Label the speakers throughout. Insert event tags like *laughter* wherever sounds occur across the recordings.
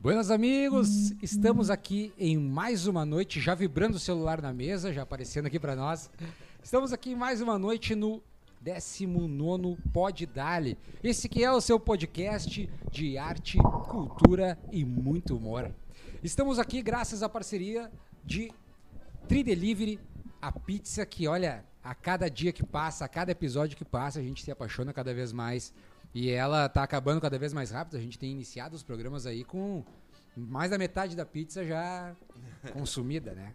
Speaker 1: Buenas amigos, estamos aqui em mais uma noite, já vibrando o celular na mesa, já aparecendo aqui para nós. Estamos aqui em mais uma noite no 19 Pod Dali. Esse que é o seu podcast de arte, cultura e muito humor. Estamos aqui graças à parceria de Tridelivery, a pizza que, olha, a cada dia que passa, a cada episódio que passa, a gente se apaixona cada vez mais. E ela tá acabando cada vez mais rápido. A gente tem iniciado os programas aí com mais da metade da pizza já consumida, né?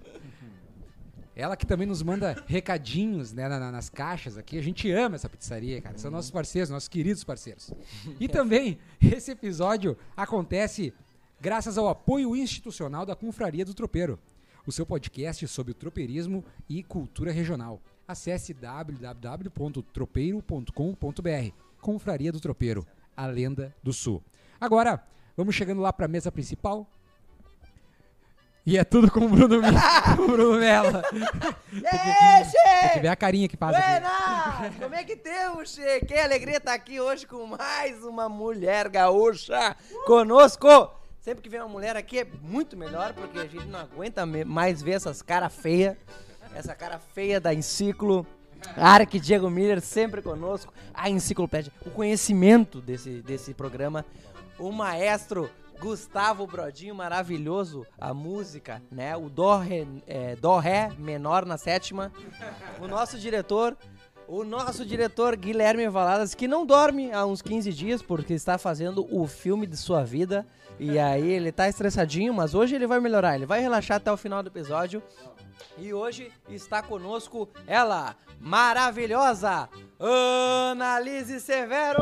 Speaker 1: Ela que também nos manda recadinhos né, na- na- nas caixas aqui. A gente ama essa pizzaria, cara. São nossos parceiros, nossos queridos parceiros. E também, esse episódio acontece graças ao apoio institucional da Confraria do Tropeiro, o seu podcast sobre o tropeirismo e cultura regional. Acesse www.tropeiro.com.br. Confraria do Tropeiro, a lenda do sul. Agora, vamos chegando lá para a mesa principal. E é tudo com o Bruno, Mi- *laughs* com o Bruno Mela. Tem que
Speaker 2: Gente!
Speaker 1: ver a carinha que faz aqui.
Speaker 2: Buenas! Como é que temos, Che? Que alegria estar aqui hoje com mais uma mulher gaúcha conosco! Sempre que vem uma mulher aqui é muito melhor, porque a gente não aguenta me- mais ver essas caras feias. Essa cara feia da Enciclo. Ark Diego Miller sempre conosco. A enciclopédia, o conhecimento desse, desse programa. O maestro Gustavo Brodinho, maravilhoso. A música, né? O Dó, Ré, é, Dó, Ré menor na sétima. O nosso diretor, o nosso diretor Guilherme Valadas, que não dorme há uns 15 dias porque está fazendo o filme de sua vida. E aí ele tá estressadinho, mas hoje ele vai melhorar, ele vai relaxar até o final do episódio. E hoje está conosco ela, maravilhosa, Analise Severo!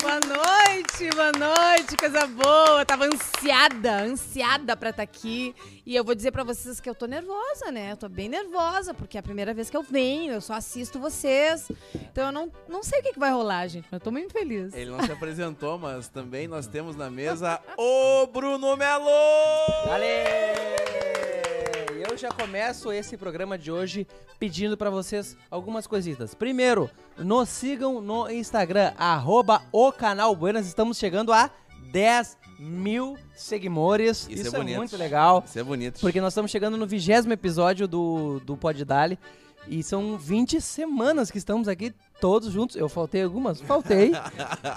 Speaker 3: Boa noite, boa noite, coisa boa. Eu tava ansiada, ansiada pra estar aqui. E eu vou dizer pra vocês que eu tô nervosa, né? Eu tô bem nervosa, porque é a primeira vez que eu venho, eu só assisto vocês. Então eu não, não sei o que, que vai rolar, gente, mas eu tô muito feliz.
Speaker 4: Ele não se apresentou, mas também nós temos na mesa o Bruno Melo!
Speaker 2: Vale! Eu já começo esse programa de hoje pedindo pra vocês algumas coisitas. Primeiro, nos sigam no Instagram, arroba o canal Buenas. Estamos chegando a 10 mil seguidores. Isso,
Speaker 4: Isso é
Speaker 2: é,
Speaker 4: bonito.
Speaker 2: muito legal.
Speaker 4: Isso é bonito.
Speaker 2: Porque nós estamos chegando no vigésimo episódio do, do Pod Dali. E são 20 semanas que estamos aqui todos juntos. Eu faltei algumas? Faltei.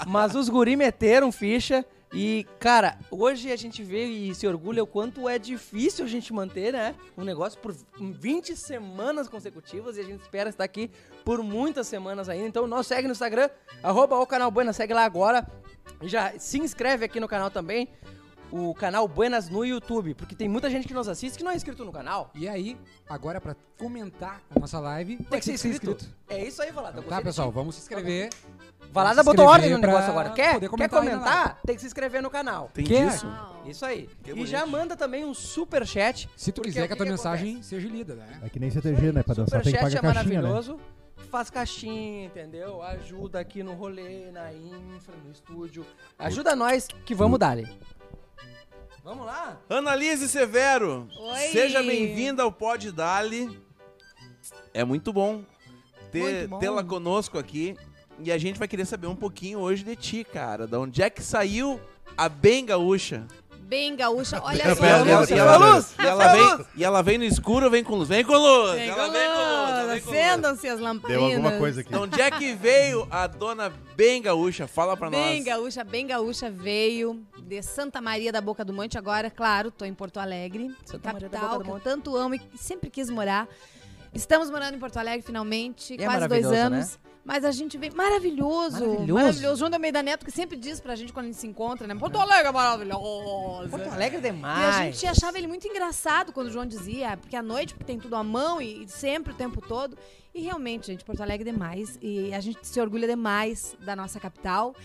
Speaker 2: mas os guri meteram ficha. E, cara, hoje a gente vê e se orgulha o quanto é difícil a gente manter, né? Um negócio por 20 semanas consecutivas e a gente espera estar aqui por muitas semanas ainda. Então, nós segue no Instagram, arroba o canal Buena, segue lá agora. E Já se inscreve aqui no canal também, o canal Buenas no YouTube, porque tem muita gente que nos assiste que não é inscrito no canal.
Speaker 1: E aí, agora pra comentar a nossa live, vai
Speaker 2: Tem que ser inscrito. É isso aí, Valada.
Speaker 1: Então tá, pessoal, vamos se inscrever.
Speaker 2: Valada
Speaker 1: Vamos se
Speaker 2: botou ordem no
Speaker 1: inscrever pra
Speaker 2: negócio agora. Quer,
Speaker 1: poder
Speaker 2: quer
Speaker 1: comentar aí na
Speaker 2: comentar? Tem que se inscrever no canal.
Speaker 4: Tem
Speaker 1: Quer?
Speaker 4: disso?
Speaker 3: Uau.
Speaker 2: Isso aí.
Speaker 4: Que
Speaker 2: e
Speaker 4: bonito.
Speaker 2: já manda também um super chat.
Speaker 1: Se tu
Speaker 2: Porque
Speaker 1: quiser
Speaker 2: o
Speaker 1: que a
Speaker 2: que
Speaker 1: tua
Speaker 2: que
Speaker 1: mensagem seja lida, né?
Speaker 5: É que nem CTG, né? Pra dançar tem que
Speaker 2: Superchat
Speaker 5: pagar
Speaker 2: é
Speaker 5: caixinha, né?
Speaker 2: maravilhoso. Faz caixinha, entendeu? Ajuda aqui no rolê, na infra, no estúdio. Ajuda nós que vamos dali. Vamos lá?
Speaker 4: Analise Severo!
Speaker 3: Oi!
Speaker 4: Seja bem-vinda ao Pod Dali. É muito bom ter-
Speaker 3: Muito bom.
Speaker 4: tê-la conosco aqui. E a gente vai querer saber um pouquinho hoje de ti, cara. Da onde é que saiu a Bem Gaúcha?
Speaker 3: Bem gaúcha, olha
Speaker 4: E
Speaker 3: só.
Speaker 2: Rafael,
Speaker 4: ela- e ela-
Speaker 2: Rafael,
Speaker 4: e ela-
Speaker 2: Rafael, É Luz!
Speaker 4: e ela
Speaker 2: Rafael,
Speaker 4: vem- E ela vem no escuro ou vem com luz? Vem com luz!
Speaker 3: Bem
Speaker 4: Ela vem com luz! ela
Speaker 3: gaúcha,
Speaker 4: vem com luz.
Speaker 3: Acendam-se as lamparinas.
Speaker 5: Deu alguma coisa aqui.
Speaker 4: De onde é que veio a dona Bem Gaúcha? Fala pra
Speaker 3: Bem
Speaker 4: nós.
Speaker 3: gaúcha, bem gaúcha veio de Santa Maria da Boca do Monte. Agora, claro, tô em Porto tá Alegre,
Speaker 2: Santa Maria da Boca
Speaker 3: capital que
Speaker 2: do
Speaker 3: eu
Speaker 2: Monte.
Speaker 3: tanto amo e que sempre quis morar. Estamos morando em Porto Alegre finalmente,
Speaker 2: E é
Speaker 3: quase dois
Speaker 2: maravilhoso,
Speaker 3: anos. Mas a gente vem maravilhoso,
Speaker 2: Maravilhoso.
Speaker 3: maravilhoso. João da Meida Neto que sempre diz pra gente quando a gente se encontra, né? Porto Alegre é
Speaker 2: Porto
Speaker 3: maravilhosa.
Speaker 2: Alegre é
Speaker 3: E
Speaker 2: demais.
Speaker 3: a gente achava ele muito engraçado quando o João dizia, "Ah, porque à noite tem tudo à mão e, e sempre o tempo todo. E realmente, gente, Porto Alegre é demais. E a gente se orgulha demais da nossa capital.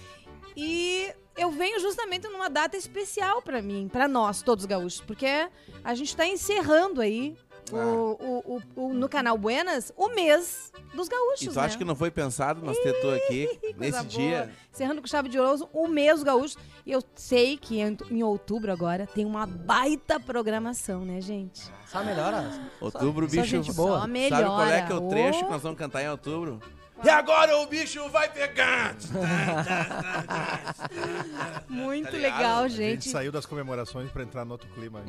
Speaker 3: E eu venho justamente numa data especial pra mim, pra nós, todos gaúchos, porque a gente tá encerrando aí. o-
Speaker 4: Ah.
Speaker 3: o- o- o- no canal Buenas, o mês dos gaúchos.
Speaker 4: E tu
Speaker 3: né?
Speaker 4: acha que não foi pensado nós ter tu aqui nesse
Speaker 3: boa.
Speaker 4: dia?
Speaker 3: Serrando com chave de ouro o mês dos gaúchos. E eu sei que em, em outubro agora tem uma baita programação, né, gente?
Speaker 2: Só melhora.
Speaker 4: Outubro,
Speaker 2: só
Speaker 4: bicho.
Speaker 2: gente boa.
Speaker 3: Só
Speaker 4: Sabe qual é
Speaker 3: melhora.
Speaker 4: que é o
Speaker 3: Ô.
Speaker 4: trecho que nós vamos cantar em outubro? E agora o bicho vai pegar! *laughs*
Speaker 3: Muito
Speaker 4: Tá ligado?
Speaker 3: legal,
Speaker 5: A gente
Speaker 3: gente.
Speaker 5: saiu das comemorações pra entrar no outro
Speaker 3: *laughs*
Speaker 5: clima.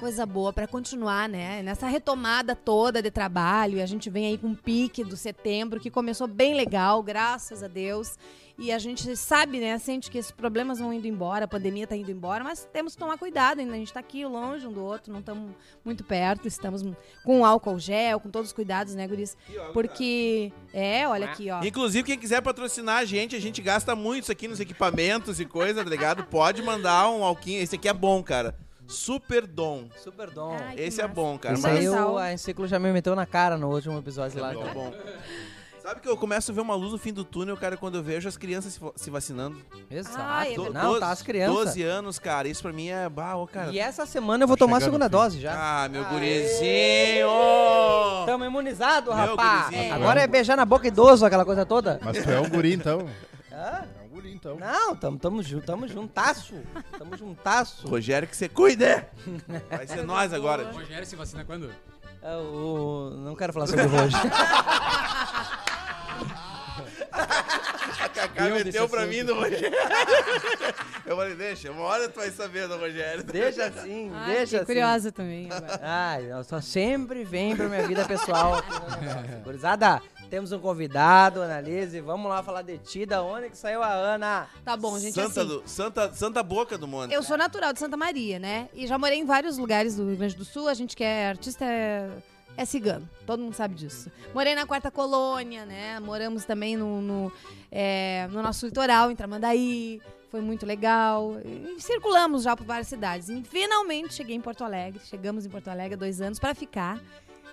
Speaker 3: Coisa boa pra continuar, né? Nessa retomada toda de trabalho, a gente vem aí com o pique do setembro, que começou bem legal, graças a Deus. E a gente sabe, né, sente que esses problemas vão indo embora, a pandemia tá indo embora, mas temos que tomar cuidado ainda. A gente tá aqui longe um do outro, não estamos muito perto, estamos com álcool gel, com todos os cuidados, né, Guris? Porque. É, olha aqui, ó.
Speaker 4: Inclusive, quem quiser patrocinar a gente, a gente gasta muito isso aqui nos equipamentos e coisa, tá ligado? Pode mandar um alquinho. Esse aqui é bom, cara. Super Dom.
Speaker 2: Super dom.
Speaker 3: Ai, que
Speaker 4: Esse é
Speaker 3: massa.
Speaker 4: bom, cara.
Speaker 2: Isso
Speaker 4: Mas
Speaker 2: aí
Speaker 3: mas-
Speaker 2: o, a Encíclo já me meteu na cara no último episódio lá.
Speaker 4: muito
Speaker 2: cara.
Speaker 4: bom. *laughs* Sabe que eu começo a ver uma luz no fim do túnel, cara, quando eu vejo as crianças se, va- se vacinando.
Speaker 2: Exato.
Speaker 3: Ai, é
Speaker 4: Do-
Speaker 3: verdade.
Speaker 2: Não, tá as crianças.
Speaker 4: 12 anos, cara. Isso pra mim é. Bah, ô, cara. Tá
Speaker 2: E essa semana eu vou tomar a
Speaker 6: chegando,
Speaker 2: segunda
Speaker 6: filho.
Speaker 2: dose já.
Speaker 4: Ah, meu
Speaker 2: Aê!
Speaker 4: gurizinho!
Speaker 2: Tamo imunizado,
Speaker 4: Meu
Speaker 2: rapaz.
Speaker 4: gurizinho.
Speaker 2: Agora é beijar na boca idoso, aquela coisa toda.
Speaker 5: Mas tu é um guri, então.
Speaker 2: Hã?
Speaker 5: É um guri, então.
Speaker 2: Não, tamo, tamo, ju- tamo juntaço. Tamo juntaço.
Speaker 4: Rogério, que você cuida! Vai ser nós agora.
Speaker 1: Rogério se vacina quando?
Speaker 2: É, o- Não quero falar sobre o
Speaker 4: *laughs*
Speaker 2: Roger.
Speaker 4: A Cacá
Speaker 1: Deu desse
Speaker 4: meteu pra
Speaker 1: assunto.
Speaker 4: mim do Rogério. Eu falei, deixa, uma hora tu vai saber do Rogério.
Speaker 2: deixa assim,
Speaker 3: Ai,
Speaker 2: deixa
Speaker 3: fiquei
Speaker 2: assim.
Speaker 3: curiosa também agora.
Speaker 2: Ai, eu só sempre vem pra minha vida pessoal. aqui no negócio. Gurizada, temos um convidado, Analise. Vamos lá falar de ti, da onde que saiu a Ana.
Speaker 3: Tá bom, gente.
Speaker 4: Santa,
Speaker 3: assim,
Speaker 4: do- Santa, Santa Boca do Monte.
Speaker 3: Eu sou natural de Santa Maria, né? E já morei em vários lugares do Rio Grande do Sul. A gente que é artista é, é cigano. Todo mundo sabe disso. Morei na Quarta Colônia, né? Moramos também no, no, é, no nosso litoral, em Tramandaí. Foi muito legal. E circulamos já por várias cidades. E finalmente cheguei em Porto Alegre. Chegamos em Porto Alegre há dois anos para ficar.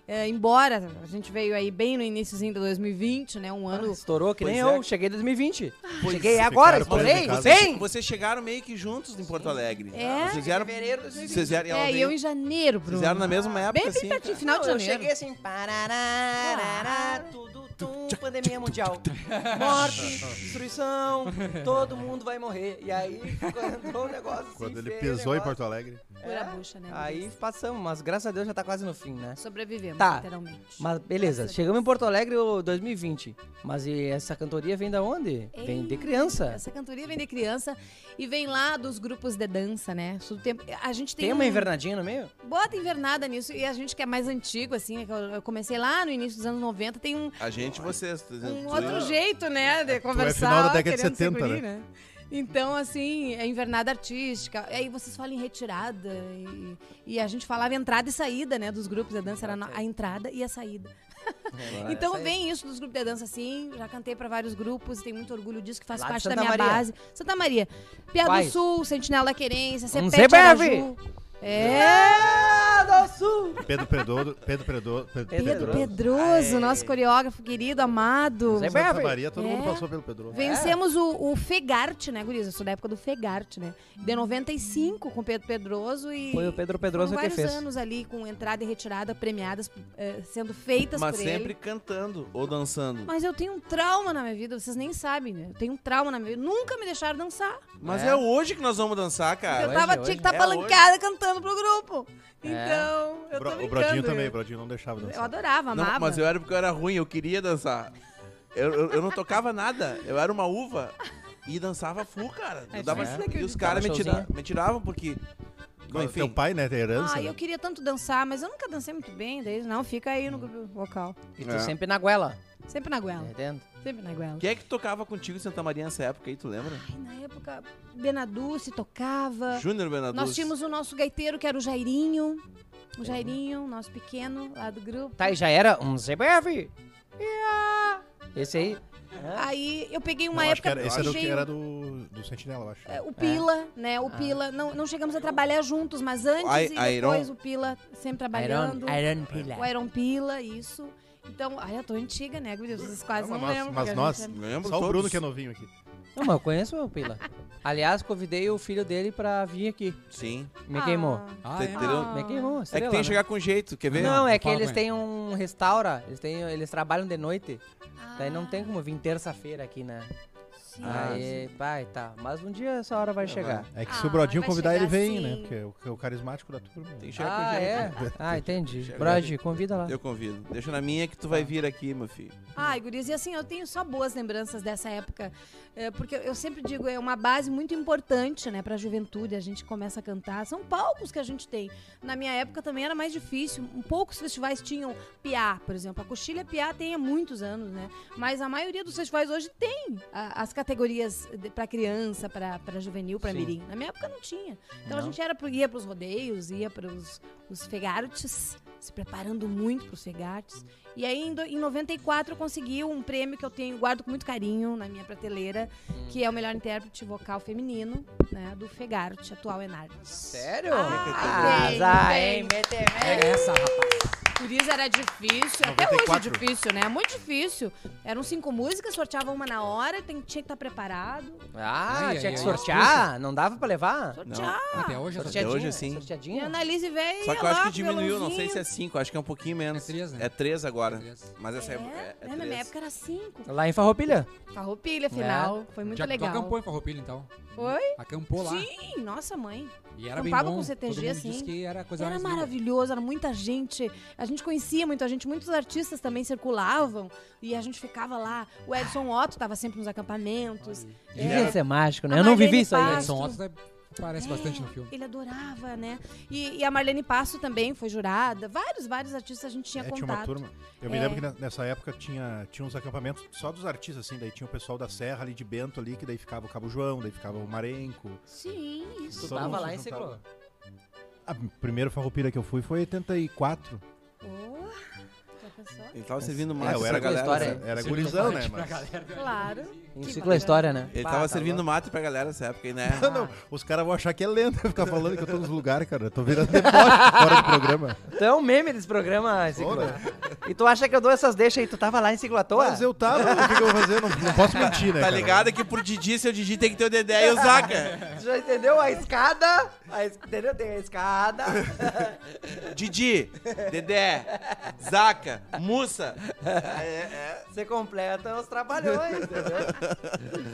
Speaker 3: É, embora a gente veio aí bem no iníciozinho de 2020, né? Um ano.
Speaker 2: Estourou que
Speaker 4: Pois
Speaker 2: nem
Speaker 4: é.
Speaker 2: eu, cheguei em 2020.
Speaker 4: Pois
Speaker 2: cheguei
Speaker 4: é,
Speaker 2: agora,
Speaker 5: cara,
Speaker 4: Mas
Speaker 2: estourei.
Speaker 5: preso em casa.
Speaker 4: Vocês,
Speaker 2: Vem!
Speaker 4: vocês chegaram meio que juntos em Porto Alegre.
Speaker 3: É?
Speaker 4: Vocês vieram,
Speaker 2: Fevereiro de
Speaker 4: vocês vieram, e ela
Speaker 3: É, e
Speaker 4: veio-
Speaker 3: eu em janeiro, Bruno.
Speaker 4: vocês vieram na mesma época,
Speaker 3: Bem
Speaker 4: assim.
Speaker 3: pertinho,
Speaker 4: cara.
Speaker 3: final de
Speaker 2: Não, eu
Speaker 3: janeiro.
Speaker 2: cheguei assim, parará, tudo, tum, pandemia mundial. Morte, destruição, todo mundo vai morrer. E aí, quando entrou o negócio assim,
Speaker 5: Quando ele
Speaker 2: feio,
Speaker 5: pisou em
Speaker 2: negócio-
Speaker 5: Porto Alegre.
Speaker 3: Pura
Speaker 2: É.
Speaker 3: bucha, né?
Speaker 2: Aí
Speaker 3: Guris?
Speaker 2: passamos, mas graças a Deus já tá quase no fim, né?
Speaker 3: Sobrevivemos,
Speaker 2: Tá.
Speaker 3: literalmente.
Speaker 2: Mas beleza,
Speaker 3: Graças a
Speaker 2: chegamos em Porto Alegre o 2020. Mas e essa cantoria vem da onde? Vem de
Speaker 3: Ei,
Speaker 2: criança.
Speaker 3: Essa cantoria vem de criança e vem lá dos grupos de dança, né? Isso do tempo- A gente tem,
Speaker 2: Tem uma
Speaker 3: um-
Speaker 2: invernadinha no meio?
Speaker 3: Bota invernada nisso. E a gente que é mais antigo, assim, né, que eu eu comecei lá no início dos anos 90, tem um,
Speaker 4: A gente e vocês. tá dizendo,
Speaker 3: um
Speaker 4: tu-
Speaker 3: outro jeito, né, de conversar.
Speaker 5: é final da década de
Speaker 3: querendo ser
Speaker 5: 70,
Speaker 3: guri, né? Então, assim, é invernada artística. Aí vocês falam em retirada. E, e a gente falava entrada e saída, né, dos grupos de dança. Era a entrada e a saída. Então
Speaker 2: Essa aí.
Speaker 3: vem isso dos grupos de dança, sim. Já cantei pra vários grupos, tenho muito orgulho disso, que faz
Speaker 2: Lá de
Speaker 3: parte da
Speaker 2: Santa
Speaker 3: minha
Speaker 2: Maria.
Speaker 3: base. Santa Maria. Piá
Speaker 2: Vai.
Speaker 3: do Sul, Sentinela da Querência,
Speaker 2: Vamos ser
Speaker 3: Cepete
Speaker 2: breve.
Speaker 3: Araju. É,
Speaker 2: Ah, do sul!
Speaker 5: Pedro Pedroso. Pedro Pedroso. Pedro
Speaker 3: Pedro
Speaker 5: Pedroso.
Speaker 3: Pedroso, nosso coreógrafo querido, amado.
Speaker 2: Zé É.
Speaker 5: Santa
Speaker 2: Bebe.
Speaker 5: Maria, todo mundo
Speaker 3: É.
Speaker 5: passou pelo Pedroso.
Speaker 3: Vencemos o, o Fegarte, né, Guriza? Eu sou da época do Fegarte, né? De 95 com Pedro Pedroso e.
Speaker 2: Foi o Pedro
Speaker 3: foram
Speaker 2: Pedroso que
Speaker 3: vários
Speaker 2: fez.
Speaker 3: anos ali com entrada e retirada premiadas eh, sendo feitas
Speaker 4: Mas
Speaker 3: por ele.
Speaker 4: sempre cantando ou dançando.
Speaker 3: Mas eu tenho um trauma na minha vida, vocês nem sabem, né? Eu tenho um trauma na minha vida. Nunca me deixaram dançar.
Speaker 4: Mas
Speaker 2: É.
Speaker 4: é. hoje que nós vamos dançar,
Speaker 3: porque
Speaker 4: cara.
Speaker 3: eu tava,
Speaker 2: hoje,
Speaker 3: tinha que estar
Speaker 4: é
Speaker 3: palancada cantando pro grupo.
Speaker 2: É.
Speaker 3: Então, eu
Speaker 5: Bro-
Speaker 3: tô brincando.
Speaker 5: o Brodinho também,
Speaker 3: eu-
Speaker 5: o Brodinho não deixava
Speaker 3: Eu
Speaker 5: dançar.
Speaker 3: adorava,
Speaker 4: Não,
Speaker 3: amava.
Speaker 4: mas eu era porque eu era ruim, eu queria dançar. Eu, eu, eu não tocava nada, eu era uma uva e dançava full, cara. Eu
Speaker 3: É
Speaker 4: dava,
Speaker 2: difícil
Speaker 4: e os
Speaker 2: acreditar.
Speaker 4: caras me,
Speaker 2: Dava
Speaker 4: tira, me tiravam porque.
Speaker 5: Mas
Speaker 4: enfim,
Speaker 5: Teu pai, né, tem herança.
Speaker 3: Ah,
Speaker 5: né?
Speaker 3: eu queria tanto dançar, mas eu nunca dancei muito bem. Daí, não, fica aí no grupo vocal.
Speaker 2: E tu
Speaker 4: É.
Speaker 2: sempre na goela.
Speaker 3: Sempre na
Speaker 2: Tá
Speaker 3: guela,
Speaker 2: entendendo?
Speaker 3: sempre na guela.
Speaker 4: quem é que tocava contigo em Santa Maria nessa época aí, tu lembra?
Speaker 3: Ai, na época, Benadu se tocava.
Speaker 4: Júnior Bernardo.
Speaker 3: Ah, Nós tínhamos o nosso gaiteiro, que era o Jairinho.
Speaker 5: Uhum.
Speaker 3: O Jairinho, nosso pequeno, lá do grupo.
Speaker 2: Tá, e já era um CBF. Esse aí.
Speaker 3: Aí eu peguei
Speaker 5: É? Não,
Speaker 3: uma
Speaker 5: acho que
Speaker 3: época...
Speaker 5: era, esse era o que
Speaker 3: cheio-
Speaker 5: era do, do Sentinela, eu acho.
Speaker 3: É, O Pila, né?
Speaker 2: Ah.
Speaker 3: O Pila. Não, não chegamos a trabalhar juntos, mas antes
Speaker 4: I-
Speaker 3: e depois
Speaker 4: Iron-
Speaker 3: o Pila sempre trabalhando.
Speaker 2: Iron Pillar.
Speaker 3: O Iron Pila, isso. Então, ai, eu tô antiga, né? Guria? Vocês quase
Speaker 5: Não,
Speaker 3: não,
Speaker 5: mas-
Speaker 3: lembram.
Speaker 5: mas
Speaker 3: porque a
Speaker 5: nós-
Speaker 3: gente
Speaker 4: Lembro
Speaker 5: Só o Bruno
Speaker 4: todos.
Speaker 5: que é novinho aqui.
Speaker 2: Não, mas eu conheço o Pila. Aliás, convidei o filho dele pra vir aqui.
Speaker 4: Sim.
Speaker 2: Me
Speaker 3: Ah.
Speaker 2: queimou.
Speaker 1: Ah, é?
Speaker 4: Entendeu?
Speaker 2: Me queimou.
Speaker 4: É que
Speaker 2: estrela,
Speaker 4: tem
Speaker 2: né?
Speaker 4: que chegar com jeito, quer ver?
Speaker 2: Não, é que
Speaker 1: fala com
Speaker 2: eles
Speaker 1: ele.
Speaker 2: têm um restaura, eles, têm, eles trabalham de noite,
Speaker 3: Ah,
Speaker 2: daí não tem como vir terça-feira aqui, né?
Speaker 3: sim.
Speaker 4: Ah,
Speaker 2: Aí, pai, tá. Mas um dia essa hora vai chegar.
Speaker 5: É que se
Speaker 3: Ah, assim.
Speaker 5: o Brodinho
Speaker 3: vai
Speaker 5: convidar, ele
Speaker 3: chegar
Speaker 5: vem,
Speaker 3: sim.
Speaker 5: né? Porque é o, é o carismático da turma.
Speaker 4: Tem que chegar com
Speaker 2: Ah,
Speaker 4: gelo.
Speaker 2: é? Ah, entendi.
Speaker 4: Chega.
Speaker 2: Brody, convida lá.
Speaker 4: Eu convido. Deixa na minha que tu vai vir aqui, meu filho.
Speaker 3: Ai, gurias, e assim, eu tenho só boas lembranças dessa época, é, porque eu sempre digo, é uma base muito importante, né, pra juventude, a gente começa a cantar, são palcos que a gente tem. Na minha época também era mais difícil, um poucos festivais tinham piá, por exemplo, a coxilha é piá tem há muitos anos, né, mas a maioria dos festivais hoje tem a- as categorias de- pra criança, pra, pra juvenil, pra
Speaker 2: Sim.
Speaker 3: mirim. Na minha época não tinha. Então a
Speaker 2: Não.
Speaker 3: gente era pro, ia pros rodeios, ia pros os fegartes, se preparando muito pros fegartes. E aí, em, do- em 94, eu consegui um prêmio que eu tenho, guardo com muito carinho na minha prateleira,
Speaker 4: Hum.
Speaker 3: que é o melhor intérprete vocal feminino, né? Do Fegarte, atual Enardes.
Speaker 2: Sério?
Speaker 3: Ah, tem,
Speaker 2: Azar,
Speaker 3: tem.
Speaker 2: hein? Mete
Speaker 1: Pega É essa, rapaz.
Speaker 3: Por isso era difícil, até hoje
Speaker 5: 94.
Speaker 3: é difícil, né? Muito difícil. Eram cinco músicas, sorteava uma na hora, tem- tinha que estar preparado.
Speaker 2: Ah,
Speaker 1: Ai,
Speaker 2: tinha
Speaker 1: ai,
Speaker 2: que
Speaker 1: ai.
Speaker 2: sortear? Não dava pra
Speaker 4: Tá,
Speaker 2: levar?
Speaker 3: Sortear.
Speaker 1: Até hoje eu tô
Speaker 4: Sorteadinha. hoje, sim.
Speaker 3: E
Speaker 2: Sorteadinha?
Speaker 3: a Annalise veio.
Speaker 4: Só que
Speaker 3: ia
Speaker 4: eu acho
Speaker 3: lá
Speaker 4: que
Speaker 3: com
Speaker 4: diminuiu, não sei
Speaker 3: violãozinho.
Speaker 4: se é 5, acho que é um pouquinho menos.
Speaker 1: É três, né?
Speaker 4: É 3 agora.
Speaker 1: Três.
Speaker 4: Mas essa é.
Speaker 3: É,
Speaker 4: é
Speaker 3: né, na minha
Speaker 4: três.
Speaker 3: época era cinco.
Speaker 2: Lá em Farroupilha.
Speaker 3: Farroupilha, final. Foi muito
Speaker 1: Já que tu
Speaker 3: legal.
Speaker 1: acampou em Farroupilha, então.
Speaker 3: Oi?
Speaker 1: Acampou lá.
Speaker 3: Sim, nossa mãe.
Speaker 1: E era bem
Speaker 3: Acampava
Speaker 1: bom.
Speaker 3: com CTG,
Speaker 1: Todo mundo
Speaker 3: assim.
Speaker 1: disse que era a coisa
Speaker 3: Era
Speaker 1: mais linda.
Speaker 3: maravilhoso, era muita gente. A gente conhecia muita gente, muitos artistas também circulavam e a gente ficava lá. O Edson Otto estava sempre nos acampamentos. É.
Speaker 2: Devia ser mágico, né?
Speaker 3: A
Speaker 2: Eu não vivi
Speaker 3: Marlene
Speaker 2: isso aí.
Speaker 3: Paz.
Speaker 1: Edson Otto né, parece bastante no filme.
Speaker 3: É, Ele adorava, né? E, e a Marlene Passo também foi jurada. Vários, vários artistas a gente tinha
Speaker 5: É,
Speaker 3: contato.
Speaker 5: tinha uma turma. Eu me
Speaker 3: É.
Speaker 5: lembro que ne- nessa época tinha, tinha uns acampamentos só dos artistas, assim. Daí tinha o pessoal da Serra ali de Bento ali, que daí ficava o Cabo João, daí ficava o Marenco.
Speaker 3: Sim, isso.
Speaker 5: Todo
Speaker 2: tava
Speaker 5: mundo
Speaker 2: lá
Speaker 5: se
Speaker 2: em
Speaker 5: juntava. A primeira farroupilha que eu fui foi em 84.
Speaker 3: Oh, já pensou?
Speaker 4: Ele tava servindo
Speaker 5: É,
Speaker 4: mais
Speaker 5: eu
Speaker 4: pra
Speaker 5: era
Speaker 4: galera.
Speaker 2: história,
Speaker 4: sabe?
Speaker 2: é.
Speaker 5: Era gurizão, né?
Speaker 1: Pra
Speaker 5: Mas... *laughs*
Speaker 1: galera do-
Speaker 3: Claro.
Speaker 2: Em
Speaker 3: Que
Speaker 2: ciclo história, né?
Speaker 4: Ele
Speaker 2: Bah,
Speaker 4: tava
Speaker 2: tá
Speaker 4: servindo
Speaker 2: louco.
Speaker 4: mate pra galera nessa época, aí, né?
Speaker 5: Não, Ah, não, os caras vão achar que é lenda ficar falando que eu tô nos lugares, cara. Eu tô virando *laughs* deboche fora do programa.
Speaker 2: Tu é um meme desse programa, Ciclo.
Speaker 5: Ora.
Speaker 2: E tu acha que eu dou essas deixas aí? Tu tava lá em Ciclo à toa?
Speaker 5: Mas eu tava, o que, que eu vou fazer? Eu Não, não posso mentir, né?
Speaker 4: Tá
Speaker 5: cara?
Speaker 4: ligado que pro Didi, seu Didi tem que ter o Dedé e o Zaca.
Speaker 2: Tu já entendeu a escada? A es- Entendeu? Tem a escada.
Speaker 4: Didi, Dedé, Zaca, Mussa.
Speaker 2: Você completa os trabalhões, entendeu?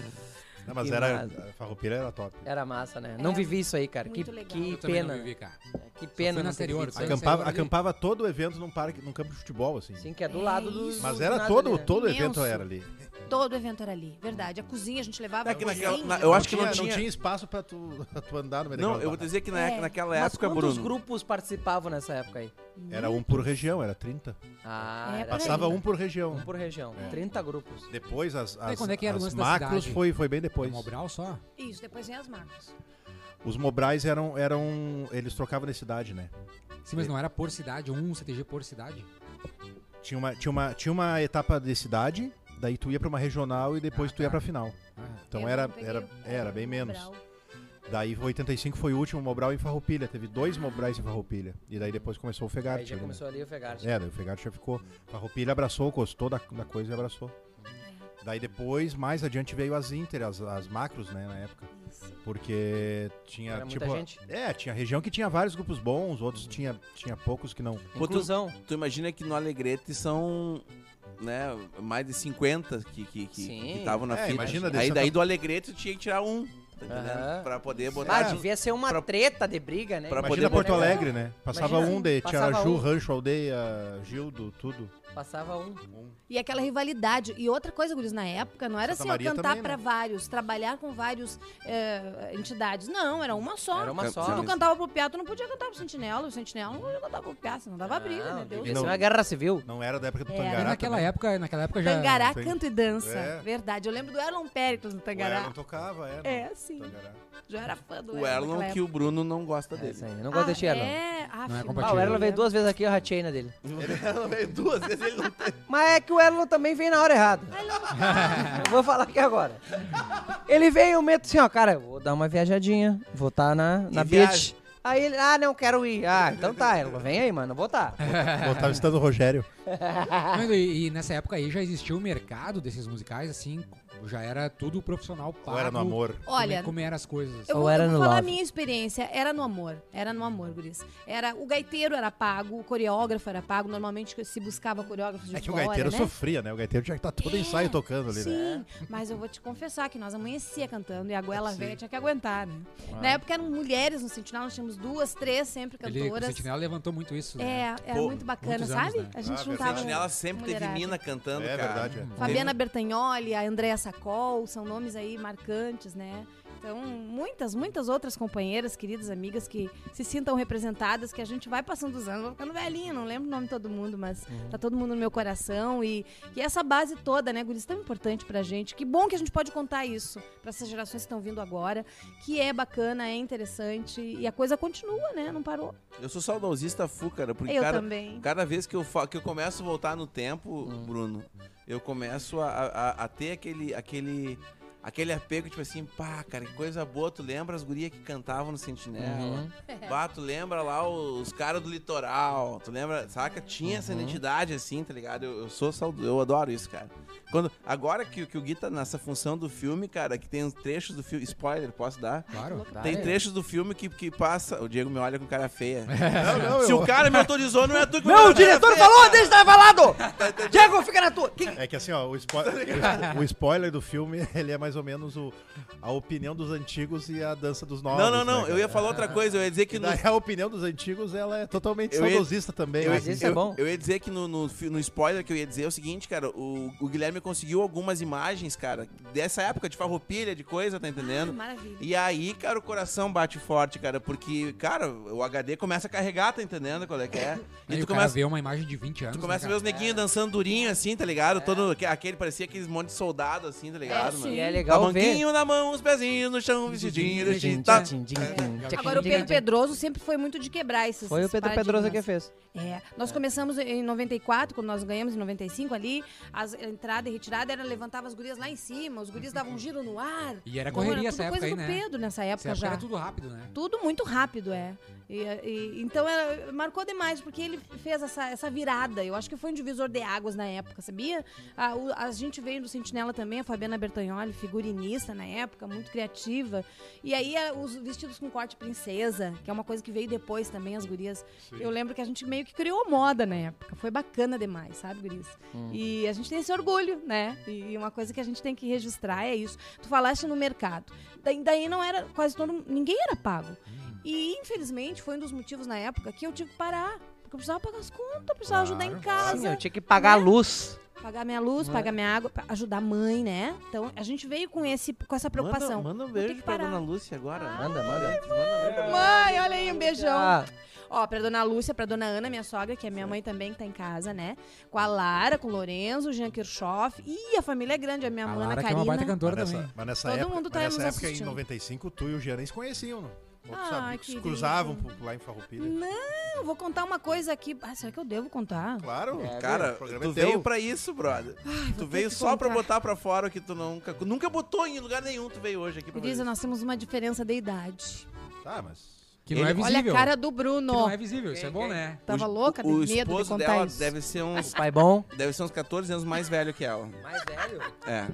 Speaker 5: Não, mas
Speaker 2: Que
Speaker 5: era,
Speaker 2: massa.
Speaker 5: a farroupilha era top.
Speaker 2: Era massa, né?
Speaker 3: É,
Speaker 2: Não vivi isso aí, cara. Que,
Speaker 3: muito legal.
Speaker 2: que
Speaker 1: Eu também
Speaker 2: pena.
Speaker 1: não vivi, cara. É
Speaker 2: Que pena.
Speaker 1: fui na
Speaker 2: não ter
Speaker 1: anterior,
Speaker 2: vivido isso
Speaker 1: só.
Speaker 2: aí.
Speaker 5: Acampava,
Speaker 1: ali.
Speaker 5: acampava todo o evento num parque, num campo de futebol, assim.
Speaker 2: Sim, que é do
Speaker 3: É
Speaker 2: lado do.
Speaker 3: isso.
Speaker 5: Mas
Speaker 2: do
Speaker 5: era
Speaker 2: nada
Speaker 5: todo,
Speaker 2: ali, né?
Speaker 5: todo o
Speaker 3: Imenso.
Speaker 5: evento era ali.
Speaker 3: Todo evento era ali, verdade. A cozinha a gente levava.
Speaker 4: É
Speaker 3: a
Speaker 4: que naquela-
Speaker 3: cozinha.
Speaker 4: na- eu acho que não
Speaker 5: tinha,
Speaker 4: tinha-
Speaker 5: espaço pra tu, *laughs* pra tu andar no tá? meio
Speaker 4: Não,
Speaker 5: daquela
Speaker 4: eu vou dizer que na,
Speaker 3: É,
Speaker 4: naquela
Speaker 2: Mas
Speaker 4: época,
Speaker 2: quantos
Speaker 4: Bruno.
Speaker 2: grupos participavam nessa época aí?
Speaker 5: barra. Era um por região, era 30.
Speaker 2: Ah,
Speaker 3: É,
Speaker 2: era
Speaker 3: peraí.
Speaker 5: Passava um por região.
Speaker 2: um por região. 30 grupos.
Speaker 5: Depois as, as,
Speaker 1: quando é que era o
Speaker 5: as
Speaker 1: lance da
Speaker 5: macros
Speaker 1: cidade?
Speaker 5: foi, foi bem depois.
Speaker 1: Pois. Mobral só?
Speaker 3: Isso, depois vem as marcas.
Speaker 5: Os Mobrais eram, eram. Eles trocavam de cidade, né?
Speaker 1: Sim, mas não era por cidade, um CTG por cidade.
Speaker 5: Tinha uma, tinha uma, tinha uma etapa de cidade, daí tu ia pra uma regional e depois
Speaker 1: Ah,
Speaker 5: tu ia
Speaker 1: tá.
Speaker 5: pra final.
Speaker 1: Ah,
Speaker 5: Então
Speaker 3: Eu
Speaker 5: era,
Speaker 3: não peguei
Speaker 5: era,
Speaker 3: o-
Speaker 5: era bem
Speaker 3: o
Speaker 5: menos.
Speaker 3: Brau.
Speaker 5: Daí 85 foi o último Mobral em Farroupilha. Teve dois Mobrais em Farroupilha. E daí depois começou o
Speaker 2: Aí
Speaker 5: Fegarte.
Speaker 2: já
Speaker 5: ali, né?
Speaker 2: começou ali o Fegarte.
Speaker 5: É, daí o Fegarte já ficou. Farroupilha abraçou, gostou da, da coisa e abraçou.
Speaker 3: É.
Speaker 5: Daí depois, mais adiante, veio as Inter, as, as macros, né, na época.
Speaker 3: Isso.
Speaker 5: Porque tinha,
Speaker 2: Era
Speaker 5: tipo...
Speaker 2: muita gente.
Speaker 5: É, tinha região que tinha vários grupos bons, outros tinha, tinha poucos que não.
Speaker 2: Inclusão.
Speaker 4: Tu imagina que no Alegrete são né, mais de 50 que que- que- que
Speaker 2: Sim.
Speaker 4: estavam na
Speaker 5: É,
Speaker 4: fila.
Speaker 5: imagina, de
Speaker 4: Aí
Speaker 5: Santa-
Speaker 4: daí do Alegrete tu tinha que tirar um. Tá entendendo?
Speaker 2: Aham.
Speaker 4: Pra poder
Speaker 2: Ah,
Speaker 4: botar. de-
Speaker 2: devia ser uma
Speaker 4: pra-
Speaker 2: treta de briga, né?
Speaker 4: pra poder
Speaker 5: Imagina Porto
Speaker 4: botar-
Speaker 5: Alegre, né? Passava
Speaker 3: assim,
Speaker 2: Imagina,
Speaker 5: um de
Speaker 2: passava
Speaker 5: Tiaraju,
Speaker 2: um.
Speaker 5: Rancho, Aldeia, Gildo, tudo.
Speaker 2: Passava um.
Speaker 3: E aquela rivalidade. E outra coisa, Guris, na época, não era
Speaker 5: Santa
Speaker 3: assim, ó,
Speaker 5: Maria
Speaker 3: cantar
Speaker 5: também, né?
Speaker 3: pra vários, trabalhar com vários eh, entidades. Não, era uma só.
Speaker 2: Era uma
Speaker 4: Ca-
Speaker 2: só.
Speaker 3: Se
Speaker 4: Ah,
Speaker 3: tu
Speaker 4: mas-
Speaker 3: cantava pro Piá, tu não podia cantar pro Sentinela. O Sentinela não podia cantar pro Piá, senão dava briga, né?
Speaker 2: Não,
Speaker 3: Deus
Speaker 2: Ah, devia
Speaker 5: do
Speaker 2: ser
Speaker 5: céu.
Speaker 2: uma guerra civil.
Speaker 5: Não era da época do
Speaker 1: E
Speaker 3: É.
Speaker 5: Tangará
Speaker 1: naquela
Speaker 5: também.
Speaker 1: época, naquela época já.
Speaker 3: Tangará,
Speaker 5: tem-
Speaker 3: canto e dança.
Speaker 5: É.
Speaker 3: Verdade. Eu lembro do Erlon Péricles no
Speaker 5: O Erlon
Speaker 3: Tangará.
Speaker 5: tocava, era.
Speaker 3: É, sim.
Speaker 5: Tangará.
Speaker 3: Já era fã do
Speaker 4: O Erlon que o Bruno não gosta
Speaker 2: É
Speaker 4: dele.
Speaker 2: isso aí. Eu não gosto desse Erlon.
Speaker 3: É, ah,
Speaker 1: Não é
Speaker 2: Ah,
Speaker 3: filho.
Speaker 2: o
Speaker 1: compatível.
Speaker 2: Erlon veio duas vezes aqui, eu ratei na dele.
Speaker 4: Ele *laughs* veio duas vezes, ele não teve.
Speaker 2: Mas é que o Erlon também veio na hora errada. Eu *laughs* vou falar aqui agora. Ele veio meio assim, ó, cara, eu vou dar uma viajadinha, vou tá na, na beach.
Speaker 4: viagem.
Speaker 2: Aí ele, ah, não quero ir. Ah, então tá, Erlon, vem aí, mano, eu vou tá.
Speaker 5: Botava estando o Rogério.
Speaker 1: Não, e, e nessa época aí já existia o mercado desses um musicais, assim, já era tudo profissional pago.
Speaker 5: Ou era no amor?
Speaker 1: Olha.
Speaker 3: Olha,
Speaker 1: Como eram as coisas. assim.
Speaker 3: Eu
Speaker 7: Ou
Speaker 3: vou,
Speaker 7: era
Speaker 3: eu vou
Speaker 7: no
Speaker 3: falar a
Speaker 7: love?
Speaker 3: minha experiência. Era no amor. Era no amor, guris. Era, o gaiteiro era pago, o coreógrafo era pago. Normalmente se buscava coreógrafo de
Speaker 5: É que o
Speaker 3: fora,
Speaker 5: gaiteiro
Speaker 3: né?
Speaker 5: sofria, né? O gaiteiro tinha que estar todo
Speaker 3: É,
Speaker 5: ensaio tocando ali, né?
Speaker 3: Sim, mas eu vou te confessar que nós amanhecia cantando e a goela velha tinha que aguentar, né?
Speaker 5: Ah.
Speaker 3: Na época eram mulheres no Sentinela, nós tínhamos duas, três sempre
Speaker 1: Ele, o
Speaker 3: cantoras.
Speaker 1: Sentinela levantou muito isso, né?
Speaker 3: é, era
Speaker 4: Pô,
Speaker 3: muito bacana,
Speaker 1: muitos
Speaker 3: sabe?
Speaker 1: anos, né?
Speaker 3: A gente
Speaker 5: Ah,
Speaker 3: juntava. um
Speaker 5: verdade.
Speaker 4: Sentinela sempre
Speaker 3: mulherada.
Speaker 4: teve mina cantando,
Speaker 5: É
Speaker 4: cara. Hum.
Speaker 5: verdade, é.
Speaker 3: Fabiana Bertagnoli, a Andréa Sacol, são nomes aí marcantes, né? Então, muitas, muitas outras companheiras, queridas amigas que se sintam representadas, que a gente vai passando os anos, vou ficando velhinha, não lembro o nome de todo mundo, mas
Speaker 7: Uhum.
Speaker 3: tá todo mundo no meu coração e, e essa base toda, né, Guris, tão importante pra gente. Que bom que a gente pode contar isso pra essas gerações que estão vindo agora, que é bacana, é interessante e a coisa continua, né? Não parou.
Speaker 4: Eu sou saudosista full, cara, porque
Speaker 3: eu
Speaker 4: cada,
Speaker 3: também.
Speaker 4: cada vez que eu, fa- que eu começo a voltar no tempo, Bruno, eu começo a, a- a ter aquele, aquele, aquele apego, tipo assim, pá, cara, que coisa boa, tu lembra as gurias que cantavam no
Speaker 2: É,
Speaker 4: Sentinela? É. Bah, tu lembra lá os caras do litoral, tu lembra, saca? Tinha essa
Speaker 7: Uhum.
Speaker 4: identidade assim, tá ligado? Eu, eu sou saudo, eu adoro isso, cara. Quando, agora que, que o Gui tá nessa função do filme, cara, que tem uns trechos do filme, spoiler, posso dar?
Speaker 1: Claro.
Speaker 4: Tem trechos do filme que, que passa. O Diego me olha com cara
Speaker 7: *laughs*
Speaker 4: feia.
Speaker 5: Não,
Speaker 4: *laughs*
Speaker 5: não,
Speaker 4: Se
Speaker 5: eu-
Speaker 4: o cara me autorizou, não é tu que me
Speaker 7: Não,
Speaker 4: olha
Speaker 7: o
Speaker 4: com cara
Speaker 7: diretor
Speaker 4: feia.
Speaker 7: falou, deixa
Speaker 2: tá
Speaker 7: estar
Speaker 4: *laughs*
Speaker 7: falado!
Speaker 4: Tá,
Speaker 7: Diego, fica na tua! Que-
Speaker 5: É que assim, ó, o, spo- o spoiler do filme, *laughs* ele é mais ou menos o, a opinião dos antigos e a dança dos novos.
Speaker 4: Não, não, não.
Speaker 5: né,
Speaker 4: Eu
Speaker 5: cara?
Speaker 4: ia falar outra coisa. Eu ia dizer que no.
Speaker 5: Daí a opinião dos antigos, ela é totalmente
Speaker 4: Eu ia-
Speaker 5: saudosista também.
Speaker 4: Eu,
Speaker 5: né?
Speaker 7: Mas isso é
Speaker 4: eu-
Speaker 7: bom.
Speaker 4: eu ia dizer que no, no, fi- no spoiler que eu ia dizer é o seguinte, cara, o, o Guilherme conseguiu algumas imagens, cara, dessa época de farroupilha, de coisa, tá entendendo?
Speaker 3: Maravilha.
Speaker 4: E aí, cara, o coração bate forte, cara, porque, cara, o HD começa a carregar, tá entendendo qual é que é?
Speaker 1: E
Speaker 4: E
Speaker 1: aí
Speaker 4: tu
Speaker 1: o cara
Speaker 4: começa,
Speaker 1: vê uma imagem de 20 anos.
Speaker 4: tu começa a
Speaker 1: né,
Speaker 4: ver
Speaker 1: cara?
Speaker 4: os neguinhos dançando durinho, assim, tá ligado? Todo, que- aquele parecia aqueles monte de soldado, assim, tá ligado, mano?
Speaker 7: E é
Speaker 4: Tá
Speaker 7: legal ver.
Speaker 4: manquinho na mão, os pezinhos no chão, vestidinho, vestidinho, tá.
Speaker 3: Agora, o Pedro Pedroso sempre foi muito de quebrar esses
Speaker 7: Foi o
Speaker 3: esses
Speaker 7: Pedro Pedrosa
Speaker 3: paradigmas.
Speaker 7: que fez.
Speaker 3: É, nós começamos em 94, quando nós ganhamos em 95 ali, as- a entrada e retirada era levantava as gurias lá em cima, os gurias davam um giro no ar.
Speaker 1: E era
Speaker 3: Então,
Speaker 1: Uhum. É correria
Speaker 3: tudo
Speaker 1: essa época
Speaker 3: coisa
Speaker 1: aí,
Speaker 3: do
Speaker 1: né?
Speaker 3: Pedro
Speaker 1: Essa
Speaker 3: nessa época
Speaker 1: época
Speaker 3: já.
Speaker 1: era
Speaker 3: tudo...
Speaker 1: tudo rápido, né?
Speaker 3: muito rápido, é. E- e- então era- marcou demais, porque ele fez essa, essa virada. Eu acho que foi um divisor de águas na época, sabia? A, o- a gente veio do Sentinela também, a Fabiana Bertagnoli, figurinista na época, muito criativa. E aí a- os vestidos com corte princesa, que é uma coisa que veio depois também, as gurias. Eu lembro que a gente meio que criou moda na época. Foi bacana demais, sabe, Guris? E a gente tem esse orgulho, né? E uma coisa que a gente tem que registrar é isso. Tu falaste no mercado. Daí, daí não era quase todo. Ninguém era pago. E infelizmente foi um dos motivos na época que eu tive que parar. Porque eu precisava pagar as contas, eu precisava ajudar em casa.
Speaker 7: Sim, eu tinha que pagar a luz.
Speaker 3: Pagar minha luz, pagar minha água, pra ajudar a mãe, né? Então a gente veio com, esse, com essa preocupação.
Speaker 4: Manda, manda um
Speaker 3: Vou ter
Speaker 4: beijo
Speaker 3: que
Speaker 4: pra
Speaker 3: parar.
Speaker 4: dona Lúcia agora.
Speaker 7: Manda, manda.
Speaker 3: Mãe, olha aí, um beijão.
Speaker 7: Ah,
Speaker 3: Ó, pra dona Lúcia, pra dona Ana, minha sogra, que é minha mãe também, que tá em casa, né? Com a Lara, com o Lorenzo, o Jean Kirchhoff. Ih, a família é grande, a minha
Speaker 1: A
Speaker 3: mana,
Speaker 1: Lara, que é
Speaker 3: Karina.
Speaker 1: uma baita cantora
Speaker 5: Mas nessa,
Speaker 1: também.
Speaker 5: mas nessa
Speaker 3: Todo
Speaker 5: época,
Speaker 3: mundo tá
Speaker 5: mas nessa
Speaker 3: nos
Speaker 5: época em
Speaker 3: assistindo.
Speaker 5: 95, tu e o Jean nem se conheciam, não? Ou tu
Speaker 3: Ah,
Speaker 5: sabia que se
Speaker 3: querido.
Speaker 5: cruzavam por- lá em Farroupilha.
Speaker 3: Não, vou contar uma coisa aqui. Ah, será que eu devo contar?
Speaker 5: Claro.
Speaker 4: Cara,
Speaker 5: o programa
Speaker 4: tu
Speaker 5: é teu.
Speaker 4: veio pra isso, brother. tu veio
Speaker 3: que
Speaker 4: só pra
Speaker 3: contar.
Speaker 4: botar pra fora o que tu nunca... Nunca botou em lugar nenhum, tu veio hoje aqui pra
Speaker 3: Grisa,
Speaker 4: fazer
Speaker 3: nós temos uma diferença de idade.
Speaker 5: Tá, mas...
Speaker 1: Que não é
Speaker 4: Ele-
Speaker 1: visível.
Speaker 3: Olha a cara do
Speaker 1: Que não
Speaker 3: Bruno.
Speaker 1: é visível, isso é bom, né?
Speaker 3: Tava
Speaker 4: O-
Speaker 3: louca de
Speaker 4: o
Speaker 3: medo de
Speaker 4: esposo
Speaker 3: contar
Speaker 4: dela
Speaker 3: isso.
Speaker 4: deve ser um uns...
Speaker 7: pai bom.
Speaker 4: Deve ser uns 14 anos mais velho que ela.
Speaker 7: Mais velho.
Speaker 4: É.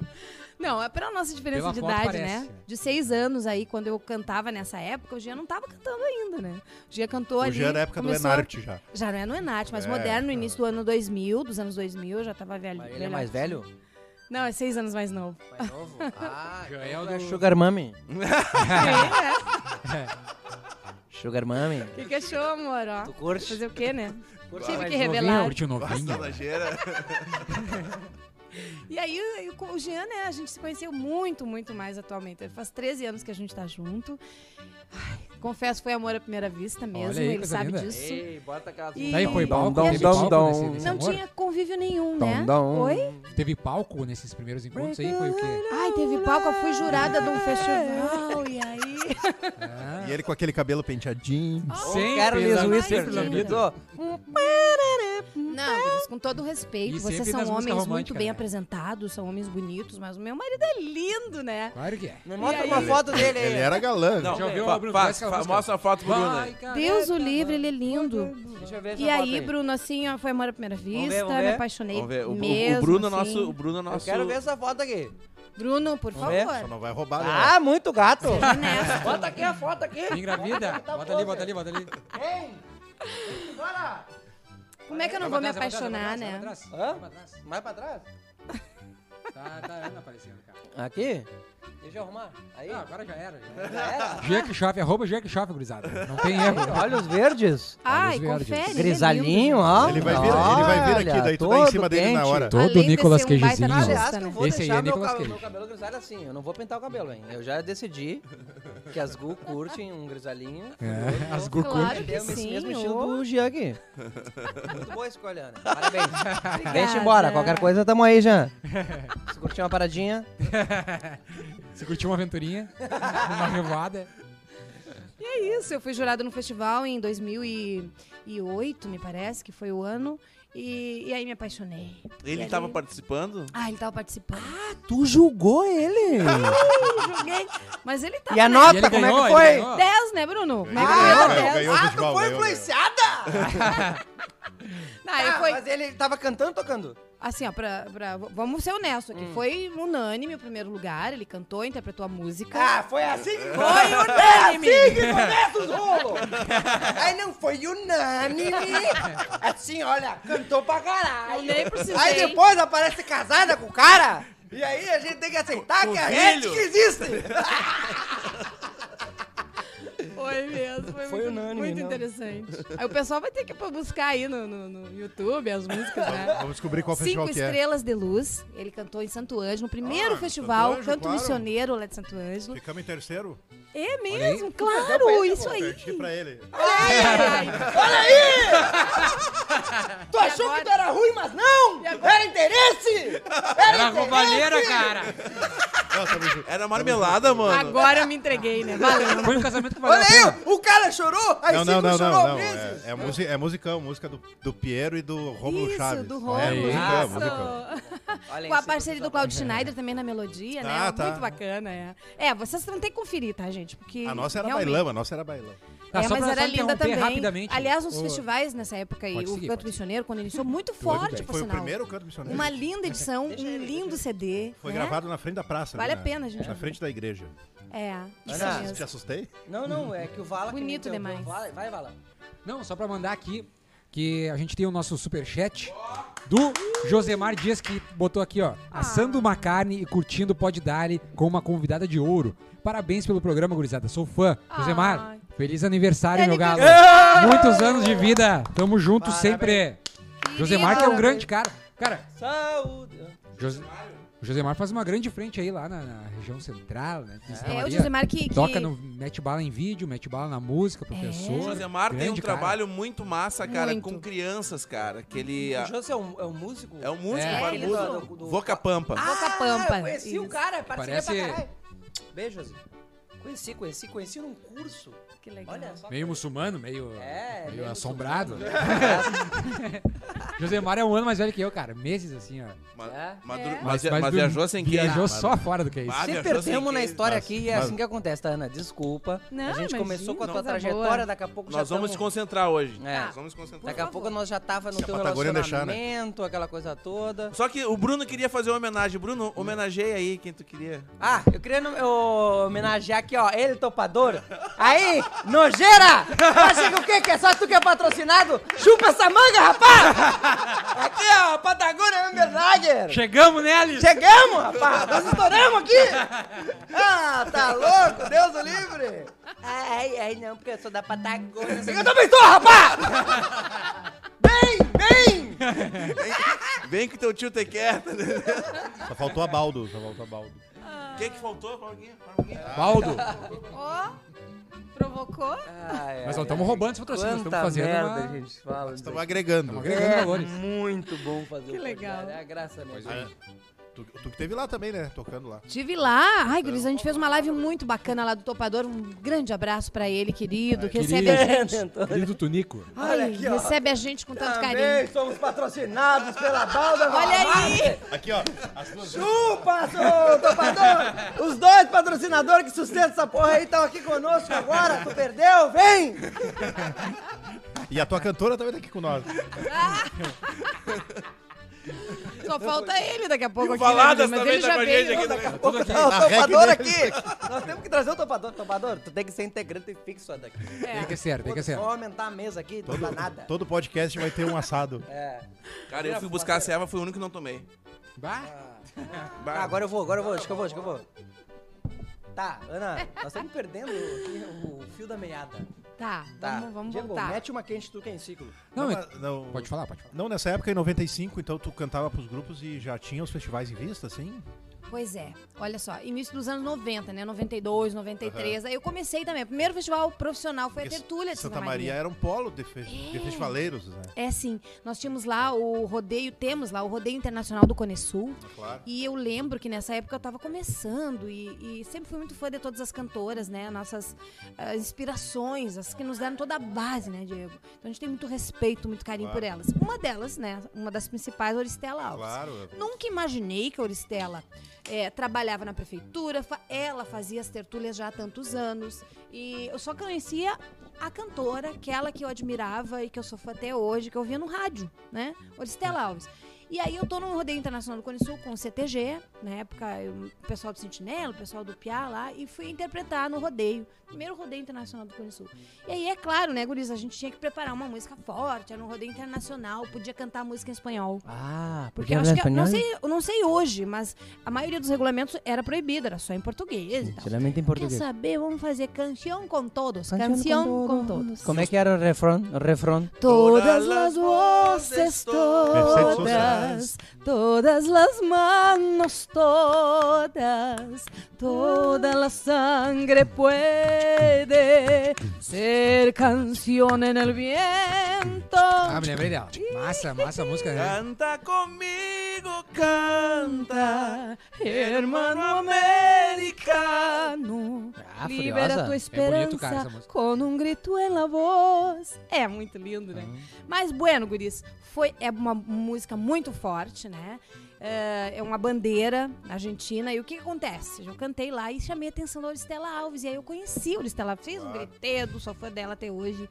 Speaker 3: Não, é pela nossa diferença
Speaker 1: Pela
Speaker 3: de
Speaker 1: foto
Speaker 3: idade,
Speaker 1: parece, né?
Speaker 3: né? De seis anos aí, quando eu cantava nessa época, o Jean não tava cantando ainda, né? O Jean cantou
Speaker 5: O
Speaker 3: ali.
Speaker 5: Jean na época do
Speaker 3: começou-
Speaker 5: Enarte já.
Speaker 3: Já não é no Enarte, mas
Speaker 5: É,
Speaker 3: moderno, no
Speaker 5: tá.
Speaker 3: início do ano 2000, dos anos 2000, eu já tava velho.
Speaker 7: Ele é mais velho?
Speaker 3: Não, é seis anos mais
Speaker 1: *laughs*
Speaker 3: novo.
Speaker 7: Mais novo? Ah,
Speaker 1: Já é
Speaker 7: então
Speaker 1: o
Speaker 7: tu é
Speaker 1: do-
Speaker 7: Sugar Mummy.
Speaker 3: É,
Speaker 7: Sugar Mummy.
Speaker 3: é. Que que achou, amor? Ó.
Speaker 7: Tu curte?
Speaker 3: Fazer o quê, né?
Speaker 7: Curte
Speaker 3: Tive
Speaker 7: mais um
Speaker 3: que
Speaker 7: novinho?
Speaker 3: revelar.
Speaker 1: Curtiu
Speaker 5: Uhum.
Speaker 1: novinha.
Speaker 3: E aí, eu- com o Jean, né, a gente se conheceu muito, muito mais atualmente. Ele Faz 13 anos que a gente tá junto. Ai, confesso, foi amor à primeira vista mesmo,
Speaker 1: Olha aí,
Speaker 3: ele
Speaker 1: coisa
Speaker 3: sabe
Speaker 1: linda.
Speaker 3: disso.
Speaker 7: Ei, bota aquela...
Speaker 3: E-
Speaker 1: Daí foi
Speaker 7: Dom,
Speaker 1: palco,
Speaker 7: dom,
Speaker 1: teve
Speaker 7: dom,
Speaker 1: palco
Speaker 7: dom.
Speaker 1: nesse, nesse
Speaker 3: Não
Speaker 1: amor?
Speaker 3: tinha convívio nenhum,
Speaker 7: Dom,
Speaker 3: né?
Speaker 7: dom.
Speaker 3: Oi?
Speaker 1: Teve palco nesses primeiros encontros aí, foi o quê?
Speaker 3: Ai, teve palco, eu fui jurada de um festival, e aí...
Speaker 5: E ele com aquele cabelo penteadinho.
Speaker 3: Ah,
Speaker 1: Sempre,
Speaker 7: Quero Liz
Speaker 1: lambido,
Speaker 7: Whisper,
Speaker 1: sempre lambido.
Speaker 7: lambido.
Speaker 3: Não, Guris, com todo o respeito,
Speaker 1: E
Speaker 3: vocês
Speaker 1: sempre
Speaker 3: são
Speaker 1: nas músicas
Speaker 3: homens muito
Speaker 1: românticas,
Speaker 3: bem
Speaker 1: né?
Speaker 3: apresentados, são homens bonitos, mas o meu marido é lindo, né?
Speaker 1: Claro que é.
Speaker 7: Me mostra
Speaker 3: aí?
Speaker 7: uma foto dele aí.
Speaker 5: Ele era galã.
Speaker 4: Não,
Speaker 1: Já ouviu,
Speaker 4: fa-
Speaker 1: Bruno?
Speaker 4: fa-
Speaker 1: Faz aquela
Speaker 4: fa-
Speaker 1: música.
Speaker 4: mostra a foto pro Bruno aí.
Speaker 1: Vai, cara.
Speaker 3: Deus o livre, ele é lindo.
Speaker 7: Deixa eu ver essa
Speaker 3: E
Speaker 7: foto
Speaker 3: aí, Bruno, assim, ó, foi amor à primeira
Speaker 7: ver,
Speaker 3: vista,
Speaker 7: vamos
Speaker 3: me
Speaker 7: ver.
Speaker 3: apaixonei
Speaker 4: Vamos ver. O, o- o
Speaker 3: mesmo,
Speaker 4: Bruno é
Speaker 3: assim.
Speaker 4: nosso... O Bruno é
Speaker 7: Eu
Speaker 4: nosso...
Speaker 7: quero ver essa foto aqui.
Speaker 3: Bruno, por favor.
Speaker 2: é?
Speaker 5: Só não vai roubar. né?
Speaker 2: Ah, muito
Speaker 7: *laughs*
Speaker 2: gato.
Speaker 3: Honesto.
Speaker 2: Bota aqui a foto aqui.
Speaker 1: Engravida? Bota ali, bota ali, bota ali.
Speaker 2: Ei! Bora!
Speaker 3: Como é que eu não vou me apaixonar, né?
Speaker 2: Hã?
Speaker 1: Pra trás.
Speaker 2: Mais pra trás?
Speaker 1: Tá, tá Ana aparecendo, cara.
Speaker 2: Aqui? Deixa eu arrumar. Aí.
Speaker 1: Ah, agora já era. Já era.
Speaker 2: Já era.
Speaker 1: Jeque Chove, arroba Jeque Chove, gurizada.
Speaker 2: *laughs*
Speaker 1: Não tem erro.
Speaker 2: É, Olha os verdes.
Speaker 1: Olhos
Speaker 3: Ai,
Speaker 1: verdes.
Speaker 3: confere. ele é
Speaker 2: Grisalhinho,
Speaker 3: lindo.
Speaker 2: ó.
Speaker 5: Ele vai vir, ele vai vir aqui, daí tu tá em
Speaker 2: Ah, Olha,
Speaker 5: cima dele na
Speaker 2: todo
Speaker 5: hora.
Speaker 1: Todo
Speaker 3: Além de
Speaker 1: Nicolas
Speaker 3: ser um baita
Speaker 1: Cagezinho.
Speaker 3: artista,
Speaker 2: Aliás,
Speaker 3: né?
Speaker 2: eu vou
Speaker 1: Esse aí
Speaker 2: deixar
Speaker 1: é
Speaker 2: meu,
Speaker 1: Nicolas
Speaker 2: ca-
Speaker 1: Cage.
Speaker 2: meu cabelo grisalho assim. Eu não vou pintar o cabelo, hein? Eu já decidi que as Gu curtem um grisalhinho.
Speaker 1: É, as
Speaker 3: né? Claro que
Speaker 2: É o mes-
Speaker 3: sim.
Speaker 2: mesmo estilo
Speaker 3: ô.
Speaker 2: do Jean aqui. Muito boa escolha, Ana. Parabéns. Deixa
Speaker 3: Obrigada.
Speaker 2: embora. Qualquer coisa, tamo
Speaker 1: *laughs*
Speaker 2: aí, Jean. Se curtir uma paradinha.
Speaker 1: Você curtiu uma aventurinha? uma revoada?
Speaker 3: É isso, eu fui jurada no festival em 2008, me parece, que foi o ano. E, e aí me apaixonei.
Speaker 4: Ele
Speaker 3: E
Speaker 4: tava
Speaker 3: ali-
Speaker 4: participando?
Speaker 3: Ah, ele tava participando.
Speaker 2: Tu julgou ele.
Speaker 3: Eu joguei, mas ele tava...
Speaker 2: E a
Speaker 3: né?
Speaker 1: Tá E
Speaker 2: nota,
Speaker 1: ele
Speaker 2: como é
Speaker 1: ganhou,
Speaker 2: que
Speaker 1: ele
Speaker 2: foi? Ah,
Speaker 1: ganhou.
Speaker 3: 10, né, Bruno? Mas ele
Speaker 2: ganhou,
Speaker 3: ganhou 10.
Speaker 5: ganhou o festival. ganhou, ganhou.
Speaker 3: Não, ele
Speaker 2: Ah,
Speaker 3: foi-
Speaker 2: Mas é- ele tava cantando tocando?
Speaker 3: Assim, ó, pra, pra- v- vamos ser honestos
Speaker 2: Hum.
Speaker 3: aqui. Foi unânime o primeiro lugar. Ele cantou, interpretou a música.
Speaker 2: Ah, foi assim que
Speaker 3: foi unânime!
Speaker 2: Assim que começa os rolos! Aí não foi unânime. Assim, olha, cantou pra
Speaker 3: Eu
Speaker 2: caralho.
Speaker 3: nem precisei.
Speaker 2: Ah, Aí depois aparece casada com o cara. E aí a gente tem que aceitar
Speaker 4: Com
Speaker 2: que é a rede
Speaker 4: filho.
Speaker 2: que existe.
Speaker 3: Foi mesmo, foi,
Speaker 2: Foi
Speaker 3: muito,
Speaker 2: unânime,
Speaker 3: muito
Speaker 2: não.
Speaker 3: interessante. Aí o pessoal vai ter que ir buscar aí no, no- no YouTube as músicas, né?
Speaker 5: Vamos descobrir qual festival
Speaker 3: Cinco
Speaker 5: que é.
Speaker 3: Estrelas de Luz. Ele cantou em Santo Ângelo, no primeiro
Speaker 5: Ah,
Speaker 3: festival,
Speaker 5: Santo Ângelo,
Speaker 3: Canto
Speaker 5: claro.
Speaker 3: Missioneiro lá de Santo Ângelo.
Speaker 5: Ficamos em terceiro.
Speaker 3: É
Speaker 1: aí.
Speaker 3: mesmo, claro,
Speaker 5: né,
Speaker 3: isso aí.
Speaker 5: Perdi pra ele.
Speaker 3: Ai,
Speaker 5: *laughs*
Speaker 3: ai, ai.
Speaker 2: Tu achou
Speaker 3: agora?
Speaker 2: que tu era ruim, mas não! Era interesse!
Speaker 1: Era roubalheira, cara.
Speaker 5: Não, tamo junto.
Speaker 4: Era marmelada, mano.
Speaker 3: Agora eu me entreguei, né? Valeu.
Speaker 1: Foi um casamento que valeu
Speaker 2: Olha
Speaker 1: a pena.
Speaker 2: aí, o cara chorou, aí
Speaker 5: Não,
Speaker 2: cinco
Speaker 5: não, não,
Speaker 2: chorou
Speaker 5: não, não.
Speaker 2: vezes.
Speaker 5: É, é, musi é musicão, música do, do Piero e do Romulo
Speaker 3: Isso,
Speaker 5: Chaves.
Speaker 3: do
Speaker 5: É,
Speaker 3: Romulo,
Speaker 5: musicão,
Speaker 1: isso.
Speaker 5: musicão.
Speaker 2: Olha
Speaker 3: Com a
Speaker 2: isso,
Speaker 3: parceria do
Speaker 2: tudo
Speaker 3: Claudio Schneider também na melodia, né?
Speaker 5: Tá, tá.
Speaker 3: Muito bacana, é. É, vocês vão ter que conferir, tá, gente? Porque
Speaker 5: A nossa era
Speaker 3: realmente-
Speaker 5: bailão, a nossa era bailão.
Speaker 1: Tá,
Speaker 3: é,
Speaker 1: só
Speaker 3: mas
Speaker 1: pra- só
Speaker 3: era linda
Speaker 1: interromper
Speaker 3: também.
Speaker 1: rapidamente.
Speaker 3: Aliás, os
Speaker 1: Ô,
Speaker 3: festivais nessa época aí,
Speaker 1: Pode
Speaker 3: o
Speaker 1: seguir,
Speaker 3: Canto
Speaker 1: pode
Speaker 3: Missioneiro, quando iniciou, muito
Speaker 1: Foi
Speaker 3: forte, por
Speaker 5: Foi o
Speaker 3: sinal.
Speaker 5: primeiro canto missionário.
Speaker 3: Uma linda edição, um lindo CD.
Speaker 5: Foi
Speaker 3: né?
Speaker 5: gravado na frente da praça.
Speaker 3: Vale
Speaker 5: ali,
Speaker 3: a
Speaker 5: né?
Speaker 3: pena, gente.
Speaker 5: Na frente da igreja.
Speaker 3: É, isso
Speaker 2: Ana,
Speaker 5: Te
Speaker 3: mesmo.
Speaker 5: assustei?
Speaker 2: Não, não, é que o Vala... que
Speaker 3: Bonito
Speaker 2: nem teu-
Speaker 3: demais.
Speaker 2: Vala- Vai, Vala.
Speaker 1: Não, só pra mandar aqui que a gente tem o nosso superchat do Josemar Dias que botou aqui, ó. Assando uma carne e curtindo o Pod Dali com uma convidada de ouro. Parabéns pelo programa, gurizada. Sou fã. Josemar,
Speaker 3: Ai.
Speaker 1: feliz aniversário,
Speaker 3: É
Speaker 1: meu galo.
Speaker 2: aniversário!
Speaker 1: Muitos anos de vida. Tamo junto
Speaker 2: Parabéns.
Speaker 1: sempre. Josemar que é um grande cara. Cara,
Speaker 2: Saúde.
Speaker 1: Jose- o Josemar faz uma grande frente aí lá na, na região central, né? em Santa
Speaker 3: É, o
Speaker 1: Maria.
Speaker 3: Josemar que... que-
Speaker 1: Toca no. Mete bala em vídeo, mete bala na música,
Speaker 4: O
Speaker 1: professor.
Speaker 4: Josemar tem um
Speaker 1: Grande cara.
Speaker 4: trabalho muito massa, cara,
Speaker 3: Muito.
Speaker 4: com crianças, cara. Que ele.
Speaker 2: O José é um, é um músico?
Speaker 4: É um músico,
Speaker 1: É,
Speaker 4: é,
Speaker 3: ele
Speaker 4: barbudo.
Speaker 2: do- do-
Speaker 4: Voca Pampa.
Speaker 3: Boca
Speaker 2: Ah,
Speaker 3: Pampa.
Speaker 2: eu conheci o
Speaker 3: Isso.
Speaker 2: cara, parceria
Speaker 1: Parece-
Speaker 2: pra caralho. Beijo, José. Conheci, conheci, conheci num curso.
Speaker 3: Que legal.
Speaker 2: Olha só.
Speaker 1: Meio muçulmano, meio,
Speaker 2: É,
Speaker 1: meio
Speaker 2: meio
Speaker 1: assombrado. *laughs* Josemar é um ano mais velho que eu, cara. Meses assim, ó.
Speaker 4: Ma-
Speaker 2: É.
Speaker 4: madru-
Speaker 3: É.
Speaker 4: Mas,
Speaker 1: mas
Speaker 4: mas
Speaker 1: vi-
Speaker 4: viajou sem querer.
Speaker 1: Viajou
Speaker 4: Ah,
Speaker 1: só fora do que é isso.
Speaker 4: Ah,
Speaker 2: Se
Speaker 4: viajou
Speaker 2: perdemos
Speaker 4: sem
Speaker 2: na
Speaker 4: querer.
Speaker 2: história
Speaker 5: Mas-
Speaker 2: aqui e é
Speaker 5: mas-
Speaker 2: assim que acontece, tá, Ana? Desculpa.
Speaker 3: Não,
Speaker 2: a gente
Speaker 3: imagina,
Speaker 2: começou com a tua
Speaker 3: coisa
Speaker 2: trajetória,
Speaker 3: boa.
Speaker 2: daqui a pouco
Speaker 4: Nós
Speaker 2: já
Speaker 4: vamos nos
Speaker 2: tamo-
Speaker 4: concentrar hoje.
Speaker 2: É.
Speaker 4: Nós vamos nos concentrar.
Speaker 2: Daqui a pouco nós já tava no
Speaker 5: Se a
Speaker 2: teu
Speaker 5: Patagônia deixar,
Speaker 2: relacionamento,
Speaker 5: né?
Speaker 2: aquela coisa toda.
Speaker 4: Só que o Bruno queria fazer uma homenagem. Bruno, homenageia aí quem tu queria.
Speaker 2: Ah, eu queria no- eu homenagear aqui, ó, ele topador. Aí, nojeira! Acha que o quê? Que é só tu que é patrocinado? Chupa essa manga, rapaz! Aqui, ó, Patagônia Hamburger!
Speaker 1: Chegamos, né, Alice?
Speaker 2: Chegamos, rapaz! Nós estouramos aqui! Ah, tá louco? Deus o livre! Ai, ai, não, porque eu sou da Patagônia. Eu também sou, rapaz! Vem, vem!
Speaker 4: Vem que teu tio te quer. tá ligado?
Speaker 5: Só faltou a baldo, só faltou a baldo.
Speaker 4: O que que faltou? um Pra alguém? Pra alguém?
Speaker 1: Baldo.
Speaker 3: Ó, provocou.
Speaker 2: Ai,
Speaker 1: Mas
Speaker 2: ai,
Speaker 1: não estamos
Speaker 2: ai.
Speaker 1: roubando esse patrocínio. assim, Nós estamos
Speaker 2: É.
Speaker 1: fazendo
Speaker 2: Quanta merda
Speaker 1: uma-
Speaker 2: a gente fala. disso.
Speaker 5: Estamos agregando.
Speaker 1: Estamos agregando
Speaker 2: É
Speaker 1: valores.
Speaker 2: muito bom fazer
Speaker 3: Que
Speaker 2: o
Speaker 3: legal.
Speaker 2: podcast, É a graça mesmo.
Speaker 5: Tu, tu que teve lá também, né? Tocando lá.
Speaker 3: Tive lá. Ai, Gris, a gente fez uma live muito bacana lá do Topador. Um grande abraço pra ele, querido, que recebe *laughs* a
Speaker 2: É,
Speaker 3: gente.
Speaker 2: Antônio.
Speaker 1: Querido Tunico.
Speaker 2: *laughs* Olha
Speaker 3: Ai,
Speaker 2: aqui, ó. Tá
Speaker 3: recebe a gente com tanto
Speaker 2: Também
Speaker 3: carinho.
Speaker 2: somos patrocinados pela Balda
Speaker 3: Olha aí!
Speaker 5: Aqui, ó. As duas
Speaker 2: Chupa, seu topador! Os dois patrocinadores que sustentam essa porra aí estão aqui conosco agora. Tu perdeu? Vem!
Speaker 5: E a tua cantora também tá aqui com nós.
Speaker 3: Só falta ele daqui a pouco aqui.
Speaker 4: Valadas
Speaker 3: né? Mas
Speaker 4: também
Speaker 3: ele
Speaker 4: tá
Speaker 3: já
Speaker 4: com a
Speaker 3: veio.
Speaker 4: gente aqui
Speaker 7: Daqui a
Speaker 4: Tudo
Speaker 7: pouco
Speaker 4: aqui.
Speaker 7: tá o
Speaker 5: A regra
Speaker 7: topador aqui.
Speaker 5: dele.
Speaker 7: Nós temos que trazer o topador. Topador, tu tem que ser integrante fixo daqui.
Speaker 1: Tem que
Speaker 3: É.
Speaker 1: ser, tem que ser.
Speaker 7: Vamos aumentar a mesa aqui, não dá nada.
Speaker 5: Todo podcast vai ter um assado.
Speaker 7: É.
Speaker 4: Cara, eu fui buscar a ceva, fui o único que não tomei.
Speaker 1: Bah,
Speaker 7: Tá, agora eu vou, agora eu vou, acho que eu vou, acho que eu vou. Tá, Ana, nós estamos perdendo aqui o fio da meada.
Speaker 3: Tá,
Speaker 7: Tá.
Speaker 3: vamos, vamos
Speaker 7: Diego,
Speaker 3: voltar.
Speaker 7: mete uma quente tu que é em ciclo.
Speaker 1: não,
Speaker 5: mas- não,
Speaker 1: pode falar, pode falar.
Speaker 5: Não, nessa época, em 95, então tu cantava pros grupos e já tinha os festivais em vista, assim?
Speaker 3: Pois é, olha só, início dos anos 90, né? 92, 93. Aí eu comecei também. O primeiro festival profissional foi a
Speaker 5: Porque
Speaker 3: Tertúlia de
Speaker 5: Santa Maria era um polo de, fe- de
Speaker 3: É.
Speaker 5: festivaleiros, né?
Speaker 3: É sim, nós tínhamos lá o rodeio, temos lá o rodeio internacional do Cone Sul.
Speaker 5: Claro.
Speaker 3: E eu lembro que nessa época eu tava começando e, e sempre fui muito fã de todas as cantoras, né? Nossas ah, inspirações, as que nos deram toda a base, né, Diego? Então a gente tem muito respeito, muito carinho
Speaker 5: Claro.
Speaker 3: por elas. Uma delas, né? Uma das principais, Oristela Alves.
Speaker 5: Claro.
Speaker 3: Nunca imaginei que a Oristela eh, trabalhava na prefeitura, fa- ela fazia as tertúlias já há tantos anos. E eu só conhecia a cantora, aquela que eu admirava e que eu sou fã até hoje, que eu via no rádio, né? Oristela Alves. E aí eu tô num rodeio internacional do Cone Sul com o CTG, na época eu- o pessoal do Sentinela, o pessoal do Piá lá, e fui interpretar no rodeio, primeiro rodeio internacional do Cone Sul. E aí é claro, né, Guris, a gente tinha que preparar uma música forte, era um rodeio internacional, podia cantar música em espanhol.
Speaker 7: Ah,
Speaker 3: Porque é eu acho que, eu não sei, eu não sei hoje, mas a maioria dos regulamentos era proibida, era só em português e tal.
Speaker 7: Geralmente em
Speaker 3: Quer
Speaker 7: português.
Speaker 3: saber? Vamos fazer canção com todos.
Speaker 7: Canção com
Speaker 3: Canção com
Speaker 7: todos.
Speaker 3: todos.
Speaker 7: Como é que era o refrão? O refrão?
Speaker 3: Todas as voces,
Speaker 5: Perfeito,
Speaker 3: todas, todas as manos, todas, toda la sangre puede ser canción en el viento.
Speaker 1: Ah, me lembrei dela. Massa, massa a música, né?
Speaker 4: Canta comigo, canta.
Speaker 3: hermano americano.
Speaker 7: Ah,
Speaker 3: Libera tua
Speaker 1: É bonito, cara,
Speaker 3: esperança
Speaker 1: essa música.
Speaker 3: com um grito em la voz. É muito lindo,
Speaker 1: Ah.
Speaker 3: né? Mas, bueno, guris, foi, é uma música muito forte, né? É é uma bandeira argentina. E o que, que acontece? Eu cantei lá e chamei a atenção da Oristela Alves. E aí eu conheci a Oristela Alves. Fiz um gritedo, sou fã dela até hoje.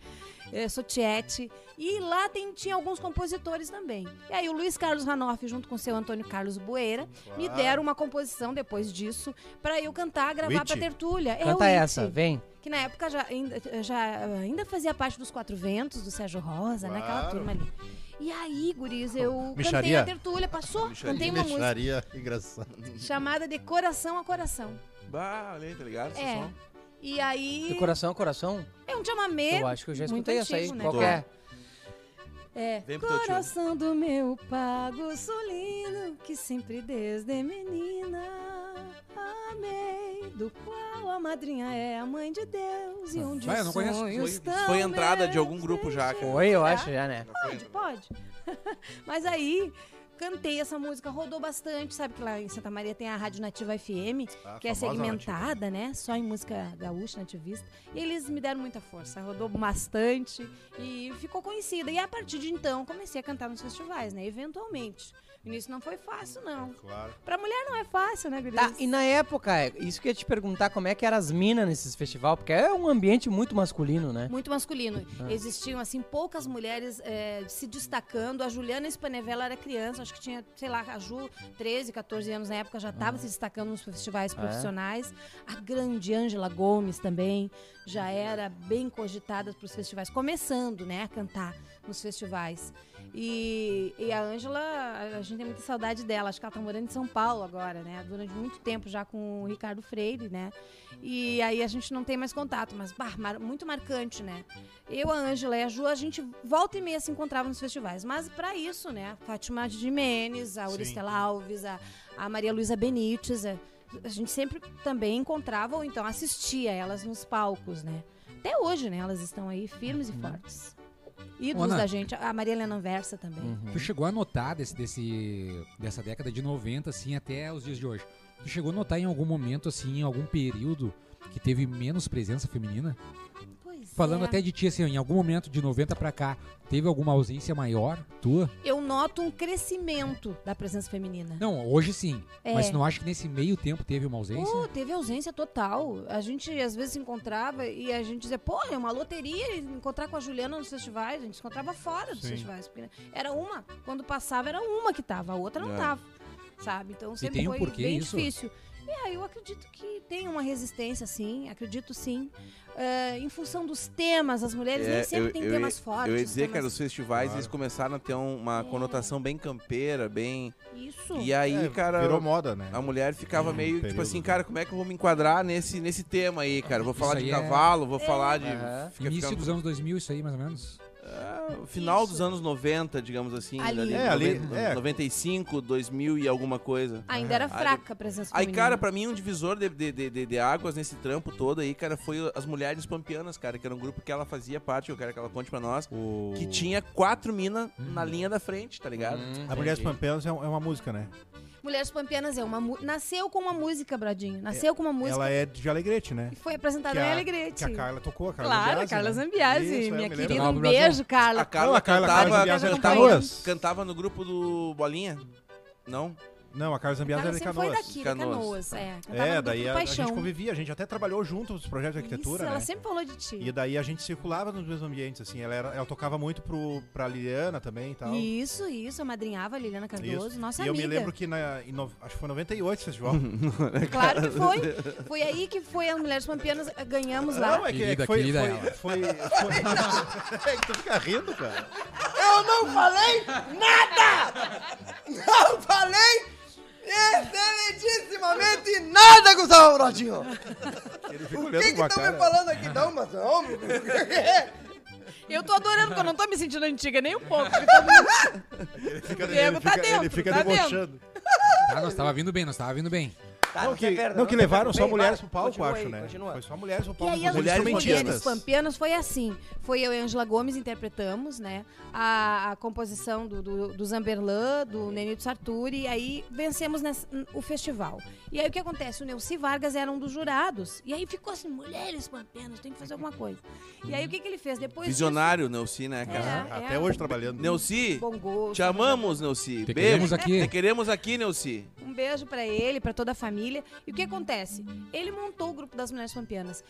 Speaker 3: É, sou tiete. E lá tem- tinha alguns compositores também. E aí o Luiz Carlos Hanoff, junto com o seu Antônio Carlos Bueira, me deram uma composição depois disso pra eu cantar, gravar
Speaker 5: It?
Speaker 3: pra Tertúlia. É o
Speaker 7: Canta
Speaker 3: It,
Speaker 7: essa, vem.
Speaker 3: Que na época já ainda, já ainda fazia parte dos Quatro Ventos, do Sérgio Rosa, né? Aquela
Speaker 5: Claro.
Speaker 3: turma ali. E aí, guris, eu cantei
Speaker 5: Mixaria.
Speaker 3: a Tertúlia, passou, cantei uma música
Speaker 8: Mexaria engraçado.
Speaker 3: chamada De Coração a Coração.
Speaker 4: Bah, olha aí, tá ligado? esse
Speaker 3: É.
Speaker 4: som?
Speaker 3: E aí,
Speaker 7: De coração a coração?
Speaker 3: é um chamamento.
Speaker 7: Eu acho que eu já
Speaker 3: muito
Speaker 7: escutei essa aí.
Speaker 3: antigo, né,
Speaker 7: Qual que
Speaker 3: cara?
Speaker 7: é?
Speaker 3: É,
Speaker 4: Vem pro teu tio.
Speaker 3: coração do meu pago solino, que sempre desde menina amei, do qual a madrinha é a mãe de Deus
Speaker 4: Ah,
Speaker 3: e onde
Speaker 1: Vai, eu
Speaker 3: os
Speaker 1: não conheço.
Speaker 3: sonhos
Speaker 4: Foi,
Speaker 3: tão
Speaker 4: foi entrada de algum grupo já, cara.
Speaker 7: Oi, eu
Speaker 3: Será?
Speaker 7: acho já, né?
Speaker 3: Pode, pode. *laughs* Mas aí, cantei essa música, rodou bastante. Sabe que lá em Santa Maria tem a Rádio Nativa FM,
Speaker 5: Ah,
Speaker 3: que é
Speaker 5: famosa
Speaker 3: segmentada, né? Só em música gaúcha, nativista. E eles me deram muita força, rodou bastante e ficou conhecida. E a partir de então, comecei a cantar nos festivais, né? Eventualmente. O início não foi fácil, não.
Speaker 5: Claro.
Speaker 3: Pra mulher não é fácil, né, Gurias?
Speaker 7: Tá, e na época, isso que eu ia te perguntar, como é que eram as minas nesses festival, porque é um ambiente muito masculino, né?
Speaker 3: Muito masculino. Existiam, assim, poucas mulheres eh, se destacando. A Juliana Spanevella era criança, acho que tinha, sei lá, a Ju, 13, 14 anos na época, já estava se destacando nos festivais
Speaker 7: Ah. É?
Speaker 3: profissionais. A grande Ângela Gomes também já era bem cogitada para os festivais, começando, né, a cantar nos festivais. E, e a Ângela, a gente tem muita saudade dela. Acho que ela tá morando em São Paulo agora, né? Durante muito tempo já com o Ricardo Freire, né? E aí a gente não tem mais contato, mas bah, mar- muito marcante, né? Eu, a Ângela e a Ju, a gente volta e meia se encontrava nos festivais. Mas pra isso, né? A Fátima Jimenez, a
Speaker 5: Sim.
Speaker 3: Auristela Alves, a, a Maria Luísa Benites. A, a gente sempre também encontrava ou então assistia elas nos palcos, né? Até hoje, né? Elas estão aí firmes e fortes. Ídolos
Speaker 1: Ana.
Speaker 3: da gente. A Maria Helena Versa também.
Speaker 4: Uhum.
Speaker 1: Tu chegou a notar desse, desse, dessa década de 90, assim, até os dias de hoje. Tu chegou a notar em algum momento, assim, em algum período que teve menos presença feminina?
Speaker 3: Pois
Speaker 1: Falando
Speaker 3: é.
Speaker 1: até de ti, assim, ó, em algum momento de 90 pra cá, teve alguma ausência maior tua?
Speaker 3: Eu noto um crescimento da presença feminina.
Speaker 1: Não, hoje sim.
Speaker 3: É.
Speaker 1: Mas não acho que nesse meio tempo teve uma ausência?
Speaker 3: Pô, teve ausência total. A gente às vezes se encontrava e a gente dizia, pô, é uma loteria encontrar com a Juliana nos festivais. A gente se encontrava fora dos
Speaker 5: Sim.
Speaker 3: festivais. Porque né, era uma. Quando passava, era uma que tava, a outra não
Speaker 4: É.
Speaker 3: tava. Sabe? Então sempre
Speaker 1: tem um
Speaker 3: foi
Speaker 1: porquê
Speaker 3: bem
Speaker 1: isso?
Speaker 3: difícil. E aí eu acredito que tem uma resistência, sim, acredito sim. É, em função dos temas, as mulheres
Speaker 4: É,
Speaker 3: nem sempre
Speaker 4: eu-
Speaker 3: têm
Speaker 4: eu
Speaker 3: temas
Speaker 4: ia-
Speaker 3: fortes.
Speaker 4: Eu ia dizer, cara,
Speaker 3: temas...
Speaker 4: os festivais
Speaker 5: Claro.
Speaker 4: eles começaram a ter um, uma conotação bem campeira, bem.
Speaker 3: Isso.
Speaker 4: E aí,
Speaker 5: É,
Speaker 4: cara.
Speaker 5: Virou moda, né?
Speaker 4: A mulher ficava
Speaker 5: É, um
Speaker 4: meio tipo
Speaker 5: período,
Speaker 4: assim,
Speaker 5: né?
Speaker 4: cara, como é que eu vou me enquadrar nesse, nesse tema aí, cara? Vou falar
Speaker 1: Isso
Speaker 4: de
Speaker 1: aí é-
Speaker 4: cavalo, vou falar de.
Speaker 7: Aham.
Speaker 4: fica-
Speaker 1: Início
Speaker 4: fica-
Speaker 1: dos anos 2000, isso aí, mais ou menos?
Speaker 4: Ah, o final
Speaker 3: Isso.
Speaker 4: dos anos 90, digamos assim.
Speaker 3: Ali.
Speaker 5: É, ali,
Speaker 4: noven-
Speaker 5: é.
Speaker 4: 95, 2000 e alguma coisa.
Speaker 3: Ainda era
Speaker 4: Aí-
Speaker 3: fraca a presença
Speaker 4: Aí,
Speaker 3: feminina.
Speaker 4: cara, pra mim, um divisor de, de, de, de- de águas nesse trampo todo aí, cara, foi as Mulheres Pampianas, cara, que era um grupo que ela fazia parte, eu quero que ela conte pra nós,
Speaker 5: O-
Speaker 4: que tinha quatro minas na linha da frente, tá ligado?
Speaker 5: A Mulheres Pampeanas é, um- é uma música, né?
Speaker 3: Mulheres Pampianas é uma mu- nasceu com uma música, Bradinho. Nasceu com uma música
Speaker 5: Ela é de Alegrete, né?
Speaker 3: e foi apresentada
Speaker 5: que
Speaker 3: na
Speaker 5: a-
Speaker 3: Alegrete.
Speaker 5: Que a Carla tocou, a Carla
Speaker 3: Claro,
Speaker 5: Zambiasi,
Speaker 3: Carla
Speaker 5: né?
Speaker 3: Zambiasi,
Speaker 5: Isso, é,
Speaker 3: minha
Speaker 5: me lembro.
Speaker 3: querida.
Speaker 1: Não,
Speaker 3: Um
Speaker 1: Brasil.
Speaker 3: beijo,
Speaker 4: A
Speaker 3: Carla.
Speaker 4: Carla,
Speaker 5: a Carla
Speaker 4: cantava,
Speaker 3: Zambiasi era de
Speaker 4: cantava-
Speaker 5: Canoas.
Speaker 4: cantava no grupo do Bolinha? Não?
Speaker 5: Não, a Carla Zambiasi
Speaker 3: Carla
Speaker 5: era de
Speaker 3: sempre foi
Speaker 5: é Canoas.
Speaker 3: daqui, da
Speaker 4: Canoas.
Speaker 3: Canoas. É, cantava
Speaker 5: É,
Speaker 3: no
Speaker 5: daí
Speaker 3: grupo
Speaker 5: a, a
Speaker 3: Paixão.
Speaker 5: gente convivia, a gente até trabalhou junto nos projetos de arquitetura,
Speaker 3: Isso,
Speaker 5: né?
Speaker 3: ela sempre falou de ti.
Speaker 5: E daí a gente circulava nos mesmos ambientes, assim. Ela, era- ela tocava muito pro, pra Liliana também e tal.
Speaker 3: Isso, isso. Eu madrinhava a Liliana Cardoso, nossa
Speaker 5: e eu
Speaker 3: amiga.
Speaker 5: me lembro que na, em no- acho que foi 98 esse festival.
Speaker 3: Claro
Speaker 5: *laughs*
Speaker 3: que foi. Foi aí que foi as Mulheres Pampianas, eh, ganhamos lá.
Speaker 5: Não, é que, é
Speaker 1: Querida,
Speaker 5: que foi,
Speaker 1: querida
Speaker 5: foi,
Speaker 1: ela.
Speaker 5: foi, foi- É que tu fica rindo, cara.
Speaker 7: Eu não falei nada! Não falei excelentíssimamente nada, Gustavo Brodinho!
Speaker 5: Ele fica
Speaker 7: O que
Speaker 5: olhando com
Speaker 7: que
Speaker 5: uma
Speaker 7: estão me
Speaker 5: cara.
Speaker 7: falando aqui? Não, mas homem...
Speaker 3: Eu tô adorando, porque eu não tô me sentindo antiga nem um pouco. porque todo mundo-
Speaker 5: Ele fica,
Speaker 3: Diego,
Speaker 5: ele
Speaker 3: tá
Speaker 5: fica, ele
Speaker 3: dentro,
Speaker 5: fica
Speaker 3: tá
Speaker 5: debochando.
Speaker 1: Ah, nós tava vindo bem, nós tava vindo bem.
Speaker 5: Não, que, não, que levaram só mulheres pro palco, acho, né? Foi só mulheres pro
Speaker 3: E
Speaker 5: palco.
Speaker 3: aí as
Speaker 4: Mulheres
Speaker 3: mulheres, mulheres
Speaker 4: Pampianas.
Speaker 3: pampianas foi assim. Foi eu e Angela Gomes interpretamos, né? A, a composição do, do, do Zamberlan, do Nenito Sarturi. Aí vencemos nessa- n- o festival. E aí o que acontece? O Neuci Vargas era um dos jurados. E aí ficou assim, mulheres pampianas, tem que fazer alguma coisa. E aí o que, que ele fez? Depois disso-
Speaker 4: Visionário, Neuci, né, cara?
Speaker 3: É.
Speaker 5: Até hoje trabalhando.
Speaker 4: Neuci,
Speaker 3: Bom gosto.
Speaker 4: te amamos, Neuci.
Speaker 1: Te
Speaker 4: Beijo. É,
Speaker 1: queremos aqui. É
Speaker 4: Te queremos aqui, Neuci.
Speaker 3: Um beijo pra ele, pra toda a família. E o que acontece? Ele montou o grupo das Mulheres Pampianas.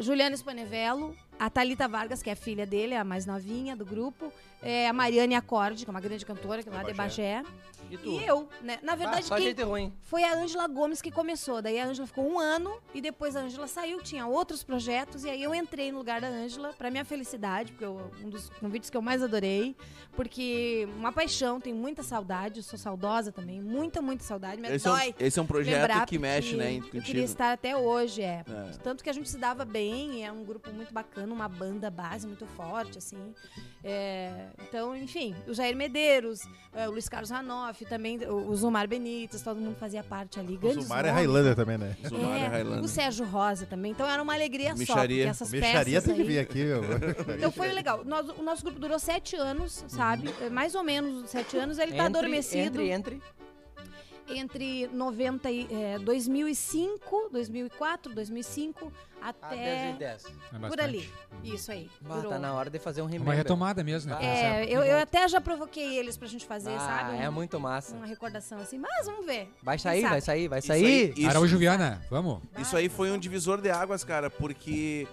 Speaker 3: Juliana Spanevello, a Thalita Vargas, que é a filha dele, a mais novinha do grupo, é, a Mariane Acorde, que é uma grande cantora, que é lá de Bagé, e eu, né? Na
Speaker 7: Ah,
Speaker 3: verdade,
Speaker 7: só
Speaker 3: quem-
Speaker 7: gente ruim.
Speaker 3: foi a Ângela Gomes que começou. Daí a Ângela ficou um ano e depois a Ângela saiu, tinha outros projetos e aí eu entrei no lugar da Ângela, pra minha felicidade, porque eu, um dos convites que eu mais adorei, porque uma paixão, tenho muita saudade, eu sou saudosa também, muita, muita saudade, me
Speaker 4: Esse é, um,
Speaker 3: dói.
Speaker 4: esse é um projeto
Speaker 3: lembrar,
Speaker 4: que mexe,
Speaker 3: porque
Speaker 4: né, em-
Speaker 3: Eu queria
Speaker 4: contigo.
Speaker 3: estar até hoje, é.
Speaker 4: É.
Speaker 3: Tanto que a gente se dava bem, é um grupo muito bacana, uma banda base muito forte, assim. É, então, enfim, o Jair Medeiros, é, o Luiz Carlos Hanoff, também o, o Zumar Benítez, todo mundo fazia parte ali.
Speaker 5: O
Speaker 3: Grandes
Speaker 5: Zumar é
Speaker 3: nomes.
Speaker 5: Highlander também, né?
Speaker 4: Zumara
Speaker 3: É,
Speaker 4: Highlander.
Speaker 3: o Sérgio Rosa também. Então era uma alegria só,
Speaker 4: Micharia.
Speaker 3: porque essas
Speaker 5: Mexaria
Speaker 3: peças
Speaker 5: tem que
Speaker 3: aí...
Speaker 5: vir aqui, meu.
Speaker 3: Então foi legal. Nós- o nosso grupo durou sete anos, sabe? É, Mais ou menos sete anos. Ele tá
Speaker 7: Entre-
Speaker 3: adormecido É.
Speaker 7: Entre, entre.
Speaker 3: entre 90 e, é, 2005, 2004, 2005
Speaker 2: Ah,
Speaker 7: Até
Speaker 3: até
Speaker 7: 10.
Speaker 1: É
Speaker 3: por
Speaker 1: bastante.
Speaker 3: ali. Isso aí.
Speaker 7: Bah,
Speaker 3: durou.
Speaker 7: tá na hora de fazer um
Speaker 1: É
Speaker 7: remake.
Speaker 1: Uma retomada mesmo, né?
Speaker 7: Ah,
Speaker 1: Essa
Speaker 3: É,
Speaker 1: época
Speaker 3: eu,
Speaker 1: que
Speaker 3: eu
Speaker 1: volta.
Speaker 3: até já provoquei eles pra gente fazer,
Speaker 2: Ah,
Speaker 3: sabe?
Speaker 7: é
Speaker 3: Um-
Speaker 7: muito massa.
Speaker 3: Uma recordação assim, mas vamos ver.
Speaker 7: Vai
Speaker 3: Quem
Speaker 7: sair, vai
Speaker 3: sabe?
Speaker 7: sair, vai
Speaker 4: Isso aí,
Speaker 7: sair.
Speaker 4: isso-
Speaker 1: Araújo Viana, vamos.
Speaker 4: Isso aí foi um divisor de águas, cara, porque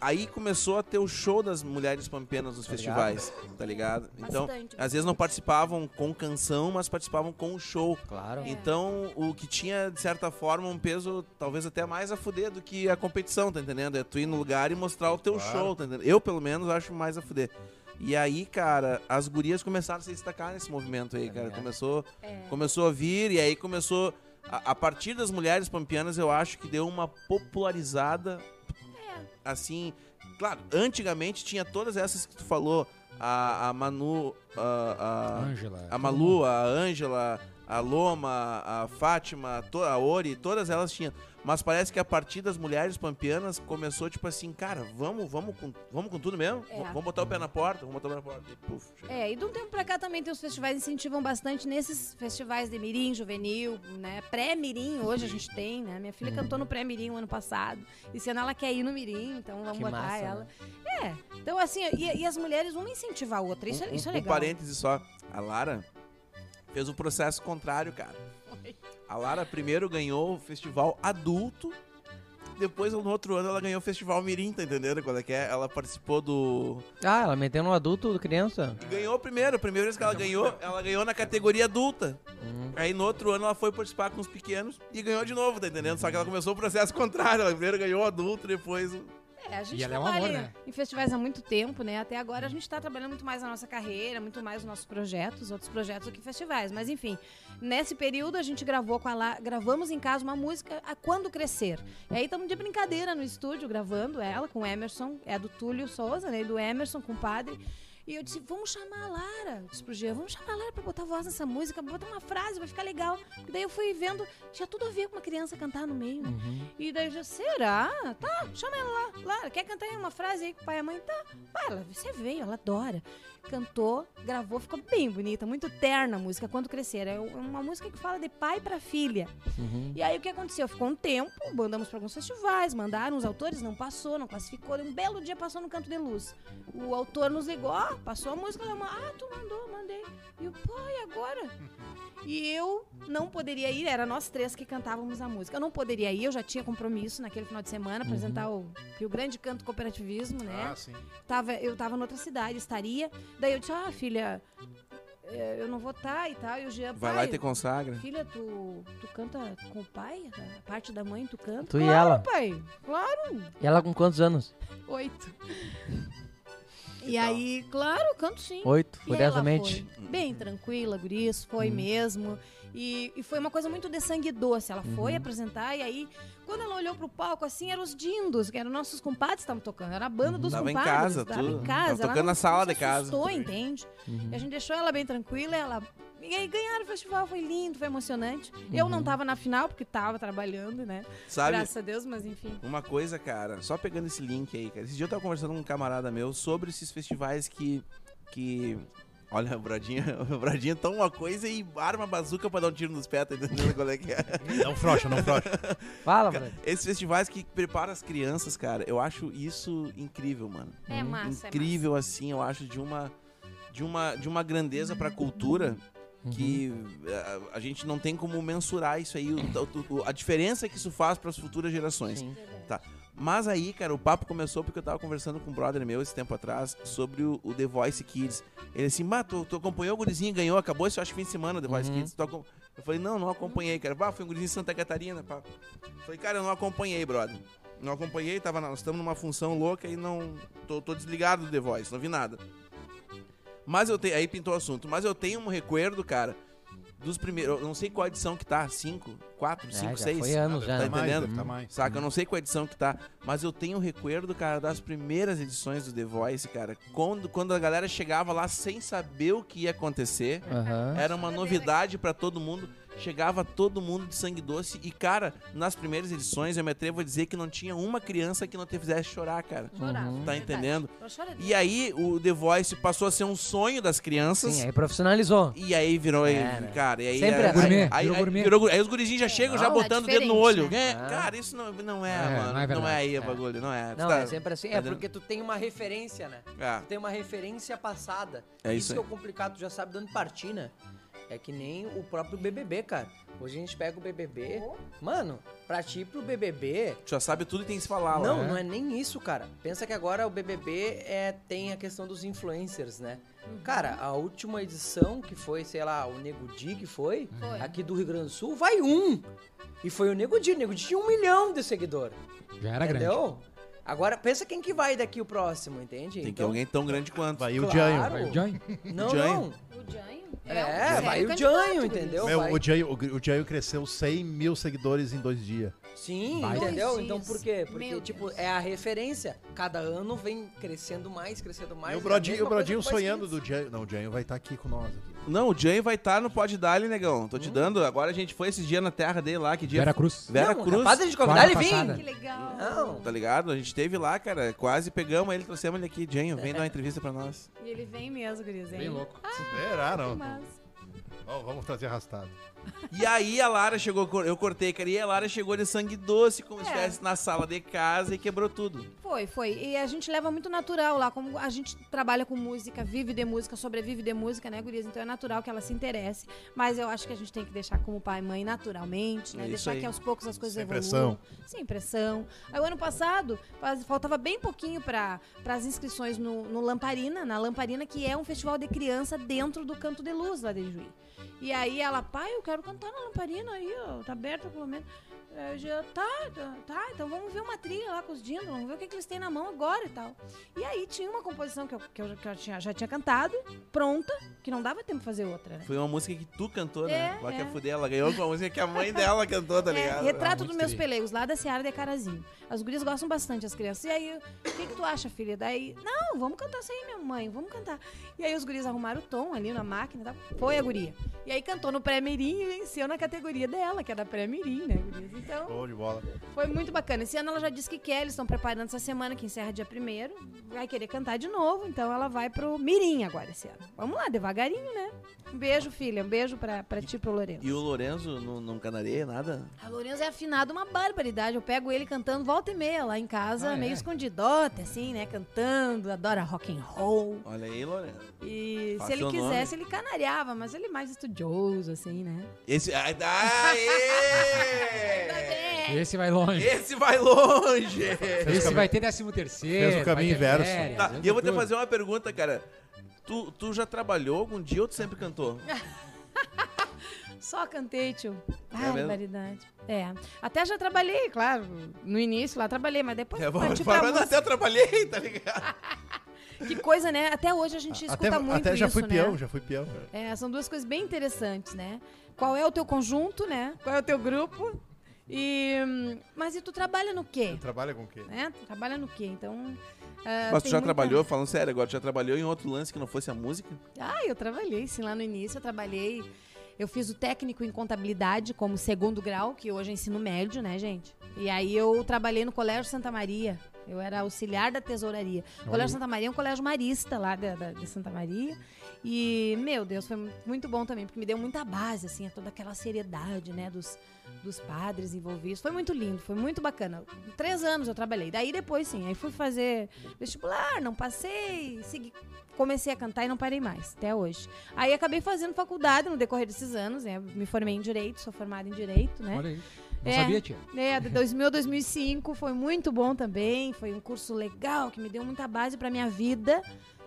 Speaker 4: aí começou a ter o show das mulheres pampeanas nos festivais, tá ligado? Então,
Speaker 3: Bastante.
Speaker 4: às vezes não participavam com canção, mas participavam com o show.
Speaker 7: Claro.
Speaker 3: É.
Speaker 4: Então, o que tinha, de certa forma, um peso talvez até mais a fuder do que a competição, tá entendendo? É tu ir no lugar e mostrar o teu
Speaker 5: Claro.
Speaker 4: show, tá entendendo? Eu, pelo menos, acho mais a fuder. E aí, cara, as gurias começaram a se destacar nesse movimento aí, cara. Começou, começou a vir e aí começou... A, a partir das mulheres pampianas, eu acho que deu uma popularizada, assim... Claro, antigamente tinha todas essas que tu falou, a, a Manu... a- a-
Speaker 1: Ângela.
Speaker 4: Ah. a Malu, a Ângela, a Loma, a Fátima, to- a Ori, todas elas tinham. Mas parece que a partir das mulheres pampianas começou, tipo assim, cara, vamos, vamos com, vamos com tudo mesmo?
Speaker 3: É.
Speaker 4: V- Vamos botar o pé na porta? Vamos botar o pé na porta. E puf, chega.
Speaker 3: É, e de um tempo pra cá também tem os festivais que incentivam bastante nesses festivais de mirim, juvenil, né? Pré-mirim, hoje a gente tem, né? Minha filha cantou no pré-mirim o ano passado. E esse ano ela quer ir no mirim, então vamos
Speaker 7: Que
Speaker 3: botar
Speaker 7: massa,
Speaker 3: ela.
Speaker 7: né?
Speaker 3: É, então assim, e, e as mulheres uma incentiva a outra, isso, é-
Speaker 4: Um-
Speaker 3: isso é
Speaker 4: um
Speaker 3: legal.
Speaker 4: parêntese só. A Lara fez o processo contrário, cara. A Lara primeiro ganhou o festival adulto, depois no outro ano ela ganhou o festival Mirim, tá entendendo qual é que é? Ela participou do...
Speaker 7: Ah, ela meteu no adulto criança?
Speaker 4: Ganhou o primeiro, a primeira vez que ela ganhou, ela ganhou na categoria adulta.
Speaker 7: Hum.
Speaker 4: Aí no outro ano ela foi participar com os pequenos e ganhou de novo, tá entendendo? Só que ela começou o processo *laughs* contrário, ela primeiro ganhou o adulto, depois o...
Speaker 3: É, a gente
Speaker 1: E ela é um
Speaker 3: trabalha
Speaker 1: amor, né?
Speaker 3: em festivais há muito tempo, né? Até agora a gente está trabalhando muito mais na nossa carreira, muito mais nos nossos projetos, outros projetos do que festivais. Mas enfim, nesse período a gente gravou com a La... gravamos em casa uma música a quando crescer. E aí estamos de brincadeira no estúdio gravando ela com o Emerson, é do Túlio Souza, né? E do Emerson, compadre. E eu disse, vamos chamar a Lara. Eu disse pro Gia, vamos chamar a Lara pra botar voz nessa música, botar uma frase, vai ficar legal. E daí eu fui vendo, tinha tudo a ver com uma criança cantar no meio, né?
Speaker 1: Uhum.
Speaker 3: E daí eu disse, será? Tá, chama ela lá. Lara, quer cantar aí uma frase aí com o pai e a mãe? Tá. Pai, ela, você veio, ela adora. Cantou, gravou, ficou bem bonita, muito terna a música, Quando Crescer. É uma música que fala de pai pra filha. E aí o que aconteceu? Ficou um tempo, mandamos para alguns festivais, mandaram os autores, não passou, não classificou. Um belo dia passou no canto de luz. O autor nos ligou, ó, passou a música, ela, ah, tu mandou, mandei. E o pai, agora? E eu não poderia ir, era nós três que cantávamos a música. Eu não poderia ir, eu já tinha compromisso naquele final de semana, apresentar
Speaker 4: Uhum.
Speaker 3: o Rio Grande Canto Cooperativismo, né?
Speaker 5: Ah, sim.
Speaker 3: tava, eu tava noutra cidade, estaria. Daí eu disse, ah, filha, é, eu não vou estar e tal. E o Jean,
Speaker 4: Vai
Speaker 3: pai,
Speaker 4: lá e te consagra.
Speaker 3: Filha, tu, tu canta com o pai? A parte da mãe tu canta?
Speaker 7: Tu e
Speaker 3: claro,
Speaker 7: ela?
Speaker 3: pai. Claro.
Speaker 7: E ela com quantos anos?
Speaker 3: Oito. E aí, claro, canto sim.
Speaker 7: Oito,
Speaker 3: E aí ela
Speaker 7: curiosamente.
Speaker 3: foi bem
Speaker 4: Uhum.
Speaker 3: tranquila, guris,
Speaker 2: Uhum.
Speaker 3: foi mesmo. E, e foi uma coisa muito de sangue doce. Ela foi
Speaker 2: Uhum.
Speaker 3: apresentar e aí, quando ela olhou pro palco, assim, eram os dindos, que eram nossos compadres que estavam tocando. Era a banda dos
Speaker 4: Tava em
Speaker 3: compadres.
Speaker 4: casa,
Speaker 3: tava em
Speaker 4: tudo.
Speaker 3: casa.
Speaker 4: Tava
Speaker 3: ela
Speaker 4: tocando
Speaker 3: não-
Speaker 4: na sala
Speaker 3: não se
Speaker 4: de casa.
Speaker 3: assustou,
Speaker 4: Tudo
Speaker 3: entende?
Speaker 2: Uhum.
Speaker 3: E a gente deixou ela bem tranquila, ela... E aí ganharam o festival, foi lindo, foi emocionante. Eu
Speaker 2: Uhum.
Speaker 3: não tava na final, porque tava trabalhando, né?
Speaker 4: Sabe?
Speaker 3: Graças a Deus, mas enfim.
Speaker 4: Uma coisa, cara, só pegando esse link aí, cara. Esse dia eu tava conversando com um camarada meu sobre esses festivais que. que. Olha, o Bradinha, *laughs* o Bradinha toma uma coisa e arma a bazuca pra dar um tiro nos pés, tá entendendo qual é que é?
Speaker 5: Não frouxa, não frouxa.
Speaker 7: Fala,
Speaker 4: Cara,
Speaker 7: Fred.
Speaker 4: Esses festivais que preparam as crianças, cara, eu acho isso incrível, mano.
Speaker 3: É massa,
Speaker 4: Uhum. incrível, assim, eu acho, de uma. De uma, de uma grandeza pra cultura que eh, a, a gente não tem como mensurar isso aí, o- o- o- a diferença que isso faz para as futuras gerações.
Speaker 7: Sim.
Speaker 4: Tá. Mas aí, cara, o papo começou porque eu tava conversando com um brother meu esse tempo atrás sobre o, o The Voice Kids. Ele assim, mas tu, tu acompanhou o gurizinho, ganhou, acabou esse, acho, que fim de semana, o The Voice
Speaker 7: Uhum.
Speaker 4: Kids. Tu acom- Eu falei, não, não acompanhei, cara. Bah, foi um gurizinho de Santa Catarina, pá. Eu Falei, cara, eu não acompanhei, brother. Não acompanhei, tava, na- nós estamos numa função louca e não... Tô, tô desligado do The Voice, não vi nada. Mas eu tenho... Aí pintou o assunto. Mas eu tenho um recuerdo, cara, dos primeiros... Eu não sei qual edição que tá, cinco, quatro,
Speaker 7: É,
Speaker 2: Ah,
Speaker 4: cinco,
Speaker 7: já
Speaker 4: seis.
Speaker 7: Foi anos já.
Speaker 4: tá
Speaker 7: né?
Speaker 4: mais, entendendo?
Speaker 5: Tá mais.
Speaker 4: Saca? Eu não sei qual edição que tá, mas eu tenho o recuerdo, cara, das primeiras edições do The Voice, cara. Quando, quando a galera chegava lá sem saber o que ia acontecer,
Speaker 7: Aham.
Speaker 4: era uma novidade pra todo mundo. Chegava todo mundo de sangue doce e, cara, nas primeiras edições eu me atrevo a dizer que não tinha uma criança que não te fizesse chorar, cara.
Speaker 2: Uhum.
Speaker 3: Chorava.
Speaker 4: Tá
Speaker 3: verdade.
Speaker 4: entendendo?
Speaker 3: Eu chorava.
Speaker 4: E aí o The Voice passou a ser um sonho das crianças.
Speaker 7: Sim, aí profissionalizou.
Speaker 4: E aí virou,
Speaker 7: É, né?
Speaker 4: cara, e aí...
Speaker 7: Sempre
Speaker 4: aí,
Speaker 7: assim.
Speaker 1: Gourmet,
Speaker 4: aí- aí-
Speaker 1: virou
Speaker 4: aí
Speaker 1: gourmet.
Speaker 4: virou gourmet. Aí os gurizinhos já chegam, já
Speaker 3: Não, é
Speaker 4: botando o dedo no
Speaker 3: diferente,
Speaker 4: olho. É,
Speaker 7: Ah.
Speaker 4: Cara, isso não, não é,
Speaker 1: É,
Speaker 4: mano.
Speaker 1: não é
Speaker 4: Não é
Speaker 1: verdade.
Speaker 4: aí,
Speaker 7: É.
Speaker 4: o bagulho, não é. Tu
Speaker 7: Não,
Speaker 4: tá-
Speaker 7: é sempre assim.
Speaker 4: tá
Speaker 7: É
Speaker 4: dando-
Speaker 7: porque tu.
Speaker 4: tu...
Speaker 7: tu-
Speaker 2: tem uma referência, né?
Speaker 4: Ah,
Speaker 2: Tu tem uma referência passada.
Speaker 4: É isso
Speaker 2: que é
Speaker 4: aí.
Speaker 2: o complicado, tu já sabe dando partida. É que nem o próprio BBB, cara. Hoje a gente pega o BBB. Mano, pra ti ir pro BBB.
Speaker 4: tu já sabe tudo e tem que se falar né?
Speaker 2: não,
Speaker 4: lá.
Speaker 2: não é nem isso, cara. Pensa que agora o BBB é, tem a questão dos influencers, né? Cara, a última edição que foi, sei lá, o Nego Di que foi,
Speaker 3: Foi.
Speaker 2: aqui do Rio Grande do Sul, vai um. E foi o Nego Di. O Nego Di tinha um milhão de seguidor.
Speaker 1: Já era grande.
Speaker 2: entendeu? Agora, pensa quem que vai daqui o próximo, entende?
Speaker 4: Tem que
Speaker 2: Então,
Speaker 4: ter alguém tão grande quanto.
Speaker 5: Vai o
Speaker 2: Claro.
Speaker 5: Janho.
Speaker 1: Vai o Johnny.
Speaker 2: Não,
Speaker 4: Janho.
Speaker 2: não.
Speaker 3: O Janho?
Speaker 2: É,
Speaker 3: um-
Speaker 2: vai o
Speaker 3: candidato,
Speaker 2: Janho,
Speaker 3: guris.
Speaker 2: entendeu?
Speaker 5: Meu,
Speaker 2: vai.
Speaker 5: o Jail, o Jail cresceu 100 mil seguidores em dois dias.
Speaker 2: Sim,
Speaker 1: Vai.
Speaker 2: entendeu?
Speaker 3: Dois
Speaker 2: Então por
Speaker 3: dias.
Speaker 2: quê? Porque,
Speaker 3: Meu
Speaker 2: tipo,
Speaker 3: Deus.
Speaker 2: é a referência. cada ano vem crescendo mais, crescendo mais.
Speaker 5: E o
Speaker 2: é a
Speaker 5: Brodinho,
Speaker 2: mesma
Speaker 5: o Brodinho
Speaker 2: coisa que faz
Speaker 5: sonhando
Speaker 2: isso.
Speaker 5: do Jânio. Não, o Jânio vai estar aqui com nós. Aqui.
Speaker 4: Não, o Jay vai estar no Pod Dali, negão. Tô te dando. Agora a gente foi esses dias na terra dele lá, que dia.
Speaker 1: Vera Cruz.
Speaker 4: Vera
Speaker 2: não,
Speaker 4: Cruz.
Speaker 2: Capaz de convidar ele
Speaker 1: Quarta
Speaker 2: vir.
Speaker 1: passada.
Speaker 3: Que legal.
Speaker 2: Não.
Speaker 4: Tá ligado? A gente teve lá, cara. Quase pegamos ele, trouxemos ele aqui. Jânio, vem dar uma entrevista pra nós.
Speaker 3: E ele vem mesmo, guris, hein?
Speaker 1: Bem louco.
Speaker 5: Será, não?
Speaker 3: Mas...
Speaker 5: Vamos- vamos trazer arrastado.
Speaker 4: E aí a Lara chegou, cor- eu cortei, cara. E a Lara chegou de sangue doce, como se
Speaker 3: É.
Speaker 4: estivesse na sala de casa e quebrou tudo.
Speaker 3: Foi, foi. E a gente leva muito natural lá, como a gente trabalha com música, vive de música, sobrevive de música, né, gurias? Então é natural que ela se interesse, mas eu acho que a gente tem que deixar como pai e mãe naturalmente, né?
Speaker 4: É isso
Speaker 3: deixar
Speaker 4: aí.
Speaker 3: que aos poucos as coisas
Speaker 5: Sem
Speaker 3: evoluam.
Speaker 5: pressão.
Speaker 3: Sem pressão. Aí o ano passado, faz- faltava bem pouquinho para as inscrições no, no Lamparina, na Lamparina, que é um festival de criança dentro do Canto de Luz lá de Juiz. E aí ela, pai, eu quero cantar na Lamparina aí, ó, tá aberto pelo menos. Aí eu já, tá, tá, tá, então vamos ver uma trilha lá com os dinos, vamos ver o que, que eles têm na mão agora e tal. E aí tinha uma composição que eu, que eu, que eu tinha- já tinha cantado, pronta, que não dava tempo de fazer outra, né?
Speaker 4: Foi uma música que tu cantou, né?
Speaker 3: É,
Speaker 4: Vai que
Speaker 3: é.
Speaker 4: é fuder, ela ganhou com a música que a mãe dela cantou, tá
Speaker 3: É,
Speaker 4: ligado?
Speaker 3: retrato
Speaker 1: muito
Speaker 3: dos meus
Speaker 1: tri.
Speaker 3: pelegos, lá da Seara de Carazinho. As gurias gostam bastante, as crianças. E aí, o que, que tu acha, filha? Daí, não, vamos cantar isso aí, minha mãe, vamos cantar. E aí os gurias arrumaram o tom ali na máquina e tal. Foi a guria. E aí cantou no pré-mirim e venceu na categoria dela, que é da pré-mirim, né, gurias? Então,
Speaker 5: Show de bola.
Speaker 3: foi muito bacana. Esse ano ela já disse que quer, eles estão preparando essa semana, que encerra dia 1 Vai querer cantar de novo, então ela vai pro mirim agora esse ano. Vamos lá, devagarinho, né? Um beijo, filha. Um beijo pra, pra ti e pro Lourenço.
Speaker 4: E o Lorenzo não, não canareia nada?
Speaker 3: A Lourenço é afinado uma barbaridade. Eu pego ele cantando volta e meia lá em casa,
Speaker 1: Ah, é?
Speaker 3: meio escondidote, assim, né? Cantando, adora rock and roll.
Speaker 4: Olha aí, Lorenzo.
Speaker 3: E
Speaker 4: Fala
Speaker 3: se ele
Speaker 4: seu é nome.
Speaker 3: quisesse, ele canariava, mas ele é mais estudioso, assim, né?
Speaker 4: Esse. Ai,
Speaker 3: *laughs*
Speaker 4: Aê!
Speaker 3: É.
Speaker 1: Esse vai longe.
Speaker 4: Esse vai longe!
Speaker 3: Tá
Speaker 1: Esse vai ter 13 terceiro.
Speaker 5: Fez o
Speaker 1: vai
Speaker 5: caminho
Speaker 1: ter
Speaker 5: inverso.
Speaker 1: férias,
Speaker 4: Tá,
Speaker 1: vai
Speaker 4: e eu vou
Speaker 1: ter
Speaker 4: te
Speaker 1: tudo.
Speaker 4: fazer uma pergunta, cara. Tu, tu já trabalhou algum dia ou tu sempre
Speaker 3: *laughs*
Speaker 4: cantou?
Speaker 3: Só cantei, tio.
Speaker 4: mesmo?
Speaker 3: Barbaridade. É. Até já trabalhei, claro. No início lá trabalhei, mas depois
Speaker 4: É,
Speaker 3: parti pra
Speaker 4: mas
Speaker 3: música.
Speaker 4: até trabalhei, tá ligado?
Speaker 3: Que coisa, né? Até hoje a gente
Speaker 5: Até,
Speaker 3: escuta muito
Speaker 5: até já
Speaker 3: isso,
Speaker 5: fui
Speaker 3: né?
Speaker 5: peão, já fui peão.
Speaker 3: É, são duas coisas bem interessantes, né? Qual é o teu conjunto, né? Qual é o teu grupo? E, hum, mas e tu trabalha no quê?
Speaker 5: Trabalha com o quê?
Speaker 3: Né? Tu trabalha no quê? Então. ah,
Speaker 4: Mas tu
Speaker 3: tem
Speaker 4: já
Speaker 3: muita-
Speaker 4: trabalhou, falando sério agora, tu já trabalhou em outro lance que não fosse a música?
Speaker 3: Ah, eu trabalhei, sim, lá no início eu trabalhei. Eu fiz o técnico em contabilidade como segundo grau, que hoje é ensino médio, né, gente? E aí eu trabalhei no Colégio Santa Maria. Eu era auxiliar da tesouraria. O Colégio Santa Maria é um colégio marista lá da- da- de, Santa Maria. E, meu Deus, foi mu- muito bom também, porque me deu muita base, assim, a toda aquela seriedade, né, dos, dos padres envolvidos. Foi muito lindo, foi muito bacana. Três anos eu trabalhei. Daí depois, sim, aí fui fazer vestibular, não passei, segui, comecei a cantar e não parei mais, até hoje. Aí acabei fazendo faculdade no decorrer desses anos, né? Me formei em Direito, sou formada em Direito, né?
Speaker 1: Olha aí. Não
Speaker 3: É.
Speaker 1: sabia, tia.
Speaker 3: É, de 2000 a 2005 foi muito bom também, foi um curso legal que me deu muita base pra minha vida.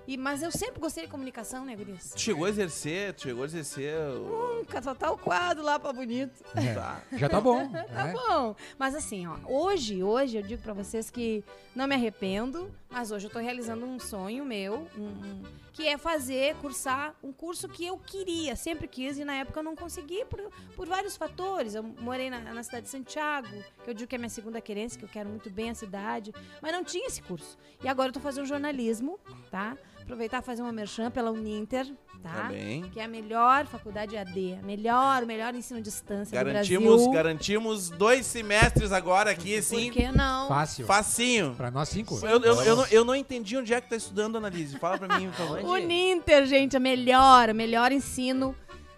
Speaker 3: E mas eu sempre gostei de comunicação, né, Gurias?
Speaker 4: Tu chegou a exercer, tu chegou a exercer. o-
Speaker 3: Nunca, só tá o quadro lá pra bonito.
Speaker 5: É.
Speaker 4: Tá.
Speaker 1: Já tá bom.
Speaker 3: *laughs* Tá
Speaker 1: né?
Speaker 3: bom. Mas assim, ó, hoje, hoje eu digo pra vocês que não me arrependo, mas hoje eu tô realizando um sonho meu, um- um- que é fazer, cursar um curso que eu queria, sempre quis, e na época eu não consegui por, por vários fatores. Eu morei na, na cidade de Santiago, que eu digo que é minha segunda querência, que eu quero muito bem a cidade, mas não tinha esse curso. E agora eu tô fazendo jornalismo, tá? Aproveitar e fazer uma merchan pela Uninter, tá?
Speaker 4: Também.
Speaker 3: Que é a melhor faculdade AD, a melhor, o melhor ensino à distância do
Speaker 4: Garantimos,
Speaker 3: é Brasil.
Speaker 4: garantimos dois semestres agora aqui, assim,
Speaker 3: Por que não?
Speaker 1: Fácil.
Speaker 4: facinho.
Speaker 1: Pra nós cinco. Tá
Speaker 4: Eu, eu, eu, não, eu não entendi onde é que tá estudando, Analise. Fala pra mim, por favor.
Speaker 2: Aonde?
Speaker 3: O Ninter, gente, é melhor, o melhor ensino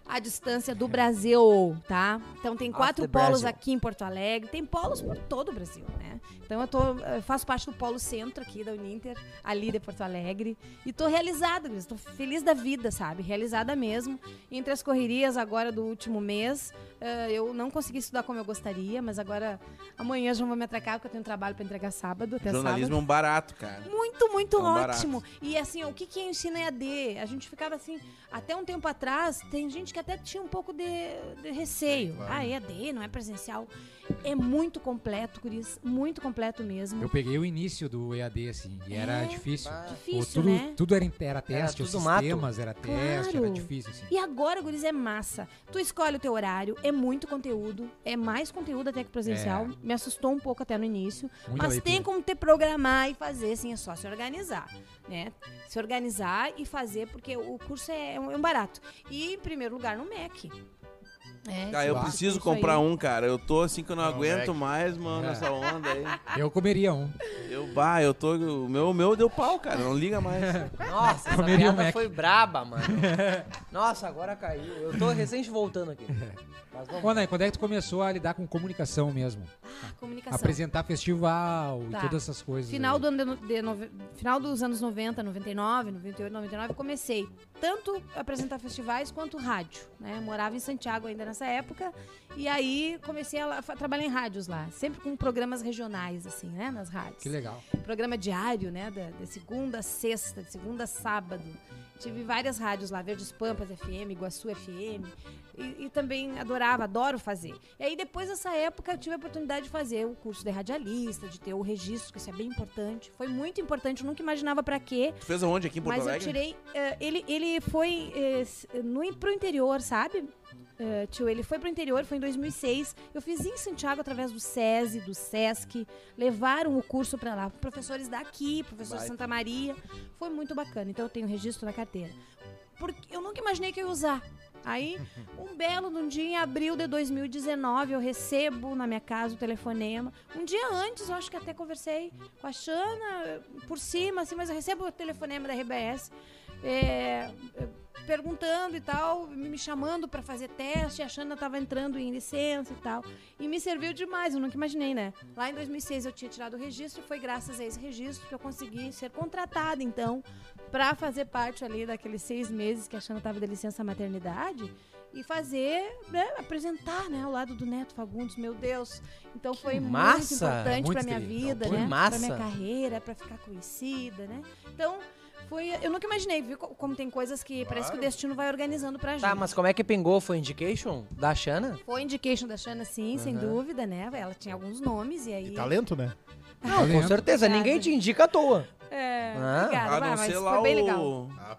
Speaker 3: à distância do Brasil, tá? Então tem quatro
Speaker 2: the
Speaker 3: polos
Speaker 2: Brasil.
Speaker 3: aqui em Porto Alegre, tem polos por todo o Brasil, né? Então eu tô, eu faço parte do polo centro aqui da Uninter, ali de Porto Alegre, e tô realizada, Gris, tô feliz da vida, sabe? Realizada mesmo. Entre as correrias agora do último mês, eh, eu não consegui estudar como eu gostaria, mas agora amanhã já vou me atracar porque eu tenho trabalho pra entregar sábado, até sábado.
Speaker 4: Jornalismo é um barato, cara.
Speaker 3: muito, muito
Speaker 4: É um barato.
Speaker 3: ótimo. E assim, ó, o que, que é ensino EAD? A gente ficava assim, até um tempo atrás, tem gente que até tinha um pouco de, de receio.
Speaker 5: Claro.
Speaker 3: Ah, EAD, não é presencial. É muito completo, Cris, muito completo mesmo.
Speaker 1: Eu peguei o início do EAD, assim, e era
Speaker 3: É.
Speaker 1: difícil. Pô,
Speaker 3: Difícil,
Speaker 1: tudo,
Speaker 3: né?
Speaker 1: tudo era, era teste, os
Speaker 7: tudo mato.
Speaker 1: sistemas era teste, era
Speaker 3: Claro.
Speaker 1: difícil, assim.
Speaker 3: E agora, Guris, é massa. Tu escolhe o teu horário, é muito conteúdo, é mais conteúdo até que presencial. Me assustou um pouco até no início.
Speaker 1: Muita
Speaker 3: mas tem
Speaker 1: leitura.
Speaker 3: como te programar e fazer, sim, é só se organizar, né? Se organizar e fazer, porque o curso é, é um é um barato. E, em primeiro lugar, no MEC. É,
Speaker 4: Cara, Ah, eu
Speaker 1: Bah.
Speaker 4: preciso comprar um, cara. Eu tô assim que eu não,
Speaker 5: Não,
Speaker 4: aguento
Speaker 5: moleque.
Speaker 4: mais, mano,
Speaker 1: É.
Speaker 4: essa onda aí.
Speaker 1: Eu comeria um.
Speaker 4: Eu, bah, eu tô. O meu, o meu deu pau, cara. Não liga
Speaker 5: *laughs*
Speaker 4: mais.
Speaker 2: Nossa, essa
Speaker 1: Comeria um
Speaker 2: piada
Speaker 1: Mac.
Speaker 2: foi braba, mano. Nossa, agora caiu. Eu tô recente voltando aqui. Mas vamos.
Speaker 1: Ô, Nai, quando é que tu começou a lidar com comunicação mesmo?
Speaker 3: Ah, comunicação.
Speaker 1: Apresentar festival e
Speaker 3: Tá.
Speaker 1: todas essas coisas.
Speaker 3: Final,
Speaker 1: aí.
Speaker 3: do ano de no- de nove- final dos anos 90, 99, 98, 99, comecei tanto a apresentar festivais quanto rádio. Né? Morava em Santiago ainda nessa época. E aí comecei a, la- fa- trabalhar em rádios lá, sempre com programas regionais, assim, né? Nas rádios.
Speaker 1: Que legal.
Speaker 3: Programa diário, né? Da, de segunda a sexta, de segunda a sábado. Tive várias rádios lá, Verdes Pampas FM, Iguaçu FM. E, e também adorava, adoro fazer. E aí, depois dessa época, eu tive a oportunidade de fazer o curso de radialista, de ter o registro, que isso é bem importante. Foi muito importante, eu nunca imaginava pra quê.
Speaker 4: Tu fez aonde aqui em Porto
Speaker 3: mas eu
Speaker 4: Alegre?
Speaker 3: tirei. eh, ele, ele foi eh, s- no, pro interior, sabe? Eh, tio, ele foi pro interior, foi em 2006. Eu fiz em Santiago através do SESI, do SESC. Levaram o curso pra lá. Professores daqui, professor de
Speaker 4: Baita.
Speaker 3: Santa Maria. Foi muito bacana. Então eu tenho registro na carteira. Porque eu nunca imaginei que eu ia usar.
Speaker 4: *laughs*
Speaker 3: Aí, um belo de um dia, em abril de 2019, eu recebo na minha casa o telefonema. Um dia antes, eu acho que até conversei com a Xana, por cima, assim, mas eu recebo o telefonema da RBS. é, é, perguntando e tal, me me chamando pra fazer teste, a Xana tava entrando em licença e tal. E me serviu demais, eu nunca imaginei, né? Lá em 2006 eu tinha tirado o registro e foi graças a esse registro que eu consegui ser contratada, então, pra fazer parte ali daqueles seis meses que a Xana tava de licença maternidade e fazer, né, apresentar, né, ao lado do Neto Fagundes, meu Deus. Então foi muito
Speaker 2: massa!
Speaker 1: É
Speaker 3: importante
Speaker 1: muito
Speaker 3: pra minha
Speaker 1: tri,
Speaker 3: vida,
Speaker 2: não, foi
Speaker 3: né?
Speaker 2: massa.
Speaker 3: Pra minha carreira, pra ficar conhecida, né? Então, foi, eu nunca imaginei, viu, co- como tem coisas que parece que o destino vai organizando pra gente.
Speaker 2: Tá, mas como é que pingou? Foi indication da Xana?
Speaker 3: Foi indication da Xana, sim, sem dúvida, né? Ela tinha alguns nomes e aí.
Speaker 5: E
Speaker 4: tá
Speaker 5: talento, né?
Speaker 2: Não, com
Speaker 1: lembro.
Speaker 2: certeza.
Speaker 3: Obrigada.
Speaker 2: Ninguém te indica à toa.
Speaker 3: É,
Speaker 2: Ah.
Speaker 3: obrigada,
Speaker 4: A
Speaker 3: vai,
Speaker 4: não
Speaker 3: mas
Speaker 4: ser
Speaker 3: foi
Speaker 4: lá
Speaker 3: bem
Speaker 4: o.
Speaker 3: legal.
Speaker 5: *laughs*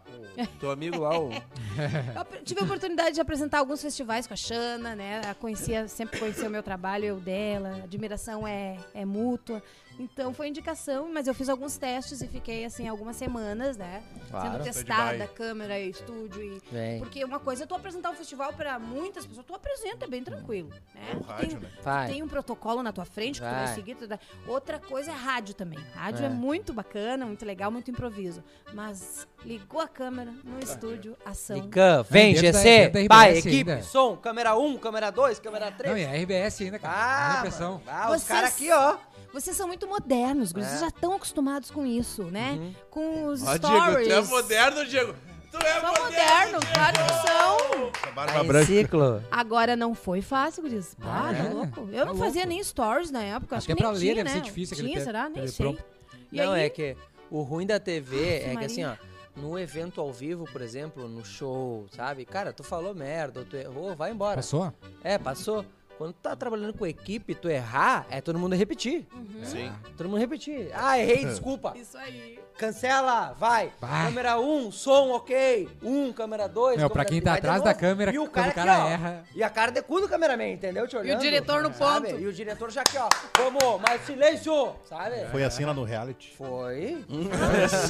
Speaker 4: Teu amigo
Speaker 3: *laughs*
Speaker 4: lá, o.
Speaker 3: Eu ap- tive a oportunidade de apresentar alguns festivais com a Xana, né? Ela conhecia, sempre conhecia o meu trabalho, eu dela. A admiração é, é mútua. Então foi indicação, mas eu fiz alguns testes e fiquei, assim, algumas semanas, né? Sendo testada, câmera, e estúdio e
Speaker 2: Vem.
Speaker 3: Porque uma coisa é tu apresentar um festival pra muitas pessoas, tu apresenta, é bem tranquilo. Né?
Speaker 5: O
Speaker 3: Tu
Speaker 5: rádio,
Speaker 3: tem,
Speaker 5: né?
Speaker 2: Vai.
Speaker 3: tem um protocolo na tua frente que tu vai
Speaker 2: Vai.
Speaker 3: seguir. tu dá- Outra coisa é rádio também. Rádio é.
Speaker 2: É.
Speaker 3: muito bacana, muito legal, muito improviso. Mas ligou a câmera no estúdio, ação.
Speaker 2: Liga, vem,
Speaker 1: Dentro da-
Speaker 2: GC,
Speaker 1: dentro da
Speaker 2: pai,
Speaker 1: RBS
Speaker 2: equipe,
Speaker 1: ainda.
Speaker 2: som, câmera 1, câmera 2, câmera
Speaker 1: Não,
Speaker 2: 3.
Speaker 1: e a RBS ainda, cara. Minha
Speaker 2: Ah,
Speaker 1: impressão.
Speaker 2: mano, ah, os
Speaker 3: Vocês-
Speaker 2: caras aqui, ó.
Speaker 3: Vocês são muito modernos, guris,
Speaker 2: É.
Speaker 3: vocês já estão acostumados com isso, né? Com os
Speaker 4: Ó, Diego,
Speaker 3: stories.
Speaker 4: tu é moderno, Diego. Tu é
Speaker 3: São
Speaker 4: moderno.
Speaker 3: modernos, claro que são.
Speaker 5: Essa barba
Speaker 2: Aí,
Speaker 5: branca.
Speaker 2: ciclo.
Speaker 3: Agora não foi fácil, Gris. Ah,
Speaker 1: Ah,
Speaker 3: tá
Speaker 1: é?
Speaker 3: louco. Eu
Speaker 1: Tá
Speaker 3: não
Speaker 1: louco.
Speaker 3: fazia nem stories na época. acho
Speaker 1: Até
Speaker 3: que
Speaker 1: pra
Speaker 3: nem
Speaker 1: ler
Speaker 3: tinha,
Speaker 1: deve
Speaker 3: né?
Speaker 1: ser difícil aquele
Speaker 3: Tinha,
Speaker 1: te-
Speaker 3: será? Nem
Speaker 1: aquele
Speaker 3: sei.
Speaker 1: prompt.
Speaker 3: E
Speaker 2: não,
Speaker 3: aí,
Speaker 2: é que o ruim da TV
Speaker 3: Ave
Speaker 2: é que
Speaker 3: Maria.
Speaker 2: assim, ó, no evento ao vivo, por exemplo, no show, sabe? Cara, tu falou merda, ou tu errou, vai embora.
Speaker 1: Passou?
Speaker 2: É, passou. Quando tu tá trabalhando com equipe, tu errar, é todo mundo repetir.
Speaker 4: Sim.
Speaker 2: Todo mundo repetir. Ah,
Speaker 1: É.
Speaker 2: errei, desculpa.
Speaker 3: Uhum. Isso aí.
Speaker 2: Cancela, vai.
Speaker 1: Bah.
Speaker 2: Câmera 1, um, som, ok. 1, um, câmera 2.
Speaker 1: Não, pra quem tá atrás da câmera,
Speaker 2: e o
Speaker 1: quando
Speaker 2: cara,
Speaker 1: o cara
Speaker 2: aqui, ó,
Speaker 1: erra.
Speaker 2: E a cara de cu do cameraman, entendeu? Te olhando,
Speaker 3: diretor no
Speaker 2: sabe?
Speaker 3: ponto.
Speaker 2: E o diretor já aqui, ó. Como? Mas silêncio, sabe?
Speaker 5: Foi assim lá no reality.
Speaker 2: Foi.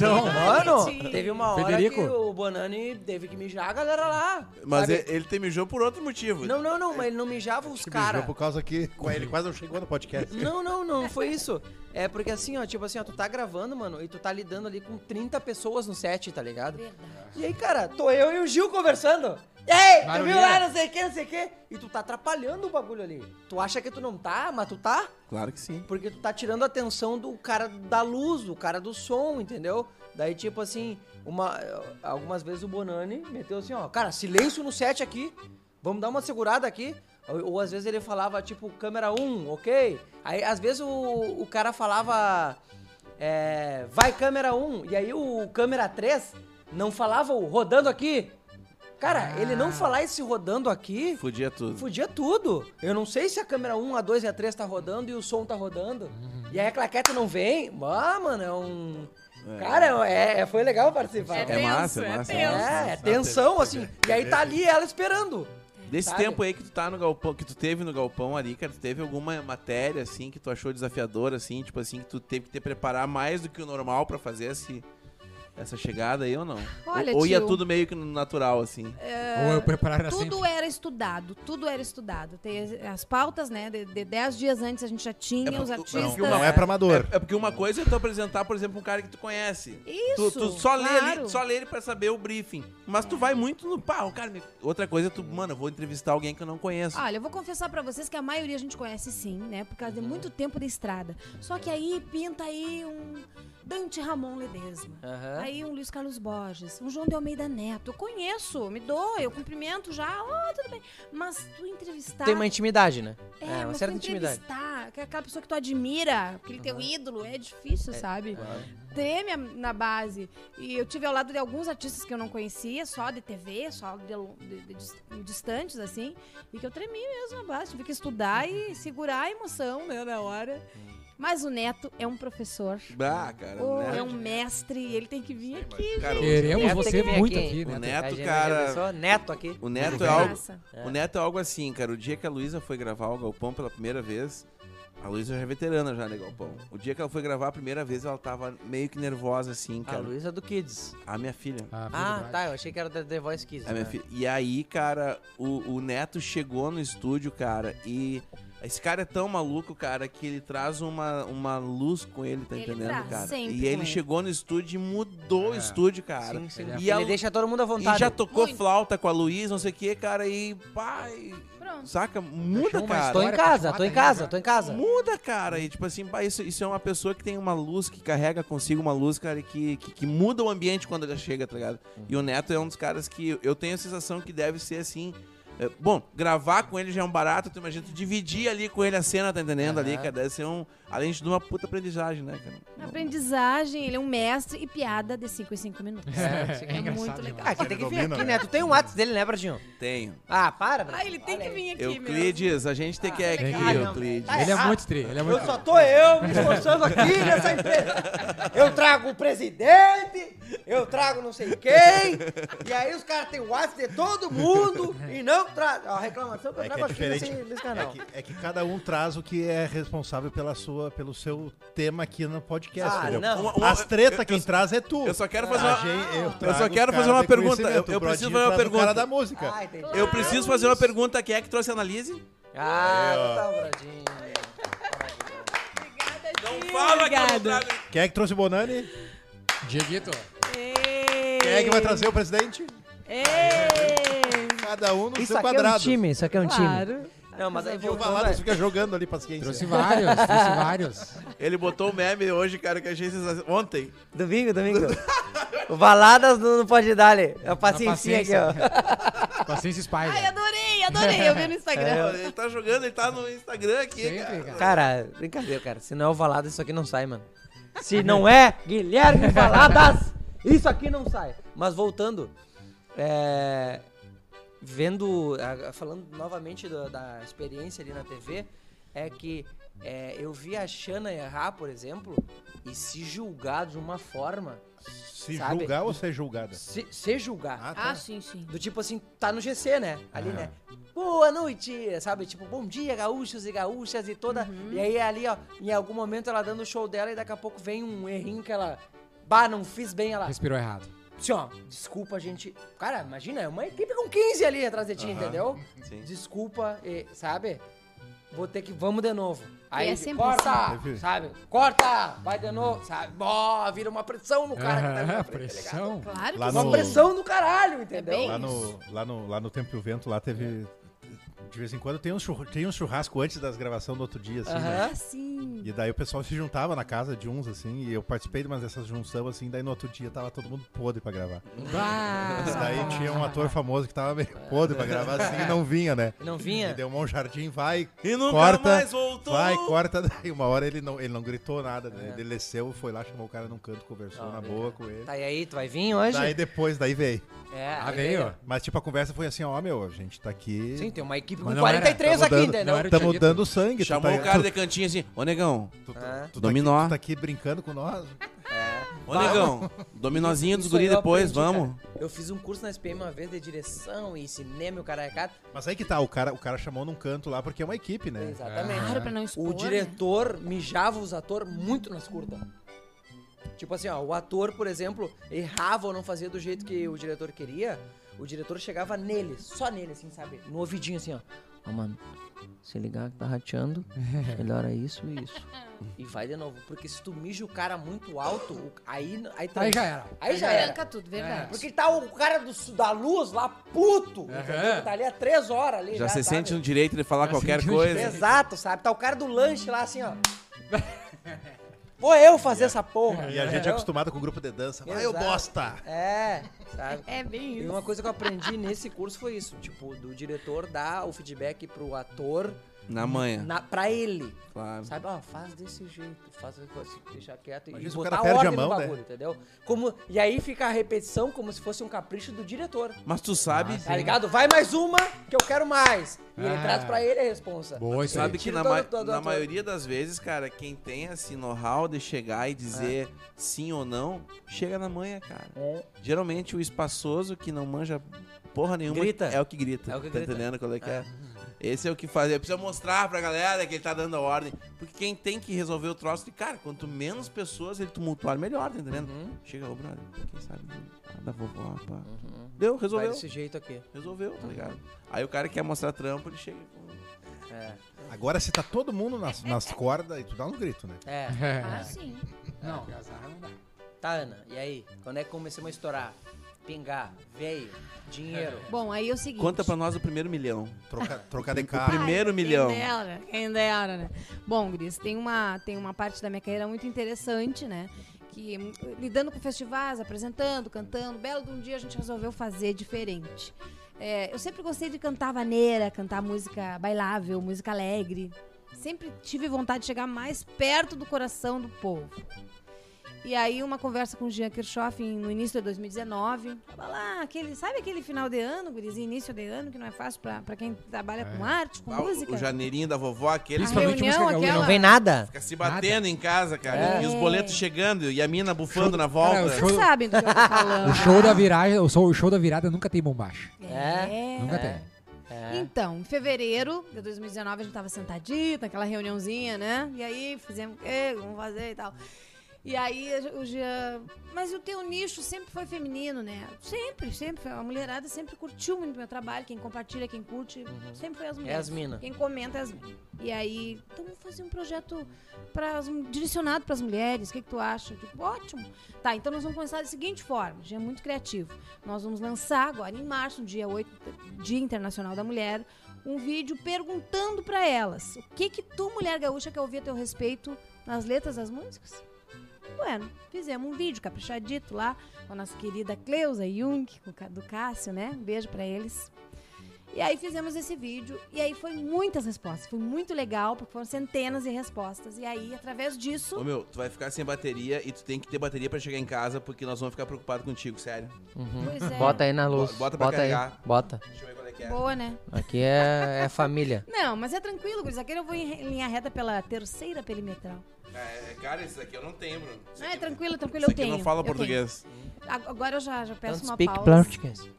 Speaker 3: Não,
Speaker 2: *laughs* Mano, teve uma hora
Speaker 1: Federico.
Speaker 2: que o Bonani teve que mijar a galera lá.
Speaker 4: Mas é-
Speaker 2: sabe?
Speaker 4: ele, ele te mijou por outro motivo.
Speaker 2: Não, não, não, mas ele não mijava os
Speaker 5: Que
Speaker 2: caras.
Speaker 5: mijou por causa que com ele quase não chegou no
Speaker 2: *laughs*
Speaker 5: podcast. *laughs*
Speaker 2: Não, não, não, foi isso. É porque assim, ó, tipo assim, ó, tu tá gravando, mano, e tu tá lidando ali com 30 pessoas no set, tá ligado? E aí, cara, tô eu e o Gil conversando. E aí, tu viu
Speaker 1: Barulheira.
Speaker 2: lá, não sei o que, não sei o que. E tu tá atrapalhando o bagulho ali. Tu acha que tu não tá, mas tu tá.
Speaker 4: Claro que sim.
Speaker 2: Porque tu tá tirando a atenção do cara da luz, do cara do som, entendeu? Daí, tipo assim, uma, algumas vezes o Bonani meteu assim, ó, cara, silêncio no set aqui, vamos dar uma segurada aqui. Ou, ou às vezes um, ele falava, tipo, câmera 1, ok? Aí, às vezes o, o cara falava é, vai câmera 1, e aí o câmera 3 não falava o rodando aqui. Cara,
Speaker 1: Ah.
Speaker 2: ele não falar esse rodando aqui,
Speaker 4: Fudia tudo.
Speaker 2: fudia tudo. Eu não sei se a câmera 1, a 2 e a 3 tá rodando e o som tá rodando. E aí a claqueta não vem. Ah, mano, é um... Cara, é, é- foi legal participar.
Speaker 4: É massa, é massa.
Speaker 2: É, é tensão, assim. E aí tá ali ela esperando.
Speaker 4: Desse
Speaker 2: Sabe?
Speaker 4: tempo aí que tu tá no galpão, que tu teve no galpão ali, cara, tu teve alguma matéria assim que tu achou desafiadora assim, tipo assim, que tu teve que te preparar mais do que o normal pra fazer esse essa chegada aí ou não?
Speaker 3: Olha,
Speaker 4: ou, ou ia
Speaker 3: tio. É,
Speaker 4: tudo meio que no natural assim.
Speaker 2: é,
Speaker 1: Ou eu preparar assim.
Speaker 3: Tudo era estudado, tudo era estudado. Tem as- as pautas, né? De, de dez dias antes a gente já tinha
Speaker 4: É
Speaker 3: os
Speaker 4: porque- não,
Speaker 3: artistas.
Speaker 4: porque uma-
Speaker 5: Não é pra amador.
Speaker 4: É, é porque uma coisa é tu apresentar, por exemplo, um cara que tu conhece.
Speaker 3: Isso,
Speaker 4: Tu, tu só, lê
Speaker 3: claro.
Speaker 4: ali, só lê ele pra saber o briefing. Mas tu vai muito no pau, cara. me- Outra coisa é tu, mano, eu vou entrevistar alguém que eu não conheço.
Speaker 3: Olha, eu vou confessar pra vocês que a maioria a gente conhece sim, né? Por causa de muito tempo de estrada. Só que aí pinta aí um Dante Ramon Ledesma.
Speaker 2: Aham.
Speaker 3: Aí um Luiz Carlos Borges, um João de Almeida Neto. Eu conheço, me dou, eu cumprimento já. Ó, tudo bem. Mas tu entrevistar...
Speaker 2: Tem uma intimidade, né?
Speaker 3: tá. É,
Speaker 2: uma
Speaker 3: mas
Speaker 2: certa
Speaker 3: tu
Speaker 2: intimidade.
Speaker 3: entrevistar que é aquela pessoa que tu admira, aquele teu ídolo, é difícil, sabe? Treme a- na base. E eu tive ao lado de alguns artistas que eu não conhecia, só de TV, só de, lo- de- de dis- distantes, assim, e que eu tremi mesmo na base. Tive que estudar e
Speaker 2: Uhum.
Speaker 3: segurar a emoção, né, na hora. Mas o Neto é um professor,
Speaker 4: Ah, cara,
Speaker 3: ou
Speaker 4: né?
Speaker 3: é um mestre, e ele tem que vir aqui.
Speaker 4: Cara,
Speaker 1: Queremos
Speaker 2: Neto tem
Speaker 1: você
Speaker 2: que vir
Speaker 1: muito
Speaker 2: aqui,
Speaker 1: aqui,
Speaker 2: hein?
Speaker 1: né?
Speaker 4: O Neto,
Speaker 2: A gente
Speaker 4: cara-
Speaker 2: atravessou, Neto aqui.
Speaker 4: o Neto é algo.
Speaker 3: Graça.
Speaker 4: O Neto é algo assim, cara. O dia que a Luísa foi gravar o Galpão pela primeira vez, a Luísa já é veterana já, né, Galpão? O dia que ela foi gravar a primeira vez, ela tava meio que nervosa, assim,
Speaker 2: A
Speaker 4: cara.
Speaker 2: Luísa do Kids.
Speaker 4: A minha filha.
Speaker 2: Ah, tá. Eu achei que era da The Voice Kids.
Speaker 4: A É minha
Speaker 2: né?
Speaker 4: filha. E aí, cara, o, o Neto chegou no estúdio, cara, e. Esse cara é tão maluco, cara, que ele traz uma, uma luz com ele, tá
Speaker 3: Ele
Speaker 4: entendendo,
Speaker 3: traz
Speaker 4: cara?
Speaker 3: sempre
Speaker 4: e
Speaker 3: com
Speaker 4: ele
Speaker 3: ele.
Speaker 4: chegou no estúdio e mudou o
Speaker 1: É.
Speaker 4: estúdio, cara.
Speaker 2: Sim, sim.
Speaker 1: Ele é-
Speaker 2: E ele deixa todo mundo à
Speaker 4: E
Speaker 2: vontade.
Speaker 4: já tocou
Speaker 3: Muito.
Speaker 4: flauta com a Luísa, não sei o que, cara, e pai.
Speaker 3: Pronto.
Speaker 4: Saca? Muda,
Speaker 2: Mas
Speaker 4: cara.
Speaker 2: tô em
Speaker 1: Agora
Speaker 2: casa,
Speaker 1: acostumado
Speaker 2: tô em
Speaker 1: ainda,
Speaker 2: casa,
Speaker 1: já.
Speaker 2: tô em casa.
Speaker 4: Muda, cara. E tipo assim, pá, isso, isso é uma pessoa que tem uma luz, que carrega consigo uma luz, cara, e que, que, que muda o ambiente quando ela chega, tá ligado?
Speaker 2: Uhum.
Speaker 4: E o Neto é um dos caras que eu tenho a sensação que deve ser assim. é, bom, gravar com ele já é um barato, tu imagina, tu dividir ali com ele a cena, tá entendendo? Ali,
Speaker 2: Aham.
Speaker 4: cara, deve ser um. Além de uma puta aprendizagem, né, cara? Não-
Speaker 3: Aprendizagem, ele é um mestre e piada de 5 em 5 minutos.
Speaker 1: É, é
Speaker 3: muito
Speaker 1: engraçado
Speaker 3: legal.
Speaker 2: Ah, que tem
Speaker 5: Ele
Speaker 2: que vir
Speaker 5: domina,
Speaker 2: aqui,
Speaker 5: né?
Speaker 2: né? Tu tem o WhatsApp dele, né, Bradinho?
Speaker 4: Tenho.
Speaker 2: Ah, para, Bradinho.
Speaker 3: Ah, ele tem que vir aqui mesmo.
Speaker 4: Euclides, a gente tem que é aqui,
Speaker 1: legal. Ah, não.
Speaker 4: Euclides.
Speaker 2: Ah,
Speaker 1: Ele é
Speaker 2: errado.
Speaker 1: muito tri, ele é muito
Speaker 2: Eu
Speaker 1: tri.
Speaker 2: só tô eu me esforçando aqui nessa empresa. Eu trago o presidente, eu trago não sei quem, e aí os caras têm o WhatsApp de todo mundo e não traz. A reclamação um que eu
Speaker 5: É que
Speaker 2: trago
Speaker 5: é
Speaker 2: aqui nesse,
Speaker 5: diferente.
Speaker 2: nesse
Speaker 5: É
Speaker 2: canal.
Speaker 5: que, é que cada um traz o que é responsável pela sua, pelo seu tema aqui no podcast.
Speaker 2: Ah,
Speaker 5: entendeu?
Speaker 2: não.
Speaker 4: Uma- uma-
Speaker 5: As treta quem traz é tu.
Speaker 4: Eu só quero fazer uma.
Speaker 5: A gente- eu, trago
Speaker 4: só quero
Speaker 5: o cara
Speaker 4: fazer uma
Speaker 5: de
Speaker 4: pergunta.
Speaker 5: conhecimento,
Speaker 4: Eu- eu
Speaker 5: o Brodinho
Speaker 4: preciso fazer uma
Speaker 5: traz o
Speaker 4: pergunta.
Speaker 5: cara da música.
Speaker 2: Ah, entendi.
Speaker 4: Eu preciso fazer uma pergunta aqui, é que trouxe a analise?
Speaker 2: Ah, tá, Bradinho.
Speaker 4: Não Então fala que eu não
Speaker 3: Obrigada.
Speaker 4: trago.
Speaker 5: Quem é que trouxe o Bonani?
Speaker 2: *laughs*
Speaker 1: Dieguito,
Speaker 5: Quem é que vai trazer o presidente?
Speaker 3: Ei!
Speaker 5: Cada um no
Speaker 2: Isso
Speaker 5: seu
Speaker 2: aqui é um
Speaker 5: quadrado.
Speaker 2: time, isso aqui é um time.
Speaker 3: Claro.
Speaker 2: Não, mas aí
Speaker 5: E o
Speaker 2: voltando,
Speaker 5: Valadas
Speaker 2: é-
Speaker 5: fica jogando ali paciência.
Speaker 2: um-
Speaker 1: trouxe vários,
Speaker 2: *laughs*
Speaker 1: trouxe vários.
Speaker 4: Ele botou o meme hoje, cara, que achei sensacional. Ontem.
Speaker 2: Domingo, domingo. O Valadas não não pode dar ali. É a paciência aqui,
Speaker 1: paciência.
Speaker 2: ó.
Speaker 1: Paciência Spider.
Speaker 3: Ai, adorei, adorei. Eu vi no Instagram.
Speaker 4: Ele tá jogando, ele tá no Instagram aqui, cara.
Speaker 1: Sempre, cara.
Speaker 2: Cara, brincadeira, cara. Se não é o Valadas, isso aqui não sai, mano. Se não é Guilherme Valadas, isso aqui não sai. Mas voltando, é, vendo, a- falando novamente da, da experiência ali na TV, é que é, eu vi a Xana errar, por exemplo, e se julgar de uma forma,
Speaker 5: Se
Speaker 2: Sabe?
Speaker 5: julgar ou ser julgada?
Speaker 2: se, se julgar.
Speaker 5: tá.
Speaker 3: Ah, sim, sim.
Speaker 2: Do tipo assim, tá no GC, né? Ali, né? Boa noite, sabe? Tipo, bom dia, gaúchos e gaúchas e toda.
Speaker 3: Uhum.
Speaker 2: E aí ali, ó, em algum momento ela dando o show dela e daqui a pouco vem um errinho que ela. Bah, não fiz bem ela.
Speaker 1: Respirou errado.
Speaker 2: Assim, ó, desculpa, gente. Cara, imagina, é uma equipe com 15 ali atrás de ti, entendeu?
Speaker 4: Sim.
Speaker 2: Desculpa, e, sabe? Vou ter que. Vamos de novo. Aí,
Speaker 3: é sempre
Speaker 2: corta!
Speaker 5: assim.
Speaker 2: Sabe? Corta! Vai de novo, sabe? Ó, vira uma pressão no cara que tá ali na
Speaker 1: Ah,
Speaker 2: frente, tá ligado?
Speaker 1: pressão.
Speaker 3: Claro que
Speaker 5: Lá
Speaker 3: sim.
Speaker 2: Uma
Speaker 5: no-
Speaker 2: pressão do caralho, entendeu?
Speaker 3: É bem
Speaker 5: Lá no, lá, no, lá no Tempo e o Vento, lá teve. De vez em quando tem um, churr- tem um churrasco antes das gravações do outro dia, assim, né?
Speaker 2: Aham.
Speaker 3: Ah, sim.
Speaker 5: E daí o pessoal se juntava na casa de uns, assim, e eu participei de uma dessas junção, assim, daí no outro dia tava todo mundo podre pra gravar.
Speaker 2: Ah.
Speaker 5: Mas daí tinha um ator famoso que tava meio podre pra gravar, assim, e não vinha, né?
Speaker 2: Não vinha?
Speaker 5: E deu um jardim, vai,
Speaker 4: E nunca
Speaker 5: Corta,
Speaker 4: mais voltou.
Speaker 5: vai, corta. Daí uma hora ele não, ele não gritou nada, né? Ele desceu, foi lá, chamou o cara num canto, conversou
Speaker 2: É. Ah,
Speaker 5: na
Speaker 2: vem
Speaker 5: boa com ele.
Speaker 2: Tá, e aí, tu vai vir hoje?
Speaker 5: Daí depois, daí veio.
Speaker 2: É,
Speaker 1: Ah,
Speaker 2: aí
Speaker 1: veio.
Speaker 5: Mas tipo, a conversa foi assim, ó, meu, a gente tá aqui...
Speaker 2: Sim, tem uma equipe
Speaker 1: Mas
Speaker 2: com
Speaker 1: não era, tá
Speaker 2: 43
Speaker 5: tamo
Speaker 2: aqui,
Speaker 5: dando-
Speaker 2: entendeu?
Speaker 1: não é? era-
Speaker 5: Estamos
Speaker 1: Tito.
Speaker 5: dando sangue, tu
Speaker 4: Chamou
Speaker 5: tá-
Speaker 4: o cara
Speaker 5: tu-
Speaker 4: de cantinho assim, ô negão,
Speaker 5: tu- tu-
Speaker 2: É.
Speaker 5: tu tá
Speaker 4: Dominó.
Speaker 5: aqui- tu tá aqui brincando com nós.
Speaker 4: ô negão, dominozinho dos
Speaker 2: Isso aí
Speaker 4: guri
Speaker 2: eu
Speaker 4: depois,
Speaker 2: aprendi, cara.
Speaker 4: vamos.
Speaker 2: Eu fiz um curso na SPM uma vez de direção e cinema e o é caraca.
Speaker 5: Mas aí que tá, o cara, o cara chamou num canto lá porque é uma equipe, né?
Speaker 2: Exatamente.
Speaker 3: Claro, pra não expor. né?
Speaker 2: O diretor mijava os atores muito nas curtas. Tipo assim, ó, o ator, por exemplo, errava ou não fazia do jeito que o diretor queria, o diretor chegava nele, só nele, assim, sabe? No ouvidinho, assim, ó. Ó, mano, se ligar que tá rateando, melhora isso e isso. E vai de novo, porque se tu mija o cara muito alto, o- aí, aí, tá-
Speaker 1: Aí já era.
Speaker 2: Aí já era.
Speaker 3: Branca tudo, verdade.
Speaker 2: Porque tá o cara do, su- da luz lá, puto, entendeu? Tá ali há três horas ali.
Speaker 4: Já se
Speaker 2: sabe?
Speaker 4: sente no direito de falar qualquer
Speaker 1: sente no
Speaker 4: coisa.
Speaker 2: Exato, sabe? Tá o cara do lanche lá assim, ó. Vou eu fazer essa porra.
Speaker 5: E a gente é
Speaker 2: entendeu?
Speaker 5: acostumado com o grupo de dança. Vai, eu
Speaker 2: Exato.
Speaker 5: bosta!
Speaker 2: É, sabe?
Speaker 3: É bem
Speaker 2: E
Speaker 3: isso.
Speaker 2: uma coisa que eu aprendi nesse curso foi isso, tipo, do diretor dar o feedback pro ator
Speaker 4: Na manhã,
Speaker 2: na, pra ele.
Speaker 4: claro.
Speaker 2: Sabe, ó, faz desse jeito, faz assim, deixar quieto
Speaker 5: Mas
Speaker 2: e
Speaker 5: isso o
Speaker 2: botar
Speaker 5: cara perde a
Speaker 2: ordem no
Speaker 5: mão, né?
Speaker 2: bagulho, entendeu? Como, e aí fica a repetição como se fosse um capricho do diretor.
Speaker 4: Mas tu sabe,
Speaker 2: Tá ligado? Vai mais uma que eu quero mais. E ele
Speaker 1: Ah.
Speaker 2: traz pra ele a responsa.
Speaker 1: Boa, isso aí.
Speaker 4: sabe que
Speaker 2: Tira
Speaker 4: na,
Speaker 2: todo-
Speaker 4: ma-
Speaker 2: todo-
Speaker 4: na
Speaker 2: todo-
Speaker 4: maioria das vezes, cara, quem tem assim know-how de chegar e dizer sim ou não, chega na manhã, cara.
Speaker 2: É.
Speaker 4: Geralmente o espaçoso que não manja porra nenhuma
Speaker 2: Grita.
Speaker 4: é o que grita.
Speaker 2: É o que
Speaker 4: tá
Speaker 2: grita. Ah.
Speaker 4: entendendo qual é que é? Esse é o que faz. Eu preciso mostrar pra galera que ele tá dando a ordem. Porque quem tem que resolver o troço, de, cara, quanto menos pessoas ele tumultuar, melhor, tá entendendo?
Speaker 2: Uhum.
Speaker 4: Chega, ô brother, quem sabe ah, da vovó, pá. Deu,
Speaker 2: Uhum. Vai Uhum.
Speaker 4: resolveu.
Speaker 2: desse jeito aqui.
Speaker 4: Resolveu, tá ligado? Aí o cara quer mostrar trampo, ele chega com.
Speaker 2: É.
Speaker 5: Agora, se tá todo mundo nas, nas cordas, e tu dá um grito, né?
Speaker 2: É.
Speaker 1: É.
Speaker 3: Ah, sim.
Speaker 1: Não, casar não dá.
Speaker 2: Tá, Ana, e aí? Quando é que começamos a estourar? Pingar, veio, dinheiro.
Speaker 3: Bom, aí é o seguinte.
Speaker 4: Conta pra nós o primeiro milhão.
Speaker 5: Troca, trocar de
Speaker 4: O
Speaker 5: carro.
Speaker 4: primeiro
Speaker 3: Quem
Speaker 4: milhão.
Speaker 3: dera, quem dera, né? Bom, Gris, tem uma, tem uma parte da minha carreira muito interessante, né? Que hum, lidando com festivais, apresentando, cantando, belo de um dia a gente resolveu fazer diferente. É, eu sempre gostei de cantar vaneira, cantar música bailável, música alegre. Sempre tive vontade de chegar mais perto do coração do povo. E aí uma conversa com o Jean Kirchhoff em- no início de 2019. Tava lá, aquele, sabe aquele final de ano, gurizinho, início de ano, que não é fácil pra pra quem trabalha com arte, com
Speaker 4: Ah, o-
Speaker 3: música?
Speaker 4: O janeirinho da vovó, aquele
Speaker 3: a
Speaker 4: que
Speaker 1: Principalmente
Speaker 3: reunião
Speaker 1: música gaúcha.
Speaker 3: aquela...
Speaker 1: Não
Speaker 2: nada?
Speaker 4: fica se batendo em casa, cara.
Speaker 3: É.
Speaker 4: E os boletos chegando e a mina bufando na
Speaker 1: Cara,
Speaker 4: volta.
Speaker 1: o show-
Speaker 3: Vocês sabem do que eu tô falando.
Speaker 1: O *laughs* show da viragem, o show, o show da virada nunca tem bombacha.
Speaker 2: É.
Speaker 1: Nunca tem.
Speaker 3: Então, em fevereiro de 2019, a gente tava sentadinho, naquela reuniãozinha, né? E aí fizemos o quê? Vamos fazer e tal. E aí a- o Jean. Mas o teu nicho sempre foi feminino, né? Sempre, sempre. foi. A mulherada sempre curtiu muito meu trabalho. Quem compartilha, quem curte, sempre foi as mulheres.
Speaker 2: é as mina.
Speaker 3: Quem comenta é as minas. E aí, então vamos fazer um projeto pras, direcionado para as mulheres. O que, que tu acha? Eu digo, ótimo. Tá, então nós vamos começar da seguinte forma. Já é muito criativo. Nós vamos lançar agora, em março, dia 8, Dia Internacional da Mulher, um vídeo perguntando para elas o que que tu, mulher gaúcha, quer ouvir a teu respeito nas letras das músicas? Bueno, fizemos um vídeo caprichadito lá com a nossa querida Cleusa Jung, com o Ca- do Cássio, né? Um beijo para eles. E aí fizemos esse vídeo e aí foi muitas respostas. Foi muito legal, porque foram centenas de respostas. E aí, através disso,
Speaker 4: Ô meu, tu vai ficar sem bateria e tu tem que ter bateria pra chegar em casa porque nós vamos ficar preocupados contigo, sério.
Speaker 2: Uhum.
Speaker 3: pois é,
Speaker 2: aí na
Speaker 4: luz. Bota pra Bota aí. carregar.
Speaker 2: Bota.
Speaker 4: Deixa eu ver qual é que é.
Speaker 3: boa, né?
Speaker 2: Aqui é, família.
Speaker 3: Não, mas é tranquilo, Guris. Aquele eu vou em re- linha reta pela terceira perimetral.
Speaker 4: É, é, cara, esse daqui eu não tenho, Bruno. Esse
Speaker 3: Não, é
Speaker 4: aqui-
Speaker 3: tranquilo, tranquilo,
Speaker 4: esse
Speaker 3: eu
Speaker 4: aqui
Speaker 3: tenho.
Speaker 4: não fala
Speaker 3: eu tenho.
Speaker 4: português.
Speaker 3: Ag- Agora eu já, já peço uma pausa.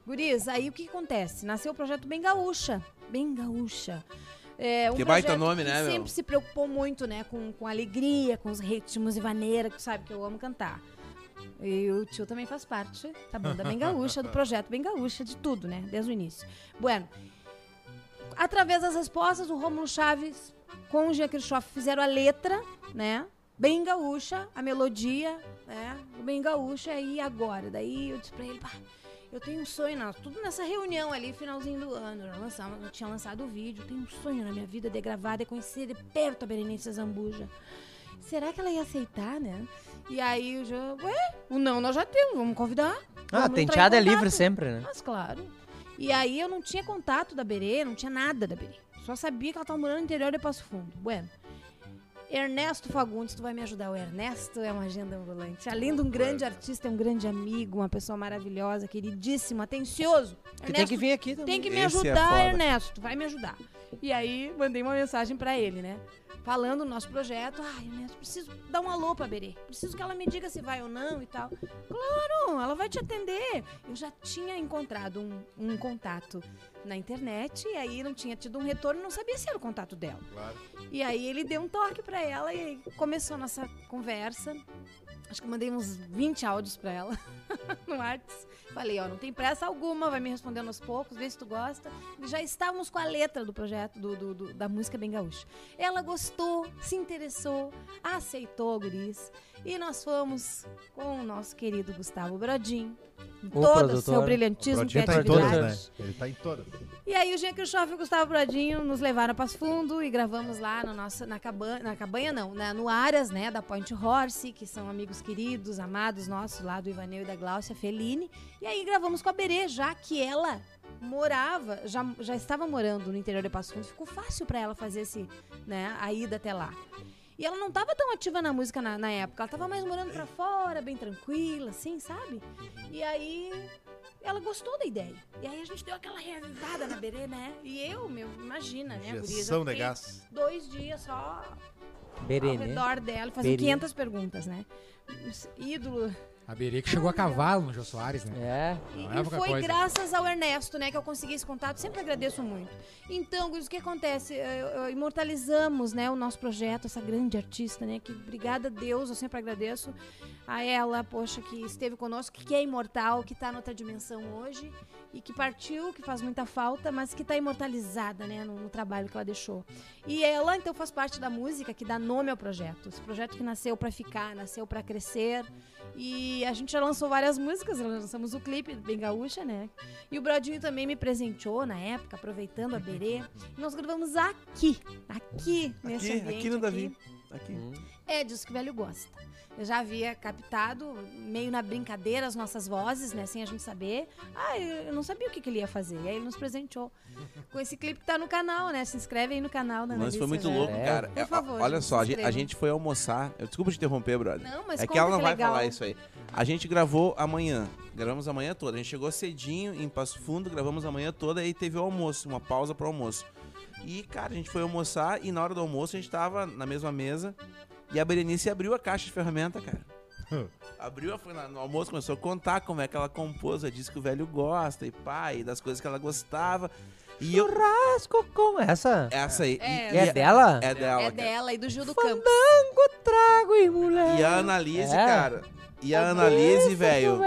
Speaker 3: Guris, aí o que que acontece? Nasceu o projeto Bem Gaúcha. Bem Gaúcha. É, um
Speaker 4: Que baita
Speaker 3: projeto
Speaker 4: nome,
Speaker 3: que
Speaker 4: né, meu?
Speaker 3: sempre se preocupou muito, né? Com, com alegria, com os ritmos de vaneira, que tu sabe que eu amo cantar. E o tio também faz parte da banda Bem Gaúcha,
Speaker 4: *laughs*
Speaker 3: do projeto Bem Gaúcha, de tudo, né? Desde o início. Bueno, através das respostas, o Rômulo Chaves com o Jean Kirchhoff fizeram a letra, né? Bem gaúcha, a melodia, né? Bem gaúcha, e agora? Daí eu disse pra ele, pá, Eu tenho um sonho, não, tudo nessa reunião ali, finalzinho do ano. Eu, lançava, eu tinha lançado o vídeo, eu tenho um sonho na minha vida de gravar, de conhecer de perto a Berenice Zambuja. Será que ela ia aceitar, né? E aí o João, ué, o não nós já temos, vamos convidar.
Speaker 2: Ah,
Speaker 3: vamos
Speaker 2: tenteada é
Speaker 3: entrar em
Speaker 2: livre
Speaker 3: contato."
Speaker 2: sempre, né?
Speaker 3: Mas claro. E aí eu não tinha contato da Berê, não tinha nada da Berê. Só sabia que ela tava morando no interior de Passo Fundo. Bueno. Ernesto Fagundes, tu vai me ajudar. O Ernesto é uma agenda ambulante. Além de um grande artista, é um grande amigo, uma pessoa maravilhosa, queridíssima, atencioso.
Speaker 2: Que tem que vir aqui também.
Speaker 3: Tem que me
Speaker 4: Esse é
Speaker 3: ajudar,
Speaker 4: foda.
Speaker 3: Ernesto. Tu vai me ajudar. E aí, mandei uma mensagem pra ele, né? Falando do nosso projeto. Ah, Ernesto, preciso dar um alô pra Berê. Preciso que ela me diga se vai ou não e tal. Claro, ela vai te atender. Eu já tinha encontrado um, um contato na internet. E aí, não tinha tido um retorno. Não sabia se era o contato dela.
Speaker 5: Claro.
Speaker 3: E aí, ele deu um toque pra ela. E aí começou a nossa conversa. Acho que eu mandei uns 20 áudios pra ela no Whats. Falei, ó, não tem pressa alguma, vai me respondendo aos poucos, vê se tu gosta. E já estávamos com a letra do projeto, do, do- do- da música Bem Gaúcha. Ela gostou, se interessou, aceitou, guris. E nós fomos com o nosso querido Gustavo Brodin. com
Speaker 2: O
Speaker 3: Todo o
Speaker 2: produtor.
Speaker 3: seu
Speaker 5: O
Speaker 3: brilhantismo e
Speaker 5: Brodinho tá em
Speaker 3: criatividade.
Speaker 5: todas, né? Ele tá em todas.
Speaker 3: E aí o Jean Kirchhoff e o Gustavo Brodinho nos levaram a Passo Fundo e gravamos lá no nosso, na, cabanha, na cabanha, não, na, no Aras, né, da Point Horse, que são amigos queridos, amados nossos lá do Ivaneu e da Gláucia Fellini. E aí gravamos com a Berê, já que ela morava, já, já estava morando no interior de Passo Fundo, ficou fácil para ela fazer esse, né, a ida até lá. E ela não tava tão ativa na música na, na época, ela tava mais morando pra fora, bem tranquila, assim, sabe? E aí ela gostou da ideia. E aí a gente deu aquela reavivada na Berê, né? E eu, meu, imagina, né, guria?
Speaker 5: Injeção
Speaker 3: Eu
Speaker 5: de
Speaker 3: fiquei
Speaker 5: gás.
Speaker 3: Dois dias só ao
Speaker 2: Berene.
Speaker 3: redor dela, fazendo
Speaker 2: né? Berê.
Speaker 3: 500 perguntas, né? Ídolo.
Speaker 1: A Berê que chegou a cavalo no Jô Soares, né?
Speaker 2: É.
Speaker 3: E,
Speaker 1: Não é
Speaker 3: e
Speaker 1: pouca
Speaker 3: foi
Speaker 1: coisa.
Speaker 3: graças ao Ernesto, né, que eu consegui esse contato. Sempre agradeço muito. Então, Guris, o que acontece? Eu- eu- imortalizamos, né, o nosso projeto, essa grande artista, né, que obrigada a Deus, eu sempre agradeço a ela, poxa, que esteve conosco, que é imortal, que tá noutra dimensão hoje e que partiu, que faz muita falta, mas que tá imortalizada, né, no, no trabalho que ela deixou. E ela, então, faz parte da música que dá nome ao projeto. Esse projeto que nasceu pra ficar, nasceu pra crescer, e a gente já lançou várias músicas, nós lançamos o clipe Bem Gaúcha, né? E o Brodinho também me presenteou na época, aproveitando a Berê. E nós gravamos aqui, aqui, nesse
Speaker 4: Aqui,
Speaker 3: ambiente
Speaker 4: aqui no Davi. Aqui.
Speaker 3: É disso que o velho gosta. Eu já havia captado, meio na brincadeira, as nossas vozes, né? Sem a gente saber. Ah, eu eu não sabia o que, que ele ia fazer. E aí ele nos presenteou com esse clipe que tá no canal, né? Se inscreve aí no canal da
Speaker 4: Mas
Speaker 3: Analícia
Speaker 4: foi muito
Speaker 3: já.
Speaker 4: louco,
Speaker 2: É.
Speaker 4: cara.
Speaker 3: Por
Speaker 4: É,
Speaker 3: favor,
Speaker 4: olha
Speaker 3: gente,
Speaker 4: só,
Speaker 3: se
Speaker 4: a gente, a
Speaker 3: inscrevam.
Speaker 4: gente foi almoçar. Eu, desculpa te interromper, brother.
Speaker 3: Não, mas
Speaker 4: é que
Speaker 3: conta
Speaker 4: ela não vai
Speaker 3: legal.
Speaker 4: falar isso aí. A gente gravou amanhã. Gravamos a manhã toda. A gente chegou cedinho em Passo Fundo, gravamos a manhã toda e teve o almoço, uma pausa pro almoço. E, cara, a gente foi almoçar e na hora do almoço a gente tava na mesma mesa e a Berenice abriu a caixa de ferramenta, cara. Abriu a, foi na- no almoço, começou a contar como é que ela compôs, ela disse que o velho gosta e pai, das coisas que ela gostava. E eu.
Speaker 2: Churrasco com é essa.
Speaker 4: Essa aí.
Speaker 3: É.
Speaker 2: E
Speaker 4: e- e
Speaker 2: é, dela?
Speaker 4: É dela.
Speaker 3: É
Speaker 4: cara.
Speaker 3: dela e do Gil do Campo.
Speaker 2: Trago e mulher.
Speaker 4: E a Analise,
Speaker 2: É.
Speaker 4: cara. E a Analise, velho.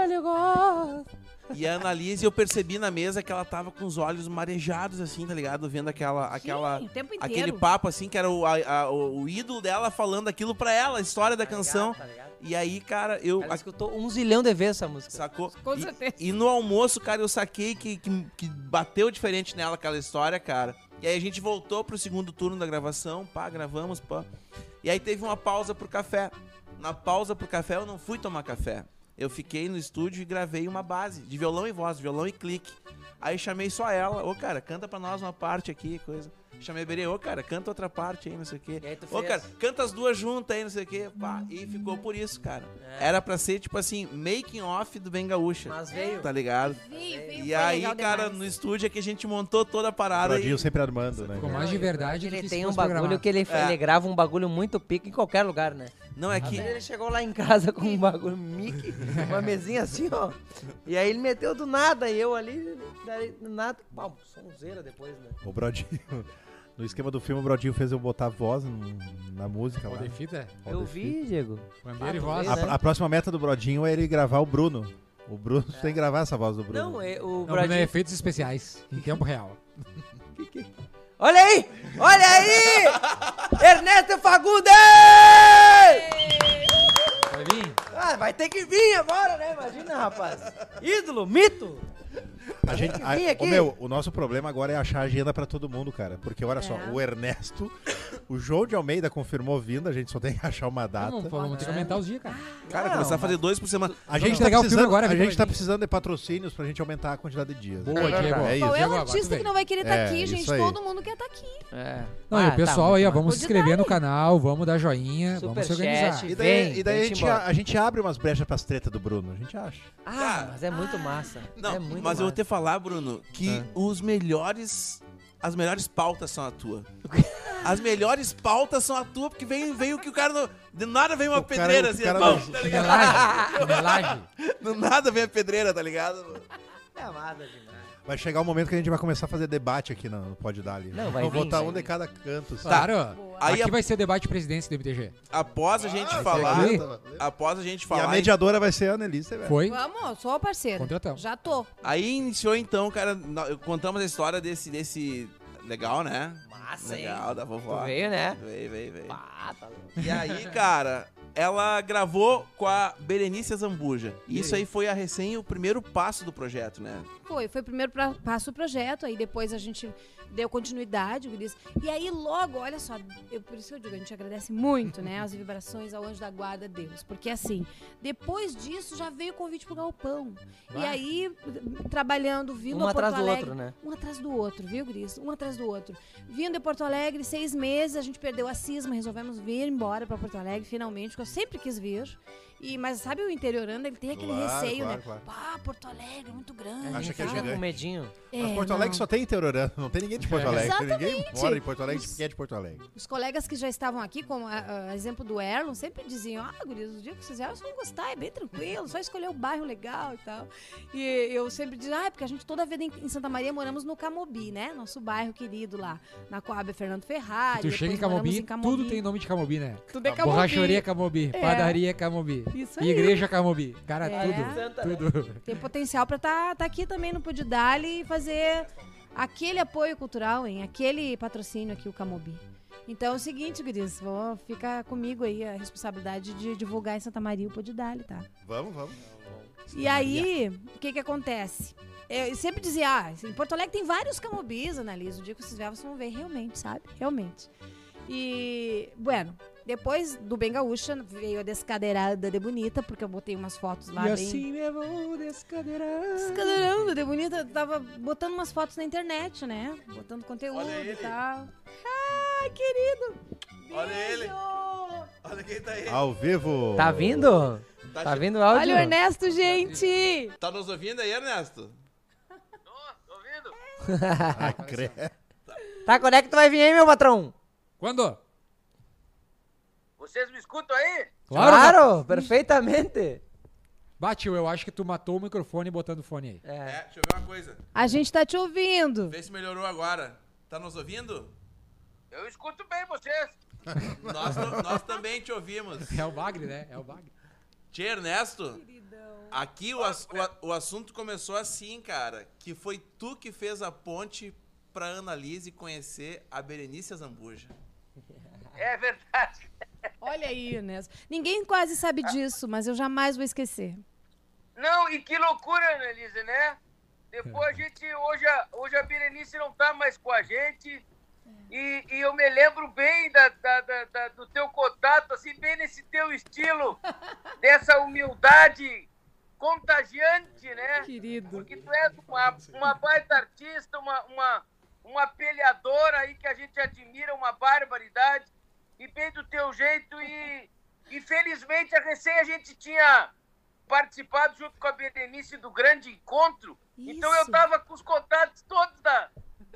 Speaker 4: E a Analise, eu percebi na mesa que ela tava com os olhos marejados, assim, tá ligado? Vendo aquela. aquela
Speaker 3: Sim, o tempo inteiro.
Speaker 4: aquele papo, assim, que era o, a- a- o ídolo dela falando aquilo pra ela, a história
Speaker 2: Tá
Speaker 4: da canção. E aí, cara, eu.
Speaker 2: Ela escutou um zilhão de vezes essa música.
Speaker 4: Sacou?
Speaker 3: Com
Speaker 4: E-
Speaker 3: certeza.
Speaker 4: E, no almoço, cara, eu saquei que, que, que bateu diferente nela aquela história, cara. E aí a gente voltou pro segundo turno da gravação, pá, gravamos, pá. E aí teve uma pausa pro café. Na pausa pro café eu não fui tomar café. Eu fiquei no estúdio e gravei uma base de violão e voz, violão e clique. Aí chamei só ela, ô cara, canta pra nós uma parte aqui, coisa. Chamei a Berê, ô cara, canta outra parte aí, não sei o quê.
Speaker 2: E aí tu
Speaker 4: Ô,
Speaker 2: fez.
Speaker 4: cara, canta as duas juntas aí, não sei o quê. Pá, e ficou por isso, cara. Era pra ser, tipo assim, making off do Bem Gaúcha.
Speaker 2: É. Mas veio. É.
Speaker 4: Tá ligado?
Speaker 3: Veio, veio,
Speaker 4: E
Speaker 3: foi
Speaker 4: aí,
Speaker 3: legal
Speaker 4: cara,
Speaker 3: demais.
Speaker 4: no estúdio é que a gente montou toda a parada.
Speaker 5: Brodinho
Speaker 4: E...
Speaker 5: sempre armando, né?
Speaker 1: Ficou
Speaker 5: cara?
Speaker 1: mais de verdade do
Speaker 2: Ele
Speaker 1: que se
Speaker 2: tem um
Speaker 1: fosse
Speaker 2: bagulho
Speaker 1: programado.
Speaker 2: que ele,
Speaker 4: É.
Speaker 2: ele grava um bagulho muito pica em qualquer lugar, né?
Speaker 4: Não, é
Speaker 2: Às
Speaker 4: que.
Speaker 2: vezes ele chegou lá em casa com um bagulho Mickey, *laughs* uma mesinha assim, ó.
Speaker 7: E aí ele meteu do nada e eu ali.
Speaker 2: Daí, nada. Pau, sonzeira depois, né?
Speaker 5: O Brodinho. No esquema do filme, o Brodinho fez eu botar voz n- na música
Speaker 1: O
Speaker 5: lá.
Speaker 1: de fita,
Speaker 2: Eu vi, Diego.
Speaker 1: bandeira e
Speaker 2: Ah, tu
Speaker 1: voz.
Speaker 2: vê, né?
Speaker 5: A, a próxima meta do Brodinho é ele gravar o Bruno. O Bruno tem que gravar essa voz do Bruno.
Speaker 2: Não, é- o
Speaker 1: Não, Bruno, é
Speaker 2: Brodinho.
Speaker 1: efeitos especiais, em tempo real.
Speaker 2: Olha aí! Olha aí! *laughs*
Speaker 7: Ernesto Fagundes!
Speaker 1: Vai vir?
Speaker 7: Ah, vai ter que vir agora, né? Imagina, rapaz.
Speaker 2: Ídolo, mito!
Speaker 5: A gente, a-
Speaker 2: Vem aqui.
Speaker 5: Ô, meu, o nosso problema agora é achar agenda pra todo mundo, cara. Porque olha só,
Speaker 3: É.
Speaker 5: o Ernesto, o João de Almeida confirmou vindo, a gente só tem que achar uma
Speaker 1: Vamos,
Speaker 5: data.
Speaker 1: vamos ter que aumentar os dias, cara.
Speaker 4: Cara, começar a fazer dois por semana.
Speaker 5: A
Speaker 1: Vamos
Speaker 5: gente, tá
Speaker 1: pegar o filme
Speaker 5: precisando,
Speaker 1: agora,
Speaker 5: a
Speaker 1: Vitor,
Speaker 5: gente tá
Speaker 1: aqui.
Speaker 5: precisando de patrocínios pra gente aumentar a quantidade de dias.
Speaker 1: Boa,
Speaker 5: é,
Speaker 1: Diego.
Speaker 5: é isso.
Speaker 3: Qual é
Speaker 1: Diego,
Speaker 3: o
Speaker 1: agora, tudo
Speaker 3: artista que
Speaker 1: bem.
Speaker 3: não vai querer estar
Speaker 5: É,
Speaker 3: aqui, gente?
Speaker 5: isso aí.
Speaker 3: Todo mundo quer estar aqui.
Speaker 2: É.
Speaker 1: Não,
Speaker 2: Ah,
Speaker 1: e
Speaker 2: tá,
Speaker 1: o pessoal aí, ó,
Speaker 2: muito bom.
Speaker 1: vamos se inscrever no canal, vamos dar joinha, vamos se
Speaker 2: Superchat.
Speaker 1: organizar.
Speaker 5: E daí,
Speaker 2: Vem, vem
Speaker 5: e daí a,
Speaker 2: te
Speaker 5: gente,
Speaker 2: embora.
Speaker 5: a gente abre umas brechas pras tretas do Bruno, a gente acha.
Speaker 2: Ah, mas é muito massa.
Speaker 4: Não,
Speaker 2: é muito
Speaker 4: mas eu vou
Speaker 2: massa.
Speaker 4: te falar, Bruno, que
Speaker 5: É.
Speaker 4: os melhores. As melhores pautas são
Speaker 2: *laughs*
Speaker 4: a tua. As melhores pautas são a tua, porque vem, vem o que o cara. Não, de nada vem uma
Speaker 5: O cara-
Speaker 4: pedreira
Speaker 5: o
Speaker 4: assim,
Speaker 5: cara
Speaker 4: bom,
Speaker 5: não-
Speaker 4: tá ligado?
Speaker 1: Melagem, melagem.
Speaker 4: Do nada vem a pedreira, tá ligado?
Speaker 2: É amada demais.
Speaker 5: Vai chegar o momento que a gente vai começar a fazer debate aqui no, no Pode Dar ali.
Speaker 2: Não, vai
Speaker 5: Vou
Speaker 2: vir,
Speaker 5: botar
Speaker 2: vai
Speaker 5: um
Speaker 2: vir.
Speaker 5: de cada canto. assim.
Speaker 1: Claro.
Speaker 4: Aí
Speaker 1: Aqui
Speaker 4: a-
Speaker 1: vai ser debate de presidência do MTG.
Speaker 4: após a gente
Speaker 5: Ah,
Speaker 4: falar.
Speaker 5: é
Speaker 1: aqui.
Speaker 4: Após a gente
Speaker 5: E a
Speaker 4: falar.
Speaker 5: mediadora vai ser a Annelise, velho.
Speaker 1: Foi?
Speaker 3: Vamos, sou o parceiro.
Speaker 1: Contratamos.
Speaker 3: Já tô.
Speaker 4: Aí iniciou então, cara. nó- Contamos a história desse. desse legal, né?
Speaker 2: Massa, hein?
Speaker 4: Legal, da
Speaker 2: Tu
Speaker 4: vovó.
Speaker 2: veio, né?
Speaker 4: Veio, veio, veio.
Speaker 2: Ah, tá louco.
Speaker 4: E aí, cara, ela gravou com a Berenice Zambuja. E isso aí foi a recém o primeiro passo do projeto, né?
Speaker 3: Foi, foi primeiro pra, passo o projeto, aí depois a gente deu continuidade, o guris. E aí logo, olha só, eu, por isso que eu digo, a gente agradece muito, né, as vibrações ao anjo da guarda, Deus. Porque assim, depois disso já veio o convite pro Galpão. E aí, trabalhando, vindo
Speaker 2: Um
Speaker 3: a Porto
Speaker 2: atrás do
Speaker 3: Alegre,
Speaker 2: outro, né?
Speaker 3: um atrás do outro, viu, Gris? Um atrás do outro. Vindo de Porto Alegre, seis meses, a gente perdeu a cisma, resolvemos vir embora pra Porto Alegre, finalmente, que eu sempre quis vir. E, mas sabe o interiorando, ele tem aquele
Speaker 5: Claro,
Speaker 3: receio,
Speaker 5: claro,
Speaker 3: né?
Speaker 5: claro.
Speaker 3: Pá, Porto Alegre, é muito grande.
Speaker 5: Acha
Speaker 3: e
Speaker 5: que é
Speaker 3: tal.
Speaker 5: gigante.
Speaker 2: Fica com medinho.
Speaker 5: Mas
Speaker 3: É,
Speaker 5: Porto
Speaker 3: não. É.
Speaker 5: Alegre só tem interiorano, não tem ninguém de Porto Alegre. Ninguém mora em Porto Alegre
Speaker 3: Os-
Speaker 5: porque é de Porto Alegre.
Speaker 3: Os colegas que já estavam aqui, como a, a exemplo do Erlon, sempre diziam: Ah, gurias, o dia que vocês vieram, vocês vão gostar, é bem tranquilo, só escolher o bairro legal e tal. E eu sempre dizia: Ah, é porque a gente toda a vida em, em Santa Maria moramos no Camobi, né? Nosso bairro querido lá, na Coab Fernando Ferrari.
Speaker 1: Tu chega em
Speaker 3: depois moramos
Speaker 1: Camobi, tudo tem nome de Camobi, né?
Speaker 3: Tudo é Camobi.
Speaker 1: Borracharia Camobi,
Speaker 3: É.
Speaker 1: padaria Camobi,
Speaker 3: Isso aí.
Speaker 1: igreja Camobi. Cara,
Speaker 3: É.
Speaker 2: Santa, né?
Speaker 1: tudo, tudo.
Speaker 3: Tem potencial pra estar aqui também no Podidali e fazer aquele apoio cultural, hein? Aquele patrocínio aqui, o Camobi. Então é o seguinte, Gris, vou ficar comigo aí a responsabilidade de divulgar em Santa Maria o Podidali, tá?
Speaker 5: Vamos, vamos.
Speaker 3: E aí, o que que acontece? Eu sempre dizia, ah, em Porto Alegre tem vários camobis, analisa. O dia que vocês vieram, vocês vão ver realmente, sabe? Realmente. E, bueno, depois do Bem Gaúcha, veio a descadeirada de bonita, porque eu botei umas fotos lá
Speaker 1: E
Speaker 3: bem...
Speaker 1: assim me vou descadeirando.
Speaker 3: Escadeirando, de bonita, eu tava botando umas fotos na internet, né? Botando conteúdo e tal. Ai, querido!
Speaker 4: Olha ele.
Speaker 3: Beijo!
Speaker 4: Olha quem tá aí.
Speaker 5: Ao vivo.
Speaker 2: Tá vindo? Tá vindo o áudio?
Speaker 3: Olha o Ernesto, gente!
Speaker 4: Tá nos ouvindo aí, Ernesto?
Speaker 2: *laughs*
Speaker 5: Ah, cre-
Speaker 2: Tá, quando é que tu vai vir, hein, meu patrão?
Speaker 1: Quando?
Speaker 9: Vocês me escutam aí?
Speaker 1: Claro!
Speaker 2: perfeitamente.
Speaker 1: Bateu, eu acho que tu matou o microfone botando o fone aí.
Speaker 2: É.
Speaker 4: É, deixa eu ver uma coisa.
Speaker 3: A gente tá te ouvindo!
Speaker 4: Vê se melhorou agora. Tá nos ouvindo?
Speaker 9: Eu escuto bem vocês.
Speaker 2: *laughs*
Speaker 4: Nós, t- nós também te ouvimos.
Speaker 1: É o Bagre, né? É o Bagre.
Speaker 4: Tchê, Ernesto, aqui o, ass- o a- o assunto começou assim, cara. Que foi tu que fez a ponte pra Annalise conhecer a Berenice Zambuja.
Speaker 9: É verdade.
Speaker 3: Olha aí, Ernesto. Ninguém quase sabe disso, mas eu jamais vou esquecer.
Speaker 9: Não, e que loucura, Annelise, né? Depois a gente, hoje a, hoje a Berenice não tá mais com a gente. E, e eu me lembro bem da, da- da- da- do teu contato, assim, bem nesse teu estilo, dessa humildade contagiante, né?
Speaker 3: Querido.
Speaker 9: Porque tu és uma, uma baita artista, uma, uma, uma peleadora aí que a gente admira, uma barbaridade, e bem do teu jeito. E, e felizmente a recém a gente tinha participado junto com a Berenice do grande encontro. Então eu
Speaker 3: Isso.
Speaker 9: tava com os contatos todos da,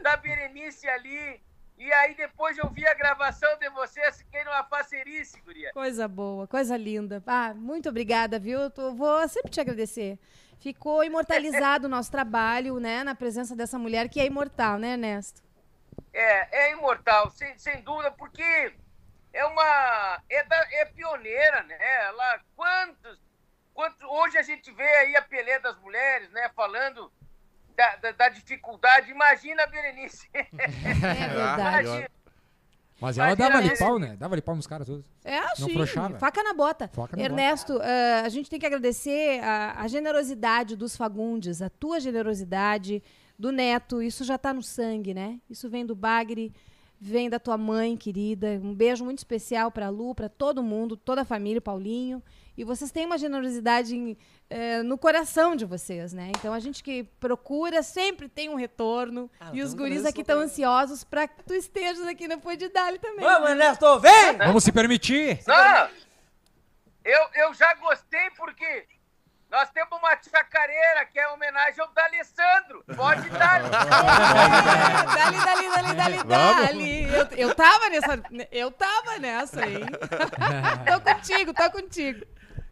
Speaker 9: da Berenice ali. E aí depois eu vi a gravação de vocês, fiquei numa facerice, guria.
Speaker 3: Coisa boa, coisa linda. Ah, muito obrigada, viu? Eu tô- vou sempre te agradecer. Ficou imortalizado o nosso trabalho, né? Na presença dessa mulher que é imortal, né, Ernesto?
Speaker 9: É, é imortal, sem, sem dúvida, porque é uma. É, da- é pioneira, né? Ela, quantos, quantos. Hoje a gente vê aí a Pelé das mulheres, né? Falando da, da, da dificuldade. Imagina a Berenice.
Speaker 4: *laughs*
Speaker 9: *laughs*
Speaker 3: É verdade.
Speaker 9: Imagina.
Speaker 1: Mas ela
Speaker 9: Mas
Speaker 1: dava-lhe
Speaker 9: era-
Speaker 1: pau, né? Dava-lhe pau nos caras todos.
Speaker 3: É, sim.
Speaker 1: afrouxava.
Speaker 3: Faca na bota.
Speaker 1: Faca na
Speaker 3: Ernesto, eh, a gente tem que agradecer a, a generosidade dos Fagundes, a tua generosidade, do Neto. Isso já está no sangue, né? Isso vem do Bagre, vem da tua mãe querida. Um beijo muito especial para Lu, para todo mundo, toda a família, Paulinho. E vocês têm uma generosidade em- eh, no coração de vocês, né? Então a gente que procura sempre tem um retorno.
Speaker 2: Ah,
Speaker 3: e os
Speaker 2: tamo
Speaker 3: guris
Speaker 2: agradecendo
Speaker 3: aqui estão ansiosos para que tu estejas aqui no Podidale também.
Speaker 2: Vamos, Ernesto, vem!
Speaker 3: Né?
Speaker 1: Vamos se permitir!
Speaker 9: Não! Eu, eu já gostei porque nós temos uma chacareira que é homenagem ao D'Alessandro. Pode tá dar.
Speaker 3: É, dali, dali, dali, dali, dali. Eu, eu tava nessa. Eu tava
Speaker 2: *laughs*
Speaker 3: nessa aí. tô contigo, tô contigo.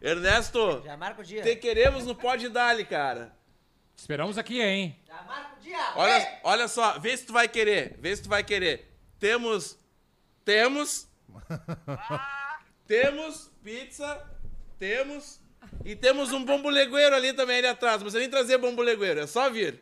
Speaker 4: Ernesto,
Speaker 2: Já marca o dia.
Speaker 4: te queremos no Pode Dali, cara.
Speaker 1: Esperamos aqui, hein?
Speaker 2: Já marca o dia.
Speaker 4: Olha, olha só, vê se tu vai querer, vê se tu vai querer. Temos, temos, temos pizza, temos e temos um bombolegueiro ali também ali atrás. Não precisa nem trazer bombolegueiro, é só vir.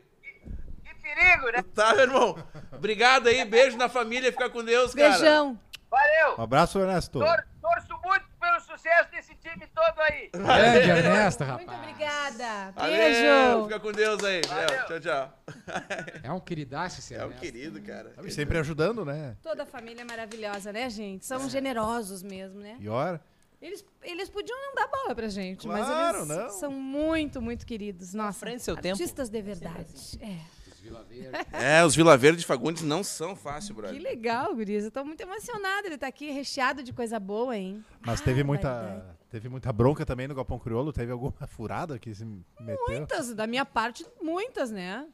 Speaker 9: Que perigo, né?
Speaker 4: Tá, meu irmão? Obrigado aí, beijo na família, fica com Deus, cara.
Speaker 3: Beijão.
Speaker 9: Valeu!
Speaker 5: Um abraço, Ernesto.
Speaker 9: Tor- torço muito pelo sucesso desse time todo aí.
Speaker 1: Grande Ernesto,
Speaker 3: Muito
Speaker 1: rapaz.
Speaker 3: obrigada.
Speaker 4: Valeu,
Speaker 3: Beijo.
Speaker 4: fica com Deus aí. Tchau, tchau.
Speaker 1: É um queridaço esse
Speaker 4: É um
Speaker 1: Ernesto.
Speaker 4: querido, cara.
Speaker 5: E Sempre ajudando, né?
Speaker 3: Toda a família é maravilhosa, né, gente? São generosos mesmo, né?
Speaker 5: E ora.
Speaker 3: Eles, eles podiam não dar bola pra gente,
Speaker 5: Claro,
Speaker 3: mas eles
Speaker 5: não.
Speaker 3: são muito, muito queridos. Nossa,
Speaker 2: Frente seu tempo.
Speaker 3: artistas de verdade. É.
Speaker 4: É, os Vila Verde de Fagundes não são fáceis,
Speaker 3: Que
Speaker 4: brother.
Speaker 3: legal, guris. Eu tô muito emocionada. Ele tá aqui recheado de coisa boa, hein?
Speaker 5: Mas
Speaker 3: Ah,
Speaker 5: teve
Speaker 3: barbaridade.
Speaker 5: muita, teve muita bronca também no Galpão Crioulo. Teve alguma furada que se meteu?
Speaker 3: Muitas, da minha parte, muitas, né?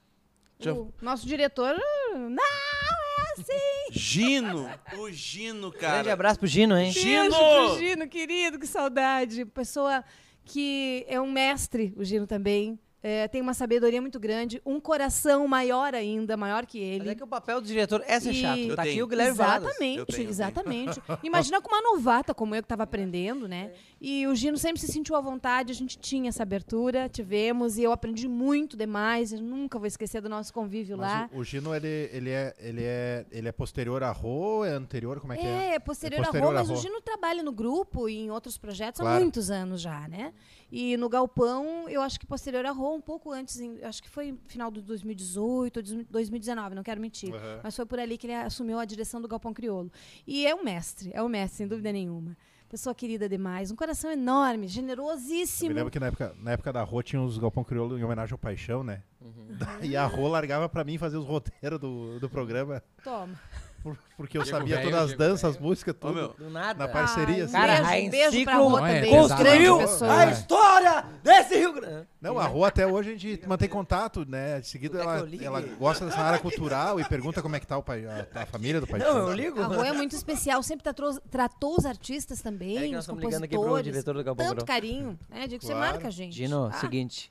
Speaker 4: Já-
Speaker 3: O nosso diretor. ah, Não, é assim!
Speaker 4: Gino, o Gino,
Speaker 2: Grande
Speaker 4: cara.
Speaker 2: abraço pro Gino, hein?
Speaker 4: Gino!
Speaker 3: Beijo pro Gino, querido, que saudade. Pessoa que é um mestre, o Gino também. É, tem uma sabedoria muito grande, um coração maior ainda, maior que
Speaker 2: Mas
Speaker 3: ele.
Speaker 2: é que o papel do diretor é ser
Speaker 3: E-
Speaker 2: chato.
Speaker 4: Eu
Speaker 2: Tá aqui
Speaker 4: tenho.
Speaker 2: o Guilherme Vadas.
Speaker 3: exatamente,
Speaker 4: Eu tenho, eu tenho.
Speaker 3: exatamente. Imagina com uma novata como eu que estava aprendendo, né? E o Gino sempre se sentiu à vontade, a gente tinha essa abertura, tivemos, e eu aprendi muito demais, eu nunca vou esquecer do nosso convívio lá.
Speaker 5: Mas o, o Gino, ele, ele, é, ele, é, ele é posterior a Rô, é anterior, como é que é?
Speaker 3: É, posterior, a
Speaker 5: posterior a
Speaker 3: Roma, mas
Speaker 5: Roma.
Speaker 3: o Gino trabalha no grupo e em outros projetos há
Speaker 5: Claro.
Speaker 3: muitos anos já, né? E no Galpão, eu acho que posterior a Roma, um pouco antes, em- acho que foi final de 2018 ou 2019, não quero mentir.
Speaker 5: Aham.
Speaker 3: Mas foi por ali que ele assumiu a direção do Galpão Crioulo. E é um mestre, é um mestre, sem dúvida nenhuma. Pessoa querida demais, um coração enorme,
Speaker 5: Eu me
Speaker 3: generosíssimo.
Speaker 5: lembro que na época, na época da Rô tinha os Galpão Crioulo em homenagem ao Paixão, né? *laughs* E a Rô largava pra mim fazer os roteiros do, do programa, *laughs*
Speaker 3: Toma.
Speaker 5: por- porque eu
Speaker 1: Diego
Speaker 5: sabia
Speaker 1: velho,
Speaker 5: todas as
Speaker 1: Diego
Speaker 5: danças, as músicas,
Speaker 4: Ô,
Speaker 5: tudo.
Speaker 4: meu,
Speaker 2: Do nada.
Speaker 5: Na parte- Parceria, assim.
Speaker 3: um
Speaker 5: sim.
Speaker 2: Cara, a
Speaker 3: beijo, um beijo pra
Speaker 2: Enciclo
Speaker 3: Rô
Speaker 1: Não, é
Speaker 3: também.
Speaker 1: pesado.
Speaker 2: Construiu
Speaker 3: grande pessoa.
Speaker 2: a história desse Rio Grande.
Speaker 5: Não, a Rô até hoje a gente mantém contato, né? De seguida
Speaker 2: Onde é que
Speaker 5: ela,
Speaker 2: eu ligo?
Speaker 5: ela gosta dessa área cultural e pergunta como é que tá o pai, a, a família do Paixão.
Speaker 2: Não, eu ligo.
Speaker 3: A Rua é muito especial, sempre tratou, tratou os artistas
Speaker 2: É que
Speaker 3: também,
Speaker 2: nós
Speaker 3: os
Speaker 2: estamos ligando aqui pro
Speaker 3: compositores.
Speaker 2: diretor do Galpão
Speaker 3: Tanto
Speaker 2: Grosso.
Speaker 3: carinho, né? Digo, você
Speaker 5: Claro.
Speaker 3: marca, gente.
Speaker 2: Gino, é
Speaker 3: Ah,
Speaker 2: seguinte.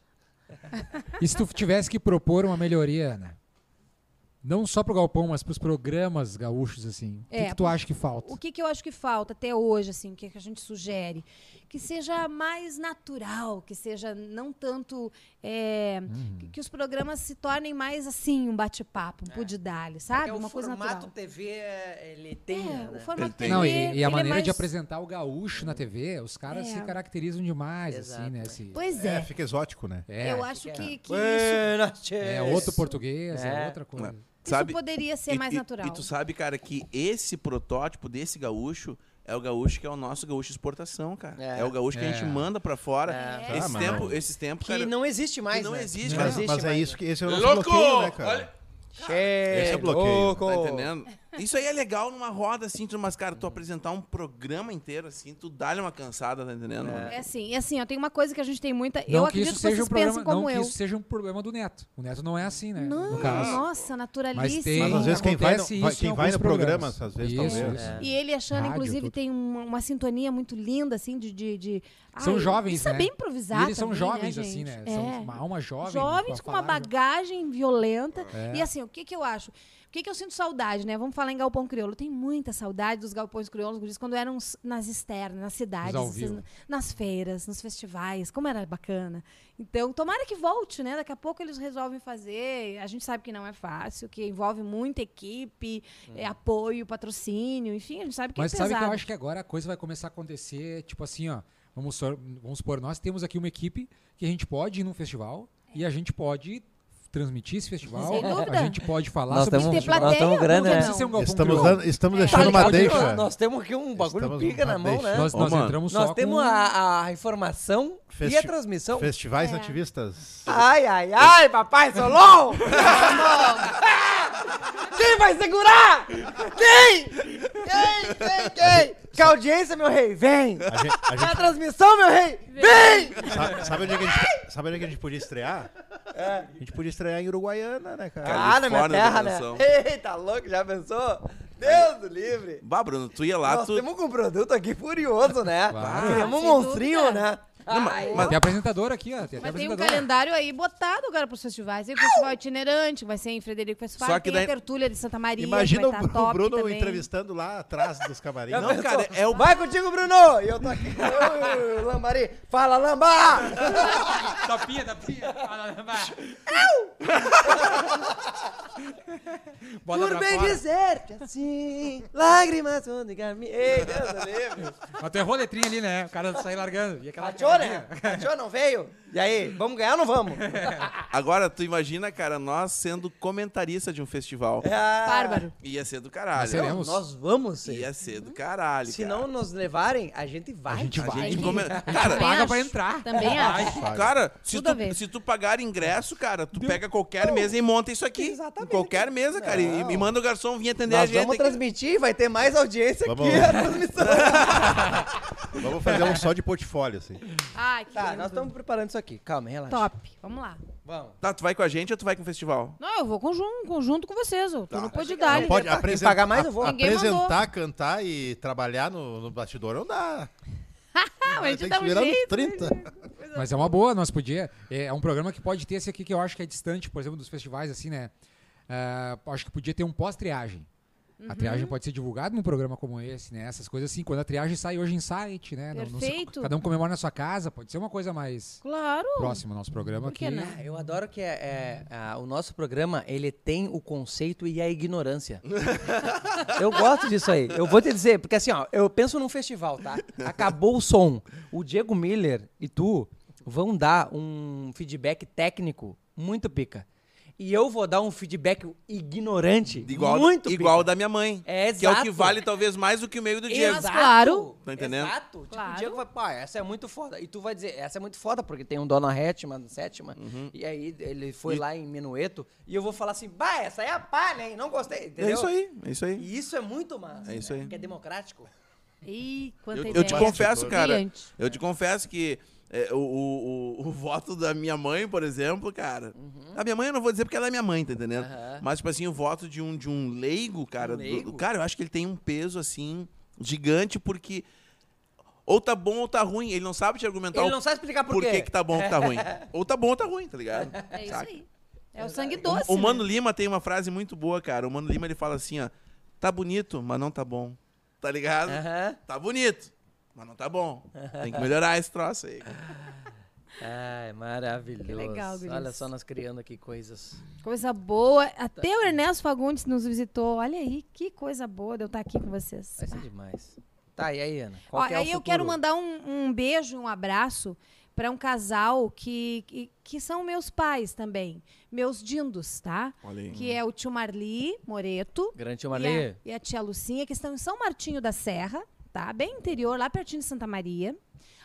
Speaker 1: E se tu tivesse que propor uma melhoria, Ana? Não só pro Galpão, mas pros programas gaúchos, assim. O que
Speaker 3: É,
Speaker 1: que, tu acha que falta?
Speaker 3: O que, que eu acho que falta até hoje, assim, o que, que a gente sugere? Que seja mais natural, que seja não tanto. é,
Speaker 1: Uhum.
Speaker 3: que, que os programas se tornem mais assim, um bate-papo, um pudidale,
Speaker 2: é
Speaker 3: sabe? Uma coisa natural.
Speaker 2: TV, ele
Speaker 3: É, o formato
Speaker 4: Tem-
Speaker 1: Não, e,
Speaker 3: TV,
Speaker 1: e
Speaker 3: ele é
Speaker 1: a maneira de
Speaker 3: mais-
Speaker 1: apresentar o gaúcho na TV, os caras
Speaker 3: É.
Speaker 1: se caracterizam demais, assim,
Speaker 2: Exato,
Speaker 1: né?
Speaker 2: é.
Speaker 1: Esse-
Speaker 3: Pois
Speaker 5: É,
Speaker 3: é.
Speaker 5: fica exótico, né?
Speaker 1: é,
Speaker 3: eu acho que, que isso,
Speaker 2: Buenas
Speaker 1: é
Speaker 2: noches.
Speaker 1: outro português, é,
Speaker 2: É.
Speaker 1: outra coisa.
Speaker 3: isso poderia ser
Speaker 4: e-
Speaker 3: mais
Speaker 4: e-
Speaker 3: natural.
Speaker 4: E tu sabe, cara, que esse protótipo desse gaúcho é o gaúcho que é o nosso gaúcho exportação, cara. É,
Speaker 2: É.
Speaker 4: o gaúcho que a gente
Speaker 1: É.
Speaker 4: manda pra fora.
Speaker 5: É.
Speaker 4: Esse
Speaker 5: Ah, mas
Speaker 4: tempo,
Speaker 5: não.
Speaker 4: esses tempos,
Speaker 2: Que
Speaker 4: cara.
Speaker 2: não existe mais,
Speaker 4: não
Speaker 2: né?
Speaker 4: existe,
Speaker 5: Não,
Speaker 4: cara.
Speaker 5: mas
Speaker 2: existe
Speaker 5: é
Speaker 2: mais, né?
Speaker 5: isso que esse é o nosso
Speaker 4: Louco!
Speaker 5: bloqueio, né, cara?
Speaker 4: Olha-
Speaker 5: Esse é
Speaker 2: Cheio,
Speaker 5: o bloqueio,
Speaker 2: louco.
Speaker 4: Tá entendendo? Isso aí é legal numa roda, assim, tu- mas, cara, tu apresentar um programa inteiro, assim, tu dá-lhe uma cansada, tá entendendo? mano?
Speaker 3: É assim, é assim, ó, tem uma coisa que a gente tem muita. eu
Speaker 1: Não que
Speaker 3: acredito
Speaker 1: isso
Speaker 3: que
Speaker 1: seja
Speaker 3: vocês
Speaker 1: um problema,
Speaker 3: pensem como
Speaker 1: não
Speaker 3: eu.
Speaker 1: que isso seja um problema do Neto. O Neto não é assim, né? no
Speaker 3: Não,
Speaker 1: caso.
Speaker 3: nossa, naturalíssimo.
Speaker 1: Mas tem-
Speaker 5: Mas às vezes quem vai,
Speaker 1: Acontece
Speaker 5: vai-
Speaker 1: isso
Speaker 5: quem
Speaker 1: em
Speaker 5: vai
Speaker 1: alguns
Speaker 5: no programa,
Speaker 1: programas.
Speaker 5: às vezes,
Speaker 1: Isso.
Speaker 5: talvez.
Speaker 1: É.
Speaker 3: E ele e a Xana,
Speaker 1: Rádio,
Speaker 3: inclusive,
Speaker 1: tudo.
Speaker 3: tem uma, uma sintonia muito linda, assim, de. de, de-
Speaker 1: São
Speaker 3: Ai,
Speaker 1: jovens,
Speaker 3: isso é
Speaker 1: né?
Speaker 3: bem
Speaker 1: E
Speaker 3: improvisado.
Speaker 1: eles são
Speaker 3: também,
Speaker 1: jovens,
Speaker 3: né,
Speaker 1: assim,
Speaker 3: gente?
Speaker 1: né?
Speaker 3: É.
Speaker 1: São uma alma jovem. né? É.
Speaker 3: Jovens
Speaker 1: pra
Speaker 3: tipo, com uma
Speaker 1: falar,
Speaker 3: bagagem violenta. E assim, o que, que eu acho? que, que eu sinto saudade, né? Vamos falar em galpão crioulo. Eu tenho muita saudade dos galpões crioulos, guris, quando eram s- nas externas, nas cidades,
Speaker 1: ao
Speaker 3: esses-
Speaker 1: vivo.
Speaker 3: nas feiras, nos festivais, como era bacana. Então, tomara que volte, né? Daqui a pouco eles resolvem fazer. A gente sabe que não é fácil, que envolve muita equipe, eh, apoio, patrocínio, enfim, a gente sabe que
Speaker 1: Hum. Mas
Speaker 3: é
Speaker 1: sabe
Speaker 3: pesado.
Speaker 1: que eu acho que agora a coisa vai começar a acontecer, tipo assim, ó. Vamos, sor- vamos supor, nós temos aqui uma equipe que a gente pode ir num festival e a gente pode transmitir esse festival.
Speaker 3: Sem dúvida.
Speaker 1: A gente pode falar
Speaker 2: Nós
Speaker 1: sobre
Speaker 2: temos,
Speaker 1: esse
Speaker 3: Tem
Speaker 1: festival.
Speaker 2: nós temos
Speaker 3: plateia,
Speaker 2: grande,
Speaker 1: Não
Speaker 2: né?
Speaker 3: não
Speaker 1: precisa ser um galpão
Speaker 5: Estamos,
Speaker 1: crioulo.
Speaker 5: dando-
Speaker 2: É,
Speaker 5: estamos deixando uma
Speaker 1: ligado?
Speaker 5: deixa.
Speaker 2: Nós temos aqui um bagulho
Speaker 5: Estamos
Speaker 2: pica
Speaker 5: uma
Speaker 2: na mão, né?
Speaker 5: deixa.
Speaker 1: Nós,
Speaker 4: Ô,
Speaker 1: nós
Speaker 4: mano,
Speaker 1: entramos
Speaker 2: Nós
Speaker 1: só um
Speaker 2: temos
Speaker 1: com...
Speaker 2: a, a informação e a
Speaker 5: Festi-
Speaker 2: transmissão.
Speaker 5: Festivais
Speaker 3: É.
Speaker 5: ativistas.
Speaker 2: Ai, ai, ai, papai Solon!
Speaker 3: *laughs*
Speaker 2: Quem vai segurar? Quem? Quem? Quem? Quem? Que audiência, meu rei, vem!
Speaker 5: A gente, a
Speaker 2: Que a
Speaker 5: gente-
Speaker 2: transmissão, meu rei, vem! *laughs*
Speaker 5: sabe, sabe onde é que a gente, sabe onde é que a gente podia estrear?
Speaker 2: É.
Speaker 5: A gente podia estrear em Uruguaiana, né, cara?
Speaker 2: Ah, na minha
Speaker 4: Califórnia
Speaker 2: terra,
Speaker 4: da
Speaker 2: né?
Speaker 4: canção.
Speaker 2: Eita, louco, já pensou? Deus do livre!
Speaker 4: Bah, Bruno, tu ia lá,
Speaker 2: Nós
Speaker 4: tu.
Speaker 2: temos um produto aqui furioso, né?
Speaker 1: Claro.
Speaker 2: Criamos um
Speaker 3: Sem
Speaker 2: monstrinho,
Speaker 3: dúvida.
Speaker 2: né?
Speaker 4: Não, mas-
Speaker 2: Ai,
Speaker 4: mas-
Speaker 1: Tem apresentador aqui, ó. Tem até
Speaker 3: Mas tem um
Speaker 1: apresentador.
Speaker 3: calendário aí botado agora para os festivais. Tem o festival itinerante, que vai ser em Frederico Festival.
Speaker 4: Só que
Speaker 3: tem a
Speaker 4: daí-
Speaker 3: Tertúlia de Santa Maria,
Speaker 5: Imagina
Speaker 3: que
Speaker 5: o
Speaker 3: vai
Speaker 5: Bru-
Speaker 2: tá
Speaker 3: estar
Speaker 5: o
Speaker 3: top
Speaker 5: Bruno
Speaker 3: também.
Speaker 5: entrevistando lá atrás dos camarins.
Speaker 4: Não, cara, é o.
Speaker 2: Vai contigo, Bruno! E eu tô aqui. Ui, Lambari! Fala, lamba!
Speaker 1: Tapinha, tapinha. *laughs* Bola pra
Speaker 2: Por bem
Speaker 1: fora.
Speaker 2: dizer que assim, lágrimas vão de caminho. Ei, Deus do livre!
Speaker 1: Mas tu errou a letrinha ali, né? O cara sai largando. E aquela
Speaker 2: Achou, né? Achou, não veio? E aí, vamos ganhar ou não vamos?
Speaker 4: Agora, tu imagina, cara, nós sendo comentarista de um festival.
Speaker 2: Ah,
Speaker 3: Bárbaro.
Speaker 4: Ia ser do caralho.
Speaker 1: seremos.
Speaker 2: Nós vamos ser.
Speaker 4: Ia ser do caralho.
Speaker 2: Se
Speaker 4: cara.
Speaker 2: não nos levarem, a gente vai.
Speaker 1: é A gente
Speaker 4: A
Speaker 1: vai.
Speaker 4: gente
Speaker 3: Vai.
Speaker 2: *laughs*
Speaker 4: come-
Speaker 3: Também
Speaker 4: Cara,
Speaker 1: paga
Speaker 3: acho,
Speaker 1: pra entrar.
Speaker 3: Também acho.
Speaker 4: cara se,
Speaker 3: Toda
Speaker 4: tu,
Speaker 3: vez.
Speaker 4: se tu pagar ingresso, cara, tu pega qualquer mesa e monta isso aqui.
Speaker 2: Exatamente.
Speaker 4: Qualquer mesa, cara. E,
Speaker 2: Não.
Speaker 4: e manda o garçom vir atender a
Speaker 2: Nós
Speaker 4: gente.
Speaker 2: vamos
Speaker 4: aqui.
Speaker 2: transmitir, vai ter mais audiência
Speaker 5: Vamos.
Speaker 2: que a *laughs* transmissão.
Speaker 5: Vamos fazer um só de portfólio, assim.
Speaker 3: Ai, que
Speaker 2: Tá,
Speaker 3: lindo.
Speaker 2: nós estamos preparando isso aqui. Calma, relaxa.
Speaker 3: Top. Vamos lá.
Speaker 2: Vamos.
Speaker 4: Tá, tu vai com a gente ou tu vai com o festival?
Speaker 3: Não, eu vou conjunto, conjunto com vocês. Eu tô
Speaker 4: Tá.
Speaker 3: no
Speaker 5: Não
Speaker 3: Podidale.
Speaker 5: pode
Speaker 2: Quem
Speaker 5: apresentar,
Speaker 2: pagar mais, eu vou.
Speaker 5: a-
Speaker 3: Ninguém mandou.
Speaker 5: apresentar, cantar e trabalhar no, no bastidor não dá.
Speaker 3: Ah, *laughs* mas a
Speaker 5: Tem
Speaker 3: gente
Speaker 5: que
Speaker 3: dá
Speaker 5: se
Speaker 3: um
Speaker 5: virar nos
Speaker 3: jeito. né?
Speaker 5: 30.
Speaker 1: Mas é uma boa, nós podia. É um programa que pode ter esse aqui que eu acho que é distante, por exemplo, dos festivais, assim, né? Ah, acho que podia ter um pós-triagem.
Speaker 3: Uhum.
Speaker 1: A triagem pode ser divulgada num programa como esse, né? Essas coisas assim, quando a triagem sai hoje em site, né? Não- não se-
Speaker 3: Perfeito.
Speaker 1: cada um comemora na sua casa, pode ser uma coisa mais
Speaker 3: Claro.
Speaker 1: próxima ao nosso programa
Speaker 3: Por que
Speaker 1: aqui.
Speaker 3: não?
Speaker 2: Ah, Eu adoro que é, é, a- o nosso programa ele tem o conceito e a *laughs* ignorância. eu gosto disso aí. Eu vou te dizer, porque assim, ó, eu penso num festival, tá? Acabou o som. O Diego Miller e tu vão dar um feedback técnico muito pica. E eu vou dar um feedback ignorante.
Speaker 4: Igual,
Speaker 2: muito
Speaker 4: igual o
Speaker 2: pica.
Speaker 4: da minha mãe.
Speaker 2: É,
Speaker 4: Que é o
Speaker 2: exato.
Speaker 4: que vale talvez mais do que o meio do Diego.
Speaker 3: Exato. Claro.
Speaker 4: Tá entendendo?
Speaker 2: Exato. Tipo,
Speaker 3: Claro.
Speaker 2: o Diego vai, pá, essa é muito foda. E tu vai dizer, essa é muito foda, porque tem um Dona Rétima, sétima.
Speaker 4: Uhum.
Speaker 2: E aí ele foi lá em Minueto. E eu vou falar assim, bah, essa é a pá, né? Não gostei. Entendeu?
Speaker 4: É isso aí, é isso aí.
Speaker 2: E isso é muito massa.
Speaker 4: É isso aí.
Speaker 2: Né? Que é democrático.
Speaker 3: Ih, quanta
Speaker 4: Eu, eu
Speaker 3: ideia.
Speaker 4: te confesso, cara.
Speaker 3: Brilhante.
Speaker 4: Eu te confesso que é, o, o, o- o voto da minha mãe, por exemplo, cara. A minha mãe eu não vou dizer porque ela é minha mãe, tá entendendo?
Speaker 2: Uhum. Aham.
Speaker 4: Mas, tipo assim, o voto de um, de um leigo, cara.
Speaker 2: Um
Speaker 4: do-
Speaker 2: leigo?
Speaker 4: cara, eu acho que ele tem um peso, assim, gigante, porque. Ou tá bom ou tá ruim. Ele não sabe te argumentar
Speaker 2: Ele
Speaker 4: o
Speaker 2: não sabe explicar por,
Speaker 4: Então, por
Speaker 2: quê.
Speaker 4: que, que tá bom ou que
Speaker 2: *laughs*
Speaker 4: tá ruim. ou tá bom ou tá ruim, tá ligado?
Speaker 3: É isso
Speaker 4: Saca? Um
Speaker 3: aí. É o sangue doce.
Speaker 4: O Mano
Speaker 3: né?
Speaker 4: Lima tem uma frase muito boa, cara. O Mano Lima ele fala assim, ó. Tá bonito, mas não tá bom. Tá ligado?
Speaker 3: É.
Speaker 2: Aham.
Speaker 4: Tá bonito, mas não tá bom. Tem que melhorar esse troço aí. cara.
Speaker 2: Ai, maravilhoso.
Speaker 3: Que legal, guris.
Speaker 2: Olha só nós criando aqui coisas.
Speaker 3: Coisa boa. Até o Ernesto Fagundes nos visitou. Olha aí, que coisa boa de eu estar aqui com vocês.
Speaker 2: Vai ser demais. Tá, e aí, Ana?
Speaker 3: Ó,
Speaker 2: Qual que é o
Speaker 3: aí eu
Speaker 2: futuro?
Speaker 3: quero mandar um, um beijo, um abraço para um casal que, que, que são meus pais também. Meus dindos, tá?
Speaker 4: Olha aí.
Speaker 3: Que é o tio Marli Moreto
Speaker 2: Grande Tio
Speaker 3: e a,
Speaker 2: Marli.
Speaker 3: e a tia Lucinha, que estão em São Martinho da Serra, tá? Bem interior, lá pertinho de Santa Maria.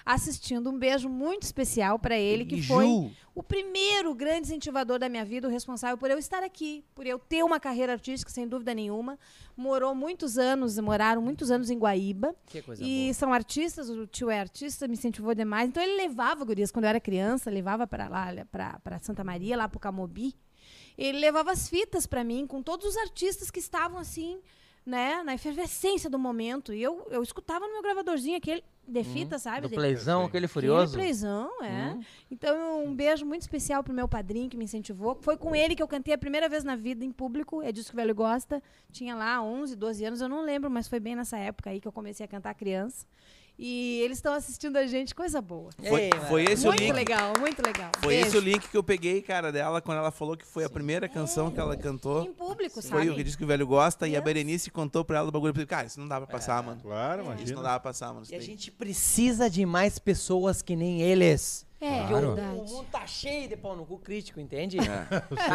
Speaker 3: Assistindo um beijo muito especial para ele, que foi o primeiro grande incentivador da minha vida, o responsável por eu estar aqui, por eu ter uma carreira artística, sem dúvida nenhuma. Morou muitos anos, moraram muitos anos em Guaíba.
Speaker 2: Que coisa
Speaker 3: e são artistas, o tio é artista, me incentivou demais. Então ele levava gurias quando eu era criança, levava para lá, para para Santa Maria, lá pro Camobi. Ele levava as fitas para mim com todos os artistas que estavam assim, né, na efervescência do momento. E eu, eu escutava no meu gravadorzinho aquele, de fita, sabe?
Speaker 2: Uhum. Hum? Do
Speaker 3: De-
Speaker 2: playzão, aquele furioso.
Speaker 3: Aquele playzão, é. Então, um beijo muito especial pro meu padrinho que me incentivou. Foi com ele que eu cantei a primeira vez na vida em público. É disso que o velho gosta. Tinha lá 11, 12 anos, eu não lembro, mas foi bem nessa época aí que eu comecei a cantar criança. E eles estão assistindo a gente, coisa boa.
Speaker 4: Foi,
Speaker 2: Ei, mano.
Speaker 4: foi esse o
Speaker 3: muito
Speaker 4: link.
Speaker 3: legal, muito legal.
Speaker 4: Foi
Speaker 3: Beijo.
Speaker 4: esse o link que eu peguei, cara, dela, quando ela falou que foi a primeira canção que ela
Speaker 3: Em
Speaker 4: cantou.
Speaker 3: público,
Speaker 4: Foi
Speaker 3: É. sabe?
Speaker 4: o que diz que o velho gosta. E a Berenice contou pra ela o bagulho. Eu falei, Cara, isso não dá pra
Speaker 3: É.
Speaker 4: passar, mano.
Speaker 5: Claro,
Speaker 4: Isso não
Speaker 5: imagina.
Speaker 4: dá pra passar, mano. Isso
Speaker 2: E a
Speaker 4: tem-
Speaker 2: gente precisa de mais pessoas que nem eles.
Speaker 3: É,
Speaker 2: Porque o-
Speaker 3: verdade.
Speaker 2: o mundo tá cheio de pau no cu crítico, entende?
Speaker 5: Sim,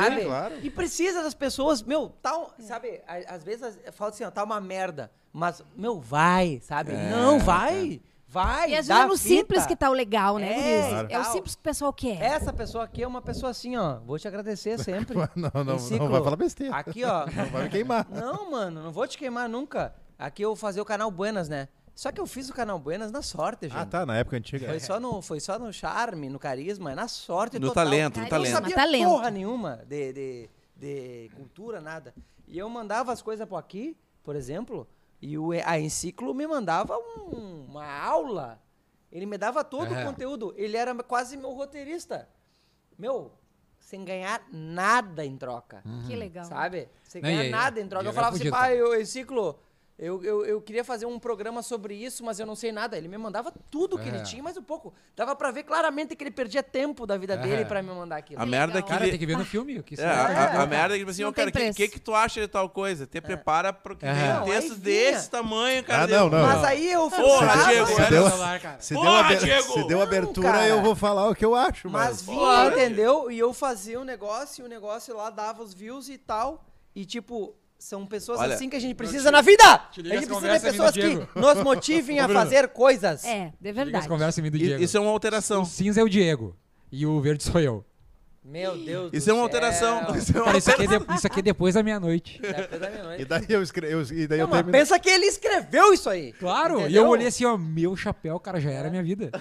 Speaker 2: *laughs* sabe?
Speaker 5: claro.
Speaker 2: E precisa das pessoas, meu, tal,
Speaker 3: É.
Speaker 2: sabe? a- Às vezes as- fala assim, ó, tá uma merda, mas meu, vai, sabe? não, vai. Vai,
Speaker 3: E às
Speaker 2: dá
Speaker 3: vezes é no
Speaker 2: fita.
Speaker 3: simples que tá o legal, né,
Speaker 2: É,
Speaker 3: Guris?
Speaker 2: claro.
Speaker 3: É o simples que o pessoal quer.
Speaker 2: Essa pessoa aqui é uma pessoa assim, ó, vou te
Speaker 5: *laughs*
Speaker 2: agradecer sempre.
Speaker 5: Não, não, não
Speaker 2: Ciclo.
Speaker 5: vai falar besteira.
Speaker 2: Aqui, ó.
Speaker 5: *laughs* Não vai me queimar.
Speaker 2: Não, mano, não vou te queimar nunca. Aqui eu vou fazer o canal Buenas, né? Só que eu fiz o canal Buenas na sorte, gente.
Speaker 5: Ah, tá, na época antiga.
Speaker 2: Foi só, no, foi só no charme, no carisma, é na sorte
Speaker 4: No
Speaker 2: total.
Speaker 4: talento, no
Speaker 2: Eu
Speaker 4: talento.
Speaker 2: Não sabia
Speaker 3: Talento.
Speaker 2: porra nenhuma de, de, de cultura, nada. E eu mandava as coisas pra aqui, por exemplo, e o, a Enciclo me mandava um- uma aula. Ele me dava todo o conteúdo. Ele era quase meu roteirista. Meu, sem ganhar nada em troca.
Speaker 4: Hum.
Speaker 3: Que legal.
Speaker 2: Sabe? Sem
Speaker 1: Não, e
Speaker 2: ganhar
Speaker 1: aí,
Speaker 2: Então, nada em troca.
Speaker 1: e
Speaker 2: Eu
Speaker 1: agora
Speaker 2: falava assim,
Speaker 1: fugiu,
Speaker 2: pai,
Speaker 1: tá?
Speaker 2: eu, Enciclo, eu, eu, eu queria fazer um programa sobre isso, mas eu não sei nada. Ele me mandava tudo que
Speaker 1: É.
Speaker 2: ele tinha, mais um pouco. Dava pra ver claramente que ele perdia tempo da vida
Speaker 1: É.
Speaker 2: dele pra me mandar aquilo.
Speaker 10: Ah,
Speaker 4: A merda é que
Speaker 1: Cara, tem
Speaker 4: ele.
Speaker 1: que ver no filme. Que isso
Speaker 4: É,
Speaker 1: é-
Speaker 4: a, a- a merda é que, tipo assim,
Speaker 3: Não
Speaker 4: ó, cara, o
Speaker 3: tem
Speaker 4: que,
Speaker 3: preço. É.
Speaker 4: que que tu acha de tal coisa? Te prepara pro que tem
Speaker 1: É.
Speaker 4: um
Speaker 2: Não,
Speaker 4: texto
Speaker 2: aí
Speaker 4: desse
Speaker 2: vinha.
Speaker 4: tamanho, cara.
Speaker 5: Ah, não,
Speaker 4: Eu-
Speaker 5: não.
Speaker 2: Mas aí eu fui
Speaker 4: Porra,
Speaker 2: usado,
Speaker 4: Diego,
Speaker 5: se
Speaker 4: era
Speaker 5: deu,
Speaker 4: o
Speaker 1: celular, cara.
Speaker 5: se
Speaker 4: Porra,
Speaker 5: deu, abertura,
Speaker 4: Diego!
Speaker 5: se deu
Speaker 4: Não,
Speaker 5: abertura,
Speaker 2: cara.
Speaker 5: eu vou falar o que eu acho,
Speaker 2: Mas
Speaker 5: mas.
Speaker 2: vinha,
Speaker 4: Porra.
Speaker 2: entendeu? E eu fazia um negócio, e o negócio lá dava os views e tal. E tipo, são pessoas
Speaker 4: Olha,
Speaker 2: assim que a gente precisa na vida!
Speaker 10: te
Speaker 2: A
Speaker 10: liga as
Speaker 2: gente precisa de
Speaker 10: conversas aí do
Speaker 2: pessoas
Speaker 10: Diego.
Speaker 2: que nos
Speaker 10: *laughs*
Speaker 2: motivem a
Speaker 10: Ô, Bruno.
Speaker 2: fazer coisas.
Speaker 3: É, de
Speaker 1: Liga as
Speaker 3: verdade.
Speaker 1: conversas em mim do
Speaker 4: I-
Speaker 1: Diego.
Speaker 4: Isso é uma
Speaker 1: O
Speaker 4: alteração.
Speaker 1: cinza é o Diego. E o verde sou eu.
Speaker 2: Meu Deus do
Speaker 4: Isso é uma
Speaker 2: céu.
Speaker 4: alteração. *laughs* Isso é uma
Speaker 1: Cara, isso aqui é, de- isso aqui é depois da meia-noite.
Speaker 3: É
Speaker 2: Deve da minha noite.
Speaker 5: E daí eu escrevi. eu- E daí eu
Speaker 2: Não, mas
Speaker 5: terminei.
Speaker 2: pensa que ele escreveu isso aí.
Speaker 1: Claro, e eu
Speaker 2: Entendeu?
Speaker 1: olhei assim, ó, meu chapéu, cara, já
Speaker 3: É.
Speaker 1: era a minha
Speaker 3: *laughs*
Speaker 1: vida.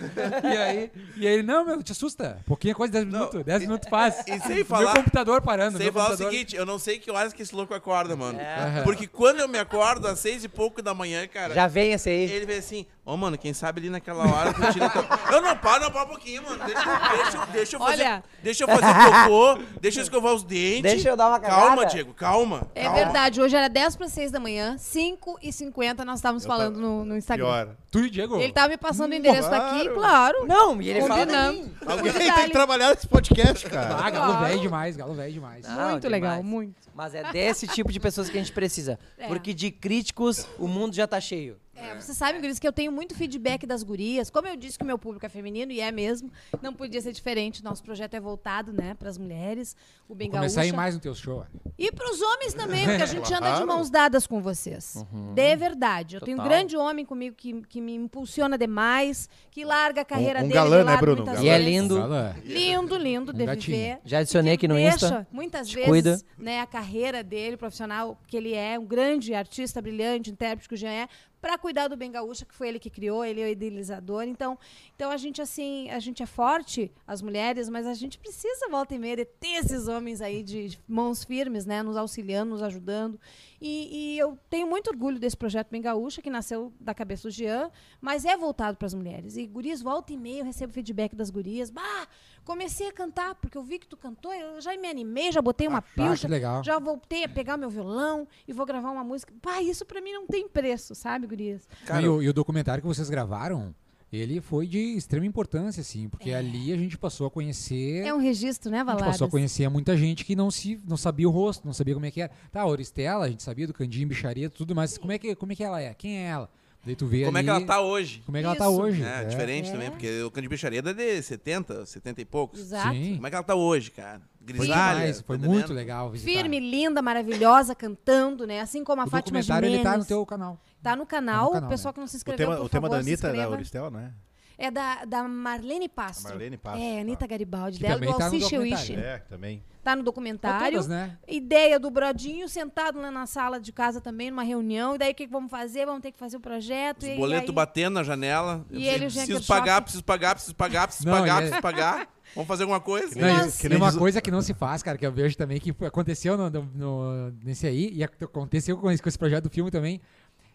Speaker 1: E aí, e aí ele, não, meu, te assusta. Pouquinho é quase 10 minutos, 10 minutos passa.
Speaker 4: e sem
Speaker 1: Meu
Speaker 4: falar-
Speaker 1: computador
Speaker 2: é,
Speaker 1: parando,
Speaker 4: Sem
Speaker 1: meu
Speaker 4: falar o
Speaker 1: computador-
Speaker 4: seguinte, eu não sei que horas que esse louco acorda, mano. Porque quando eu me acordo, às seis e pouco da manhã, cara,
Speaker 2: Já vem esse aí.
Speaker 4: ele vem assim, ô mano, quem sabe ali naquela hora tu tira teu... *laughs* Eu não paro, não paro um pouquinho, mano. Deixa, eu- deixa, eu- deixa eu fazer.
Speaker 3: Olha.
Speaker 4: Deixa eu fazer cocô, deixa eu escovar os dentes.
Speaker 2: Deixa eu dar uma
Speaker 4: Calma,
Speaker 2: cagada.
Speaker 4: Diego, calma.
Speaker 3: É
Speaker 4: calma.
Speaker 3: verdade, hoje era 10 para 6 da manhã, 5 e 50 nós estávamos falando no, no Instagram.
Speaker 5: Pior.
Speaker 1: Tu e o Diego?
Speaker 3: Ele tá tava me passando o endereço daqui, claro.
Speaker 2: Não, e ele fala de
Speaker 3: combinamos.
Speaker 2: mim.
Speaker 5: Alguém tem
Speaker 3: Detalhe.
Speaker 5: que trabalhar nesse podcast, cara.
Speaker 1: Ah, galo velho demais, galo velho demais.
Speaker 2: Ah,
Speaker 3: muito
Speaker 2: demais.
Speaker 3: legal, muito.
Speaker 2: Mas é
Speaker 3: *laughs*
Speaker 2: desse tipo de pessoas que a gente precisa.
Speaker 3: É.
Speaker 2: Porque de críticos, o mundo já tá cheio.
Speaker 3: É, vocês sabem, Guris, que eu tenho muito feedback das gurias. Como eu disse que o meu público é feminino, e é mesmo, não podia ser diferente. Nosso projeto é voltado, né, para as mulheres, o Bem
Speaker 1: Começar a ir
Speaker 3: Gaúcha.
Speaker 1: mais no teu show. né?
Speaker 3: E para os homens também, porque a
Speaker 5: *laughs*
Speaker 3: gente anda de
Speaker 5: É, Claro. Uhum.
Speaker 3: mãos dadas com vocês. De verdade. Eu tenho um
Speaker 2: Total.
Speaker 3: grande homem comigo que, que me impulsiona demais, que larga a carreira
Speaker 5: um
Speaker 3: dele.
Speaker 5: galã,
Speaker 3: de
Speaker 5: né,
Speaker 3: lado
Speaker 5: Bruno?
Speaker 3: muitas
Speaker 5: Galã.
Speaker 2: E é
Speaker 3: vezes.
Speaker 2: lindo.
Speaker 1: Galo-
Speaker 3: Lindo, lindo
Speaker 1: Um
Speaker 3: de
Speaker 1: gatinho.
Speaker 3: viver.
Speaker 2: Já adicionei
Speaker 3: que
Speaker 2: aqui no
Speaker 3: deixa,
Speaker 2: Insta.
Speaker 3: Muitas
Speaker 2: Te
Speaker 3: vezes,
Speaker 2: cuida.
Speaker 3: né, a carreira dele, profissional, que ele é um grande artista, brilhante, intérprete que o Jean é, para cuidar do Bem Gaúcha, que foi ele que criou, ele é o idealizador. Então, então a gente assim, a gente é forte, as mulheres, mas a gente precisa volta e meia de ter esses homens aí de, de mãos firmes, né, nos auxiliando, nos ajudando. E, e eu tenho muito orgulho desse projeto Bem Gaúcha, que nasceu da cabeça do Jean, mas é voltado para as mulheres. E gurias, volta e meia, eu recebo feedback das gurias. Bah, comecei a cantar, porque eu vi que tu cantou, eu já me animei, já botei uma
Speaker 1: Ah, que
Speaker 3: pilcha,
Speaker 1: legal.
Speaker 3: já voltei a pegar meu violão e vou gravar uma música. Bah, isso para mim não tem preço, sabe, gurias?
Speaker 4: Cara,
Speaker 1: e, o, e o documentário que vocês gravaram, ele foi de extrema importância, assim, porque ali a gente passou a conhecer.
Speaker 3: É um registro, né,
Speaker 1: a gente
Speaker 3: Valadas?
Speaker 1: passou a conhecer muita gente que não, se, não sabia o rosto, não sabia como é que era. Tá, a Oristela, a gente sabia do Candim, Bicharia, tudo, mas como é que, como é que ela é? Quem é ela? Daí tu vê
Speaker 4: Como é
Speaker 1: ali
Speaker 4: que ela tá hoje?
Speaker 1: Como é que ela tá
Speaker 3: Isso.
Speaker 1: hoje?
Speaker 4: né?
Speaker 1: É.
Speaker 4: Diferente
Speaker 3: É.
Speaker 4: também, porque o canto de bichareda é de 70, 70 e poucos.
Speaker 3: Exato.
Speaker 1: Sim.
Speaker 4: Como é que ela tá hoje, cara?
Speaker 1: Foi
Speaker 4: Grisalha.
Speaker 1: demais,
Speaker 4: tá
Speaker 1: foi
Speaker 4: entendendo?
Speaker 1: muito legal visitar.
Speaker 3: Firme, linda, maravilhosa, cantando, né? Assim como a
Speaker 1: O
Speaker 3: Fátima
Speaker 1: documentário ele
Speaker 3: Jimenez.
Speaker 1: tá no teu canal.
Speaker 3: Tá no canal.
Speaker 1: Tá no canal,
Speaker 3: o pessoal
Speaker 1: né?
Speaker 3: que não se
Speaker 5: O
Speaker 3: inscreveu,
Speaker 5: tema,
Speaker 3: por
Speaker 5: o tema
Speaker 3: favor,
Speaker 5: da
Speaker 3: se
Speaker 5: Anitta é da
Speaker 3: inscreva.
Speaker 5: Auristel, né?
Speaker 3: É da, da Marlene Pastro.
Speaker 5: A Marlene Pastro,
Speaker 3: É,
Speaker 5: tá.
Speaker 3: Anitta Garibaldi,
Speaker 1: Que
Speaker 3: dela do
Speaker 1: também tá no
Speaker 3: Alciche
Speaker 1: documentário,
Speaker 3: Wish.
Speaker 1: Sim. né?
Speaker 5: É, também.
Speaker 3: Tá no
Speaker 1: Tá
Speaker 3: documentário.
Speaker 1: todas, né?
Speaker 3: Ideia do Brodinho sentado lá na sala de casa também, numa reunião. E daí o que, que vamos fazer? Vamos ter que fazer o projeto.
Speaker 4: Os
Speaker 3: e- e
Speaker 4: boletos
Speaker 3: aí-
Speaker 4: batendo na janela. Eu
Speaker 3: E ele, o Jean
Speaker 4: preciso
Speaker 3: Kirchhoff.
Speaker 4: pagar, preciso pagar, preciso pagar, preciso
Speaker 1: Não, é
Speaker 4: pagar,
Speaker 1: e
Speaker 4: preciso pagar. Vamos fazer alguma coisa?
Speaker 5: nem-
Speaker 3: Nossa.
Speaker 1: Tem
Speaker 5: nem
Speaker 1: uma
Speaker 5: diz-
Speaker 1: coisa que não se faz, cara, que eu vejo também que foi- aconteceu no, no- no- nesse aí, e ac- aconteceu com esse, com esse projeto do filme também.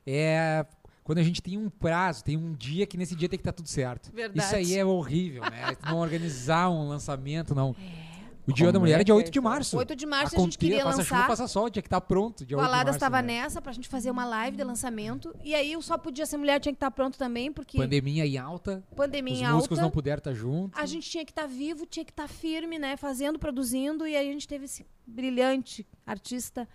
Speaker 1: É quando a gente tem um prazo, tem um dia que nesse dia tem que estar tudo certo.
Speaker 3: Verdade.
Speaker 1: Isso aí é horrível, né? não organizar um lançamento, não. O Dia da Mulher é dia 8 de março.
Speaker 3: 8 de março a gente
Speaker 1: Aconteça,
Speaker 3: queria
Speaker 1: faça
Speaker 3: lançar.
Speaker 1: Chuva, faça sol, tinha que estar pronto. Dia
Speaker 3: O
Speaker 1: 8 de
Speaker 3: Aladas
Speaker 1: março,
Speaker 3: estava
Speaker 1: né?
Speaker 3: nessa pra gente fazer uma live de lançamento. E aí eu só podia ser mulher, tinha que estar pronto também, porque
Speaker 1: Pandemia em alta,
Speaker 3: pandemia
Speaker 1: os músicos
Speaker 3: alta.
Speaker 1: não puderam tá estar
Speaker 3: *laughs*
Speaker 1: juntos.
Speaker 4: Uhum.
Speaker 3: A gente tinha que estar vivo, tinha que estar firme, né? Fazendo, produzindo. E aí a gente teve esse brilhante artista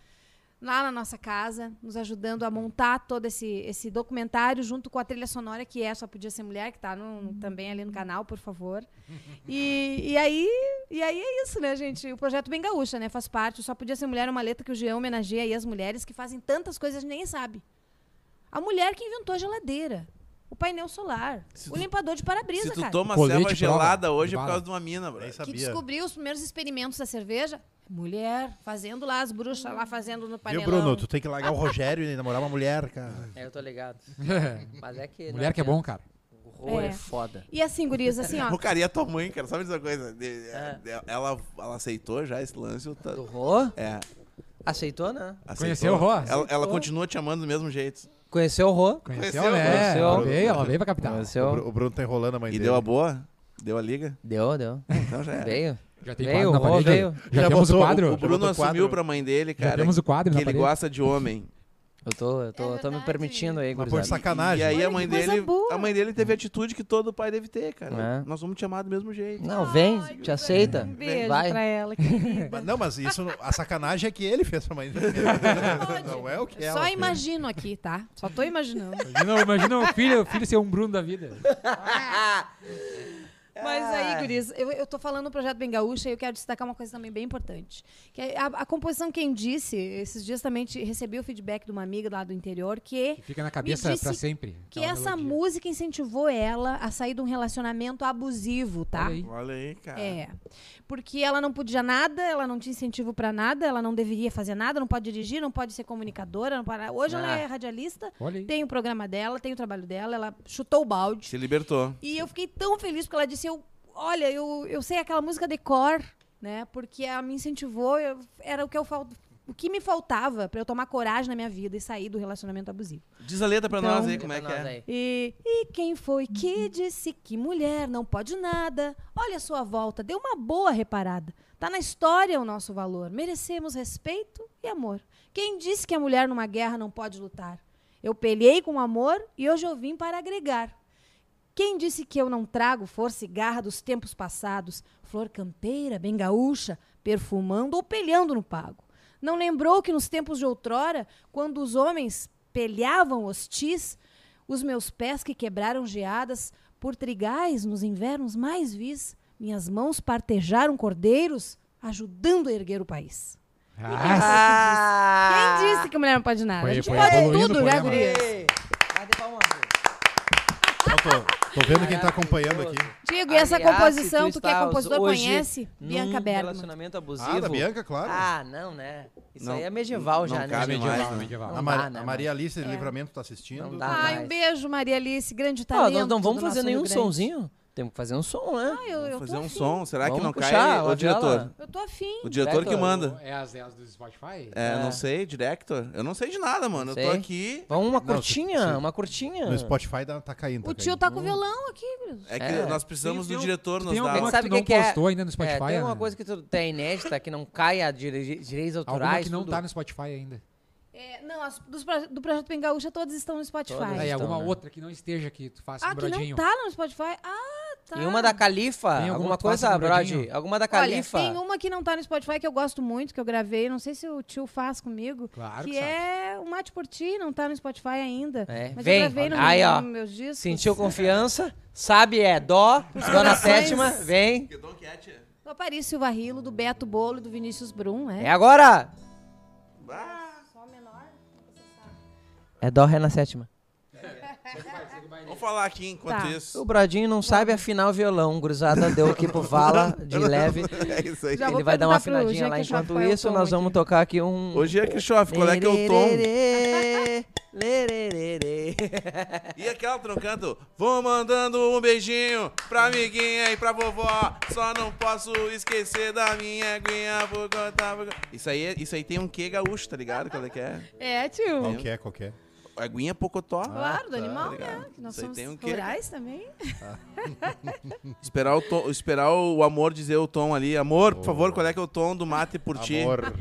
Speaker 3: lá na nossa casa, nos ajudando a montar todo esse, esse documentário junto com a trilha sonora, que é Só Podia Ser Mulher, que tá
Speaker 4: Uhum.
Speaker 3: no- também ali no canal, por
Speaker 4: *laughs*
Speaker 3: favor. E, e, aí, e aí é isso, né, gente? O projeto Bem Gaúcha, né? Faz parte. o Só Podia Ser Mulher é uma letra que o Jean homenageia aí as mulheres que fazem tantas coisas que ninguém sabe. A mulher que inventou a geladeira. O painel solar, o limpador de para-brisa,
Speaker 4: Se tu
Speaker 3: cara
Speaker 4: toma
Speaker 1: Colete
Speaker 4: selva
Speaker 1: prova
Speaker 4: gelada hoje é por
Speaker 1: bala.
Speaker 4: causa de uma mina, bro.
Speaker 5: Nem
Speaker 3: que
Speaker 5: sabia. né?
Speaker 3: descobriu os primeiros experimentos da cerveja. Mulher, fazendo lá as bruxas lá, fazendo no
Speaker 5: Viu,
Speaker 3: painelão.
Speaker 5: Bruno? Tu tem que largar o Rogério e namorar uma mulher, cara.
Speaker 2: É, eu tô ligado. Mas é que. não
Speaker 1: *laughs* Mulher que é bom, cara.
Speaker 2: adianta. O horror é.
Speaker 3: É.
Speaker 2: foda.
Speaker 3: E assim, gurias, assim,
Speaker 5: *laughs*
Speaker 3: ó.
Speaker 4: Rocaria é tua mãe, cara. Sabe essa coisa? De-
Speaker 2: É.
Speaker 4: de- Ela, ela aceitou já esse lance? ou tá-
Speaker 2: Do horror?
Speaker 4: É.
Speaker 2: Aceitou, né?
Speaker 4: aceitou.
Speaker 1: Conheceu o Rô?
Speaker 4: Ela, ela continua te amando do mesmo jeito.
Speaker 2: Conheceu o horror?
Speaker 1: Conheceu,
Speaker 4: Conheceu,
Speaker 1: né?
Speaker 2: conheceu.
Speaker 1: Ela veio, ela veio pra capital.
Speaker 5: O
Speaker 2: Conheceu?
Speaker 5: Bru- O Bruno tá enrolando a mãe
Speaker 4: Então- E
Speaker 5: dele.
Speaker 4: deu a boa? Deu
Speaker 3: *laughs*
Speaker 4: a liga?
Speaker 2: Deu, deu.
Speaker 4: Então já era.
Speaker 2: Veio.
Speaker 1: Já tem
Speaker 2: Veio,
Speaker 1: quadro na
Speaker 2: Rô,
Speaker 1: parede?
Speaker 2: veio.
Speaker 1: Já,
Speaker 5: Já
Speaker 1: temos
Speaker 5: botou
Speaker 1: o
Speaker 5: o-
Speaker 1: quadro?
Speaker 4: O Bruno
Speaker 5: botou
Speaker 4: assumiu
Speaker 5: quadro.
Speaker 4: pra mãe dele,
Speaker 1: já
Speaker 4: cara,
Speaker 1: temos o
Speaker 4: que
Speaker 1: quadro na
Speaker 4: ele
Speaker 1: parede?
Speaker 4: gosta de homem.
Speaker 2: Eu tô, eu tô,
Speaker 3: É
Speaker 2: eu tô me
Speaker 3: verdade.
Speaker 2: permitindo aí,
Speaker 5: Mas por
Speaker 2: gurizada.
Speaker 4: E
Speaker 5: sacanagem.
Speaker 4: aí
Speaker 3: Olha
Speaker 4: a mãe
Speaker 3: que coisa
Speaker 4: dele,
Speaker 3: boa.
Speaker 4: a mãe dele teve a atitude que todo pai deve ter, cara.
Speaker 2: É.
Speaker 4: Nós vamos te amar do mesmo jeito.
Speaker 2: Não, vem, te aceita.
Speaker 3: Um beijo
Speaker 2: vai.
Speaker 3: pra ela, querida.
Speaker 5: Mas não, mas isso, não- a sacanagem é que ele fez pra mãe dele. Não é o que ela
Speaker 3: Só
Speaker 5: fez.
Speaker 3: imagino aqui, tá? Só tô imaginando.
Speaker 5: *laughs*
Speaker 1: Imagina, imagina o filho, o filho ser um Bruno da vida.
Speaker 3: Mas aí, Guriz, eu, eu tô falando do projeto Bem Gaúcha e eu quero destacar uma coisa também bem importante. Que é a, a composição Quem Disse, esses dias também te- recebi o feedback de uma amiga lá do interior que
Speaker 1: Que fica na cabeça
Speaker 3: disse
Speaker 1: pra sempre.
Speaker 3: que
Speaker 1: aquela
Speaker 3: essa
Speaker 1: melodia.
Speaker 3: música incentivou ela a sair de um relacionamento abusivo, tá?
Speaker 1: Olha aí.
Speaker 4: Olha aí, cara.
Speaker 3: É. Porque ela não podia nada, ela não tinha incentivo pra nada, ela não deveria fazer nada, não pode dirigir, não pode ser comunicadora, não pode... Hoje ela
Speaker 2: Ah.
Speaker 3: é radialista,
Speaker 1: Olha aí.
Speaker 3: tem o programa dela, tem o trabalho dela, ela chutou o balde.
Speaker 4: Se libertou.
Speaker 3: E eu fiquei tão feliz porque ela disse: eu, Olha, eu, eu sei aquela música decor, né? Porque ela me incentivou, eu- era o que eu fal- O que me faltava pra eu tomar coragem na minha vida e sair do relacionamento abusivo.
Speaker 4: Diz a letra pra
Speaker 3: Então-
Speaker 4: nós aí como é que é.
Speaker 3: E, e quem foi que disse que mulher não pode nada? Olha a sua volta, deu uma boa reparada. Tá na história o nosso valor. Merecemos respeito e amor. Quem disse que a mulher numa guerra não pode lutar? Eu pelhei com amor e hoje eu vim para agregar. Quem disse que eu não trago força e garra dos tempos passados, flor campeira, bem gaúcha, perfumando ou pelhando no pago? Não lembrou que nos tempos de outrora, quando os homens pelhavam hostis, os meus pés que quebraram geadas por trigais nos invernos mais vis, minhas mãos partejaram cordeiros, ajudando a erguer o país.
Speaker 1: Ah,
Speaker 2: Ah.
Speaker 3: Quem disse que mulher não pode nada?
Speaker 1: Foi-
Speaker 3: a gente
Speaker 1: foi
Speaker 3: pode
Speaker 1: evoluindo
Speaker 3: tudo,
Speaker 1: o
Speaker 3: né,
Speaker 1: programa.
Speaker 3: gurias?
Speaker 2: um
Speaker 5: Não, tô, tô vendo quem tá acompanhando aqui.
Speaker 3: Diego, e essa
Speaker 2: Aliás,
Speaker 3: composição,
Speaker 2: se
Speaker 3: tu que é
Speaker 2: estás
Speaker 3: compositor,
Speaker 2: hoje
Speaker 3: conhece? Bianca
Speaker 2: num
Speaker 3: Bergman.
Speaker 2: relacionamento abusivo.
Speaker 5: Ah, da Bianca, claro.
Speaker 2: Ah, não, né? Isso
Speaker 4: Não-
Speaker 2: aí é medieval
Speaker 4: não
Speaker 2: já, né?
Speaker 4: cabe
Speaker 2: gente?
Speaker 4: mais,
Speaker 1: medieval,
Speaker 4: né?
Speaker 1: medieval.
Speaker 2: Não
Speaker 5: a, Mar-
Speaker 2: dá, né,
Speaker 5: a Maria Alice de Livramento tá assistindo.
Speaker 2: Não dá.
Speaker 3: Ai,
Speaker 2: mais.
Speaker 3: um beijo, Maria Alice, grande
Speaker 2: Ó,
Speaker 3: talento.
Speaker 2: nós não vamos
Speaker 3: Tá do
Speaker 2: fazer
Speaker 3: nosso
Speaker 2: nenhum
Speaker 3: Rio Grande.
Speaker 2: sonzinho. Temos que fazer um som, né?
Speaker 3: Ah, eu, eu
Speaker 4: Fazer
Speaker 3: tô
Speaker 4: um
Speaker 3: afim.
Speaker 4: som. Será que
Speaker 2: Vamos
Speaker 4: não
Speaker 2: puxar
Speaker 4: cai
Speaker 2: a
Speaker 4: o diretor?
Speaker 2: viola.
Speaker 3: Eu tô afim.
Speaker 4: O diretor que
Speaker 2: Director.
Speaker 4: manda.
Speaker 1: É as, é as do Spotify?
Speaker 4: É,
Speaker 2: É.
Speaker 4: não sei, director. Eu não sei de nada, mano. Eu tô
Speaker 2: Sei.
Speaker 4: aqui.
Speaker 2: Vamos uma
Speaker 5: Não, se-
Speaker 2: curtinha,
Speaker 5: se-
Speaker 2: uma curtinha.
Speaker 5: No Spotify dá- tá caindo.
Speaker 3: O
Speaker 5: tá
Speaker 3: tio
Speaker 5: caindo.
Speaker 3: tá com o violão aqui, Bruno.
Speaker 4: É que
Speaker 2: É.
Speaker 4: nós
Speaker 1: Tem-
Speaker 4: precisamos do
Speaker 1: tem um-
Speaker 4: diretor nos
Speaker 1: Tem
Speaker 4: dar.
Speaker 1: alguma
Speaker 2: Sabe
Speaker 1: que tu
Speaker 2: o que
Speaker 1: não
Speaker 2: que é?
Speaker 1: postou ainda no
Speaker 2: É,
Speaker 1: Spotify?
Speaker 2: tem uma
Speaker 1: Ana?
Speaker 2: coisa que tu tem inédita que não cai a dire- direitos
Speaker 1: Alguma
Speaker 2: autorais.
Speaker 1: que não
Speaker 2: tudo.
Speaker 1: tá no Spotify ainda.
Speaker 3: É, não, as, dos proje- do Projeto Bem Gaúcha todas estão no Spotify.
Speaker 2: Todas.
Speaker 1: Aí,
Speaker 2: estão,
Speaker 1: alguma
Speaker 2: né?
Speaker 1: outra que não esteja que tu faça
Speaker 3: Ah,
Speaker 1: um
Speaker 3: que não
Speaker 1: brodinho.
Speaker 3: tá no Spotify? Ah, tá.
Speaker 2: E uma da Califa,
Speaker 1: Tem
Speaker 2: alguma,
Speaker 1: alguma que tu
Speaker 2: coisa,
Speaker 1: faça com o
Speaker 2: Brody?
Speaker 1: Brodinho?
Speaker 2: Alguma da
Speaker 3: Olha,
Speaker 2: Califa?
Speaker 3: tem uma que não tá no Spotify que eu gosto muito, que eu gravei, não sei se o tio faz comigo,
Speaker 1: Claro
Speaker 3: que,
Speaker 1: que sabe.
Speaker 3: é o Mate por Ti, não tá no Spotify ainda.
Speaker 2: É,
Speaker 3: Mas
Speaker 2: vem.
Speaker 3: eu gravei no,
Speaker 2: Aí, ó.
Speaker 3: no meus discos.
Speaker 2: Sentiu confiança, sabe é dó, dó na
Speaker 3: corações.
Speaker 2: sétima, vem.
Speaker 4: um
Speaker 3: Do Aparício Silva Rilo, do Beto Bolo e do Vinícius Brum,
Speaker 2: É
Speaker 3: né?
Speaker 2: agora!
Speaker 3: Só menor. não
Speaker 2: É dó, ré na sétima.
Speaker 4: Vamos falar aqui enquanto
Speaker 3: Tá.
Speaker 2: O
Speaker 4: isso.
Speaker 2: Brodinho não sabe afinar o violão, gurizada deu aqui pro Vala, de leve.
Speaker 4: *laughs* É isso aí.
Speaker 3: Já vou
Speaker 2: Ele vai dar uma
Speaker 3: perguntar pro
Speaker 2: afinadinha
Speaker 3: Jean
Speaker 2: lá.
Speaker 3: que já
Speaker 2: Enquanto
Speaker 3: foi o
Speaker 2: isso,
Speaker 3: tom
Speaker 2: nós
Speaker 3: aqui.
Speaker 2: vamos tocar aqui um...
Speaker 4: Hoje é que chove, qual é que é o tom?
Speaker 2: Lererê, lererê.
Speaker 4: E aquela troncando, vou mandando um beijinho pra amiguinha e pra vovó. Só não posso esquecer da minha aguinha por conta. por conta. Isso aí, é- isso aí tem um quê gaúcho, tá ligado? Qual é que é?
Speaker 3: É, tio.
Speaker 5: Hum. Qualquer, qualquer.
Speaker 4: aguinha pocotó.
Speaker 3: Claro, do
Speaker 5: tá,
Speaker 3: animal,
Speaker 4: ligado.
Speaker 3: né? Que nós
Speaker 4: Isso aí
Speaker 3: somos
Speaker 4: tem um quê,
Speaker 3: rurais também.
Speaker 4: Esperar o, tom- esperar o amor dizer o tom ali. Amor, por favor, qual é que é o tom do mate por ti?
Speaker 5: Amor.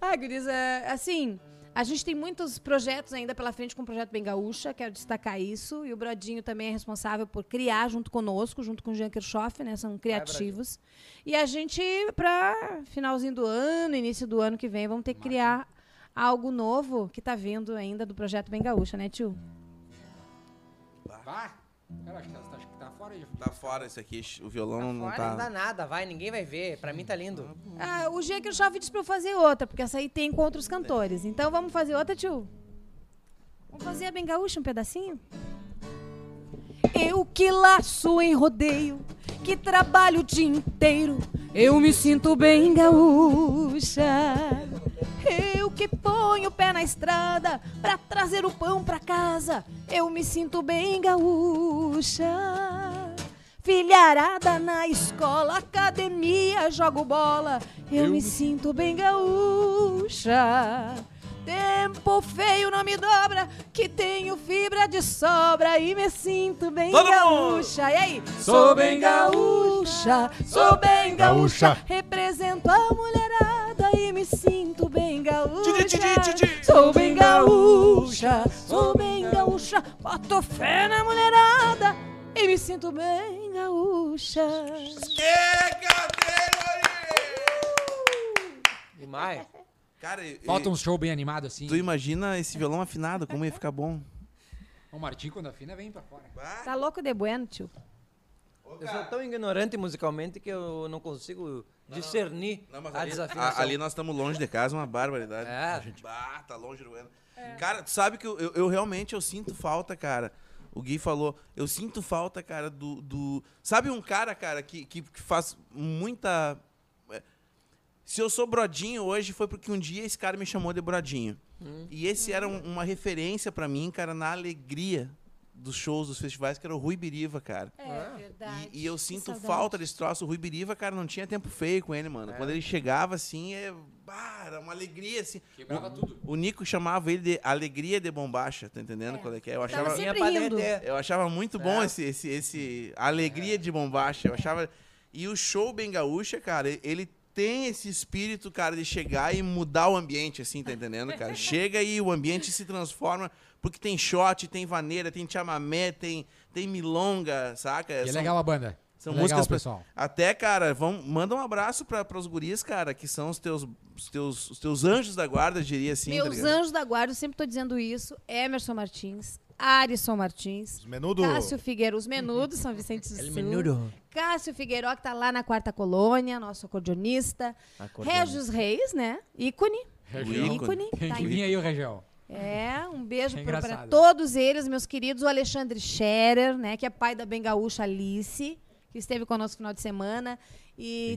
Speaker 3: Ai, guris, é, assim, a gente tem muitos projetos ainda pela frente com o Projeto Bem Gaúcha, quero destacar isso. E o Brodinho também é responsável por criar junto conosco, junto com o Jean Kirchhoff, né? São criativos. e a gente, para finalzinho do ano, início do ano que vem, vamos ter que criar algo novo que tá vindo ainda do Projeto Bem Gaúcha, né, tio?
Speaker 1: Vá. Cara, acho que tá, acho que tá fora de...
Speaker 4: Tá fora isso aqui, o violão não
Speaker 2: Olha,
Speaker 4: tá.
Speaker 2: não dá nada, vai, ninguém vai ver. Pra mim tá lindo.
Speaker 3: Ah, o Jean Kirchhoff disse pra eu fazer outra, porque essa aí tem com outros cantores. Então vamos fazer outra, tio? Vamos fazer a Bem Gaúcha um pedacinho? Eu que laço em rodeio, que trabalho o dia inteiro, eu me sinto bem gaúcha. Eu que ponho o pé na estrada pra trazer o pão pra casa, eu me sinto bem gaúcha. Filharada na escola, academia, jogo bola, eu, me sinto bem gaúcha. Tempo feio não me dobra, que tenho fibra de sobra e me sinto bem
Speaker 4: Todo mundo!
Speaker 3: gaúcha. E aí?
Speaker 1: Sou bem
Speaker 3: gaúcha, sou bem gaúcha,
Speaker 5: Gaúcha.
Speaker 3: represento a mulherada e me sinto bem
Speaker 4: Ti, ti, ti, ti,
Speaker 3: gaúcha.
Speaker 4: ti.
Speaker 3: Sou bem gaúcha, sou bem gaúcha, boto fé na mulherada e me sinto bem gaúcha.
Speaker 4: Que cadeira!
Speaker 2: Demais.
Speaker 4: Cara, e-
Speaker 1: Falta um show bem animado assim.
Speaker 4: tu imagina esse violão afinado, como ia ficar bom.
Speaker 1: O Martim, quando afina, vem pra fora.
Speaker 3: Tá louco de bueno, tio?
Speaker 2: Eu sou tão ignorante musicalmente que eu não consigo discernir
Speaker 4: Não, mas
Speaker 2: a
Speaker 4: ali,
Speaker 2: desafinação.
Speaker 4: a- ali nós estamos longe de casa, uma barbaridade.
Speaker 2: É.
Speaker 4: gente. Bah, tá longe do Uruguaiana. Cara, tu sabe que eu, eu, eu realmente eu sinto falta, cara. O Gui falou, eu sinto falta, cara, do. do... Sabe um cara, cara, que, que, que faz muita. é, Se eu sou brodinho hoje, foi porque um dia esse cara me chamou de brodinho. E esse era um- uma referência pra mim, cara, na alegria dos shows, dos festivais, que era o Rui Biriva, cara.
Speaker 3: É verdade.
Speaker 4: E, e eu sinto falta desse troço. O Rui Biriva, cara, não tinha tempo feio com ele,
Speaker 1: É.
Speaker 4: mano. Quando ele chegava, assim, é... bah, era uma alegria, assim.
Speaker 1: Quebrava tudo.
Speaker 4: O Nico chamava ele de Alegria de Bombacha, tá entendendo qual é que é?
Speaker 2: Então,
Speaker 4: Eu achava,
Speaker 3: Tava sempre
Speaker 2: Pra
Speaker 3: rindo.
Speaker 2: derreter.
Speaker 4: eu achava muito bom
Speaker 1: É.
Speaker 4: esse, esse, esse Alegria de Bombacha. Eu achava... E o show Bem Gaúcha, cara, ele tem esse espírito, cara, de chegar e mudar o ambiente, assim, tá entendendo, cara? Chega e o ambiente se transforma, porque tem shot, tem vaneira, tem chamamé, tem, tem milonga, saca?
Speaker 1: E é
Speaker 4: São-
Speaker 1: legal a banda.
Speaker 4: são
Speaker 1: legal,
Speaker 4: músicas pra-
Speaker 1: pessoal.
Speaker 4: até, cara, vão, manda um abraço para os guris, cara, que são os teus, os teus, os teus anjos da guarda, eu diria assim. tá
Speaker 3: Meus
Speaker 4: ligado?
Speaker 3: anjos da guarda, eu sempre tô dizendo isso. Emerson Martins, Arisson Martins,
Speaker 5: Os menudo.
Speaker 3: Cássio Figueiredo, os menudos, São Vicente do Sul. Cássio Figueiró, que tá lá na Quarta Colônia, nosso acordeonista. Regis Reis, né? Ícone.
Speaker 4: Região. *laughs*
Speaker 3: Ícone.
Speaker 1: Tem
Speaker 3: tá
Speaker 1: que vir aí, o Região.
Speaker 3: é, um beijo
Speaker 1: É
Speaker 3: pro- pra
Speaker 1: engraçado.
Speaker 3: todos eles, meus queridos. O Alexandre Scherer, né, que é pai da bengaúcha Alice, que esteve conosco no final de semana. E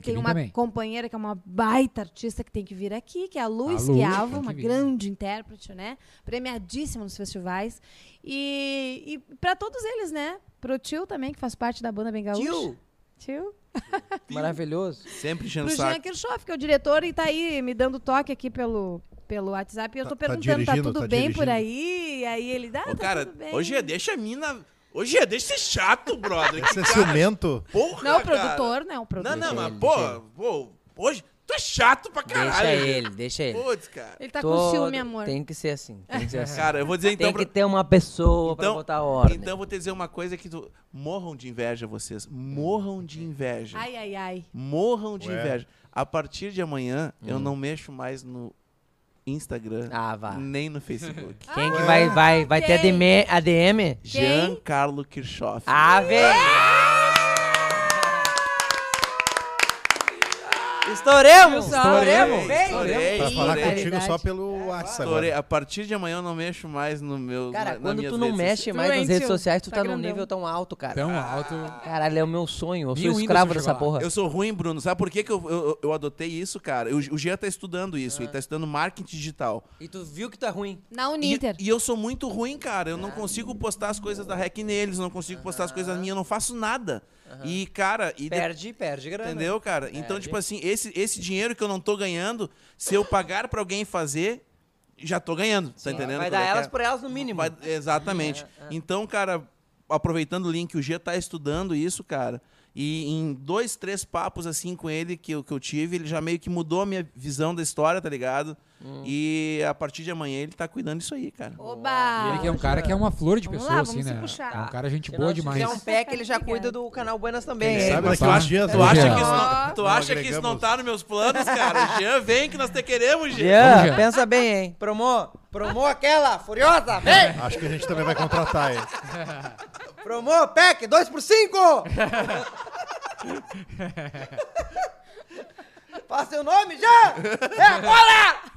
Speaker 1: Tem que
Speaker 3: tem,
Speaker 1: vir
Speaker 3: uma
Speaker 1: também.
Speaker 3: companheira que é uma baita artista que tem que vir aqui, que é a Lu
Speaker 1: A Lu,
Speaker 3: Esquiavo,
Speaker 1: tem que
Speaker 3: uma
Speaker 1: vir.
Speaker 3: grande intérprete, né? Premiadíssima nos festivais. E, e para todos eles, né? Pro tio também, que faz parte da banda bengaúcha.
Speaker 2: Tio!
Speaker 3: Tio.
Speaker 2: Maravilhoso.
Speaker 4: Sempre enchendo
Speaker 3: Pro
Speaker 4: o
Speaker 3: Jean
Speaker 4: saco.
Speaker 3: Kirchhoff, que é o diretor, e tá aí me dando toque aqui pelo, pelo WhatsApp. E eu
Speaker 5: Tá-
Speaker 3: tô
Speaker 5: tá
Speaker 3: perguntando, tá,
Speaker 5: dirigindo,
Speaker 3: tudo
Speaker 5: tá
Speaker 3: bem por
Speaker 5: dirigindo.
Speaker 3: aí? E aí ele dá,
Speaker 4: Ô,
Speaker 3: tá
Speaker 4: cara,
Speaker 3: tudo bem.
Speaker 4: hoje é deixa a mina. Hoje é deixa ser
Speaker 3: *laughs*
Speaker 4: chato, brother.
Speaker 5: Esse é
Speaker 4: Que cara,
Speaker 5: ciumento.
Speaker 4: porra,
Speaker 3: Não, o
Speaker 4: cara.
Speaker 3: produtor, né? O
Speaker 4: Não,
Speaker 3: produtor.
Speaker 4: não, mas, pô, pô, hoje tu é chato pra
Speaker 7: Deixa
Speaker 4: caralho.
Speaker 7: ele, deixa ele.
Speaker 4: Putz, cara.
Speaker 3: Ele tá
Speaker 2: Todo-
Speaker 3: com ciúme, amor.
Speaker 2: Tem que ser assim. Tem
Speaker 3: *laughs*
Speaker 2: que ser assim.
Speaker 4: Cara, eu vou dizer então.
Speaker 2: tem que
Speaker 4: pra-
Speaker 2: ter uma pessoa pra
Speaker 4: Então-
Speaker 2: botar ordem.
Speaker 4: Então eu vou te dizer uma coisa que tu. Morram de inveja, vocês. Morram de inveja.
Speaker 3: Ai, ai, ai.
Speaker 4: Morram de
Speaker 5: Ué. Hum.
Speaker 4: inveja. A partir de amanhã, eu não mexo mais no Instagram,
Speaker 2: Ah, vá. Ah,
Speaker 4: nem
Speaker 2: *laughs*
Speaker 4: no Facebook.
Speaker 2: Quem que vai, vai, vai ter
Speaker 3: quem?
Speaker 2: ADM? ADM?
Speaker 4: Jean Carlo Kirchhoff.
Speaker 2: Ah,
Speaker 4: É!
Speaker 2: velho! Estouremos! Estouremos!
Speaker 4: Estourei,
Speaker 2: Vem!
Speaker 4: estourei,
Speaker 5: Pra falar
Speaker 4: estourei,
Speaker 5: contigo só pelo WhatsApp
Speaker 4: estourei.
Speaker 5: agora.
Speaker 4: A partir de amanhã eu não mexo mais no meu.
Speaker 2: Cara,
Speaker 4: na- nas
Speaker 2: quando
Speaker 4: minhas
Speaker 2: tu não
Speaker 4: redes
Speaker 2: mexe
Speaker 4: sociais. Então,
Speaker 2: mais nas
Speaker 3: hein,
Speaker 2: redes
Speaker 3: tio?
Speaker 2: sociais, tu
Speaker 3: Tá
Speaker 2: tá num
Speaker 3: grandão.
Speaker 2: nível tão alto, cara.
Speaker 1: Tão alto.
Speaker 2: Caralho, é o meu sonho.
Speaker 1: Nem
Speaker 2: Eu sou
Speaker 1: o Whindersson
Speaker 2: escravo dessa
Speaker 1: chegou lá.
Speaker 2: porra.
Speaker 4: Eu sou ruim, Bruno. Sabe por que, que eu, eu, eu adotei isso, cara? O, o Jean tá estudando isso.
Speaker 2: Ah.
Speaker 4: Ele tá estudando marketing digital.
Speaker 2: E tu viu que tá ruim.
Speaker 3: Na
Speaker 4: E,
Speaker 3: Uninter.
Speaker 4: e eu sou muito ruim, cara. Eu
Speaker 2: Ah.
Speaker 4: não consigo postar as coisas da REC neles, não consigo postar as coisas minhas, eu não faço nada. E, cara, e de-
Speaker 2: Perde, perde grana. É,
Speaker 4: entendeu, cara? Então, tipo assim, esse, esse dinheiro que eu não tô ganhando, se eu pagar pra alguém fazer, já tô ganhando, tá entendendo?
Speaker 2: Vai
Speaker 4: qual é
Speaker 2: dar
Speaker 4: que é?
Speaker 2: elas por É, elas no mínimo.
Speaker 4: Vai- exatamente. Então, cara, aproveitando o link, o G tá estudando isso, cara. E em dois, três papos assim com ele que eu, que eu tive, ele já meio que mudou a minha visão da história, tá ligado?
Speaker 2: Hum.
Speaker 4: E a partir de amanhã ele tá cuidando disso aí, cara.
Speaker 1: E
Speaker 3: Oba!
Speaker 1: ele que é um cara que é uma flor de
Speaker 3: Vamos
Speaker 1: pessoa,
Speaker 3: lá,
Speaker 1: assim,
Speaker 3: vamos se
Speaker 1: né?
Speaker 3: puxar.
Speaker 1: É um cara gente
Speaker 2: Se
Speaker 1: boa
Speaker 2: nós
Speaker 1: demais.
Speaker 2: fizer um pack, ele já cuida do canal Buenas também.
Speaker 5: Quem
Speaker 2: hein?
Speaker 5: é. sabe é
Speaker 1: mas
Speaker 5: daqui uns
Speaker 1: tá.
Speaker 5: dias.
Speaker 4: Tu acha,
Speaker 1: Jean.
Speaker 4: que isso não, tá, tu
Speaker 5: Não
Speaker 4: acha que isso não
Speaker 5: agregamos.
Speaker 4: tá nos meus planos, cara? Jean, vem que nós te queremos, Jean.
Speaker 2: Jean,
Speaker 1: Jean.
Speaker 2: pensa bem, hein? Promô, promô aquela, furiosa, vem!
Speaker 5: *laughs* Acho que a gente também vai contratar ele.
Speaker 2: Promô, pack, 2 por 5
Speaker 5: *laughs*
Speaker 2: Faça seu nome, Jean! É agora!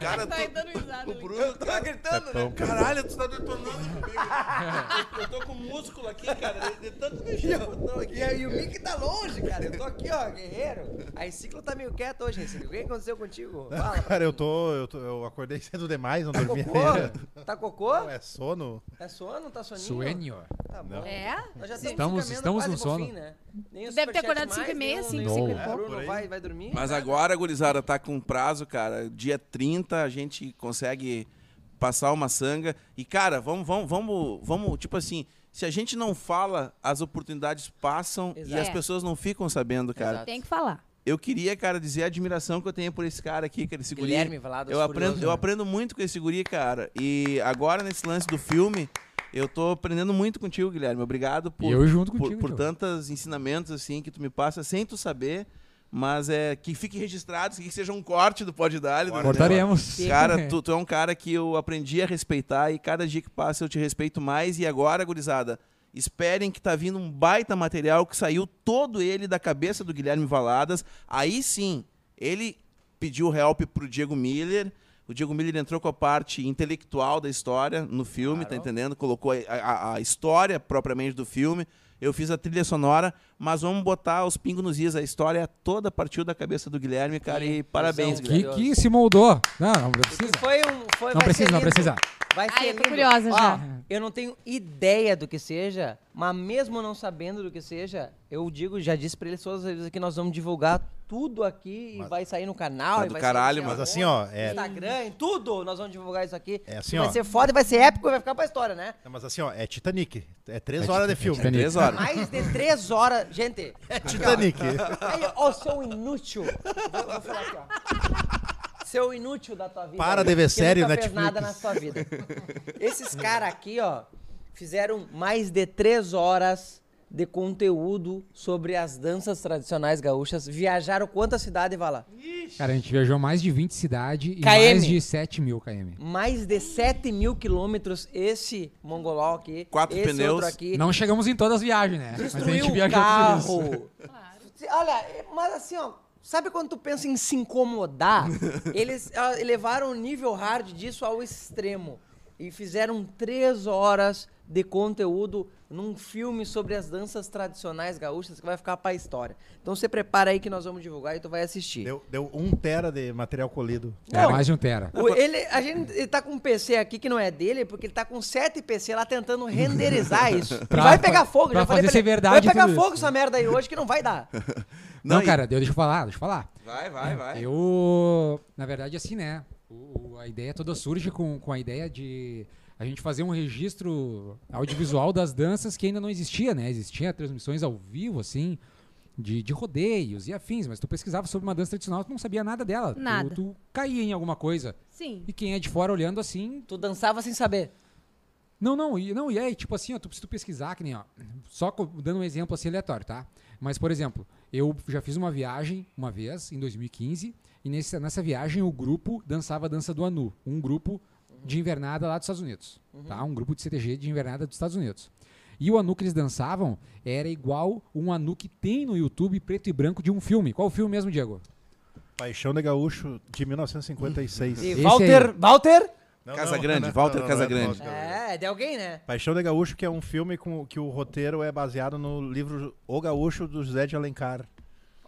Speaker 4: Cara,
Speaker 3: Vai
Speaker 4: tu,
Speaker 3: Tá dando risada.
Speaker 4: o Bruno tá gritando, né?
Speaker 5: Pepão.
Speaker 4: Caralho, tu tá detonando comigo. Eu- Eu tô com músculo aqui, cara. De, de tanto mexer o botão aqui.
Speaker 2: E, aí, o Mickey tá longe, cara. Eu tô aqui, ó, guerreiro. A Enciclo tá meio quieta hoje, Enciclo. O que aconteceu contigo? Fala. Tá
Speaker 5: Cara, eu tô, eu tô- eu acordei *laughs* cedo demais, não dormi ainda.
Speaker 2: Cocô? Tá cocô?
Speaker 5: Não, é sono?
Speaker 2: É sono? Tá soninho?
Speaker 1: Suênio.
Speaker 2: Tá bom.
Speaker 3: É?
Speaker 2: Nós já estamos,
Speaker 1: Estamos-
Speaker 2: caminhando
Speaker 1: estamos
Speaker 2: quase
Speaker 1: no
Speaker 2: pro
Speaker 1: sono.
Speaker 2: fim, né? Nem o
Speaker 3: Deve ter
Speaker 2: superchat
Speaker 3: acordado
Speaker 2: mais,
Speaker 3: cinco e meia,
Speaker 2: nem o-
Speaker 3: cinco,
Speaker 2: nem o
Speaker 1: cinco e
Speaker 2: Bruno
Speaker 5: pouco. por aí.
Speaker 2: vai, vai dormir?
Speaker 4: Mas agora, gurizada, tá com prazo, cara. Dia 30 a gente consegue passar uma sanga. E, cara, vamos, vamos, vamos, vamos, tipo assim, se a gente não fala, as oportunidades passam e
Speaker 2: Exato.
Speaker 4: as
Speaker 3: É.
Speaker 4: pessoas não ficam sabendo, cara.
Speaker 2: Exato.
Speaker 3: Tem que falar.
Speaker 4: Eu queria, cara, dizer a admiração que eu tenho por esse cara aqui, cara, esse guri.
Speaker 2: Guilherme Valados
Speaker 4: Eu aprendo,
Speaker 2: Furioso.
Speaker 4: eu aprendo muito com esse guri, cara. E agora, nesse lance do filme, eu tô aprendendo muito contigo, Guilherme. Obrigado por,
Speaker 1: E eu junto
Speaker 4: por,
Speaker 1: contigo,
Speaker 4: por
Speaker 1: então.
Speaker 4: tantos ensinamentos, assim, que tu me passa sem tu saber. Mas é que fique registrado, que seja um corte do Pode Dali. né?
Speaker 1: Cortaremos. *laughs*
Speaker 4: Cara, tu, tu é um cara que eu aprendi a respeitar e cada dia que passa eu te respeito mais. E agora, gurizada, esperem que tá vindo um baita material que saiu todo ele da cabeça do Guilherme Valadas. Aí sim, ele pediu help pro Diego Miller. O Diego Miller entrou com a parte intelectual da história no filme, tá entendendo? Colocou a, a- a história propriamente do filme. Eu fiz a trilha sonora, mas vamos botar os pingos nos is. A história toda partiu da cabeça do Guilherme, cara.
Speaker 2: Sim,
Speaker 4: E parabéns,
Speaker 2: visão.
Speaker 4: Guilherme.
Speaker 1: Que, que se moldou. Não, não precisa.
Speaker 2: E Foi um, foi,
Speaker 1: Não
Speaker 2: vai
Speaker 1: precisa,
Speaker 2: ser
Speaker 1: não
Speaker 2: lindo.
Speaker 1: precisa.
Speaker 2: Vai
Speaker 3: Ai,
Speaker 2: ser
Speaker 3: Ah, eu tô
Speaker 2: lindo.
Speaker 3: curiosa
Speaker 2: Ó,
Speaker 3: já.
Speaker 2: Eu não tenho ideia do que seja, mas mesmo não sabendo do que seja, eu digo, já disse pra eles todas as vezes que nós vamos divulgar tudo aqui e vai sair no canal.
Speaker 4: Tá
Speaker 2: e
Speaker 4: do
Speaker 2: vai
Speaker 4: caralho,
Speaker 2: sair
Speaker 4: mas
Speaker 5: Mas assim, ó, é,
Speaker 2: Instagram, em tudo, nós vamos divulgar isso aqui.
Speaker 5: É assim,
Speaker 2: vai
Speaker 5: ó.
Speaker 2: ser foda, vai ser épico e vai ficar pra história, né?
Speaker 5: não, mas assim, ó, é Titanic. É três horas de filme.
Speaker 1: Titanic.
Speaker 4: Três horas.
Speaker 2: Mais de três horas. Gente,
Speaker 5: Titanic.
Speaker 4: *laughs*
Speaker 2: aí, ó, é seu inútil. Vou, vou falar aqui, ó. Seu inútil da tua vida.
Speaker 5: Para
Speaker 2: aí,
Speaker 5: de ver
Speaker 2: que
Speaker 5: série,
Speaker 2: nunca fez
Speaker 5: Netflix.
Speaker 2: nada na sua vida. Esses caras aqui, ó, fizeram mais de três horas de conteúdo sobre as danças tradicionais gaúchas. Viajaram quantas cidades, Vala?
Speaker 1: Cara, a gente viajou mais de 20 cidades e
Speaker 2: KM.
Speaker 1: mais de 7 mil KM.
Speaker 2: Mais de 7 mil quilômetros esse mongoló aqui.
Speaker 4: Quatro
Speaker 2: esse
Speaker 4: pneus.
Speaker 2: outro aqui.
Speaker 1: Não chegamos em todas as viagens, né? Mas a
Speaker 2: destruiu
Speaker 1: gente
Speaker 2: o
Speaker 1: viajou por isso.
Speaker 2: carro. Se- Olha, mas assim, ó, sabe quando tu pensa em
Speaker 1: *laughs*
Speaker 2: se incomodar? Eles ah, elevaram o nível hard disso ao extremo e fizeram três horas de conteúdo num filme sobre as danças tradicionais gaúchas que vai ficar pra história. Então se prepara aí que nós vamos divulgar e tu vai assistir.
Speaker 5: Deu, deu um tera de material colhido.
Speaker 1: É
Speaker 2: Não.
Speaker 1: mais de um tera.
Speaker 2: O- ele, a gente ele tá com um PC aqui que não é dele, porque ele tá com 7 PC lá tentando
Speaker 1: *laughs*
Speaker 2: renderizar isso. E
Speaker 1: Pra-
Speaker 2: vai pegar fogo,
Speaker 1: pra
Speaker 2: já falei
Speaker 1: fazer
Speaker 2: pra
Speaker 1: ser
Speaker 2: ele,
Speaker 1: verdade
Speaker 2: Vai pegar
Speaker 1: tudo isso.
Speaker 2: fogo essa merda aí hoje que não vai dar.
Speaker 1: Não,
Speaker 4: e-
Speaker 1: cara, eu- deixa eu falar, deixa eu falar.
Speaker 4: Vai, vai, vai.
Speaker 1: Eu, na verdade, assim, né? o- o- a ideia toda surge com, com a ideia de a gente fazer um registro audiovisual das danças que ainda não existia, né? Existia transmissões ao vivo, assim, de, de rodeios e afins, mas tu pesquisava sobre uma dança tradicional, tu não sabia nada dela. Tu-
Speaker 3: Nada.
Speaker 1: Tu, caía em alguma coisa.
Speaker 3: Sim.
Speaker 1: E quem é de fora olhando assim,
Speaker 2: Tu dançava sem saber.
Speaker 1: Não, não, e, não, e aí, tipo assim, ó, tu, se tu pesquisar, que nem, ó, só co- dando um exemplo assim aleatório, tá? Mas, por exemplo, eu já fiz uma viagem uma vez, em 2015, e nesse, nessa viagem o grupo dançava a dança do Anu, um grupo de invernada lá dos Estados Unidos, tá? Um grupo de CTG de invernada dos Estados Unidos. E o Anu que eles dançavam era igual um Anu que tem no YouTube preto e branco de um filme. Qual o filme mesmo, Diego?
Speaker 5: Paixão de Gaúcho de 1956.
Speaker 2: E
Speaker 1: Esse
Speaker 2: Walter.
Speaker 1: aí.
Speaker 2: Walter?
Speaker 5: Não,
Speaker 4: Casa
Speaker 5: não,
Speaker 4: Grande,
Speaker 5: não,
Speaker 4: Walter
Speaker 5: não, não,
Speaker 4: Casa
Speaker 5: não,
Speaker 4: Grande.
Speaker 5: não, não, não, não.
Speaker 2: É, é de alguém, né?
Speaker 5: Paixão de Gaúcho, que é um filme com, que o roteiro é baseado no livro O Gaúcho, do José de Alencar.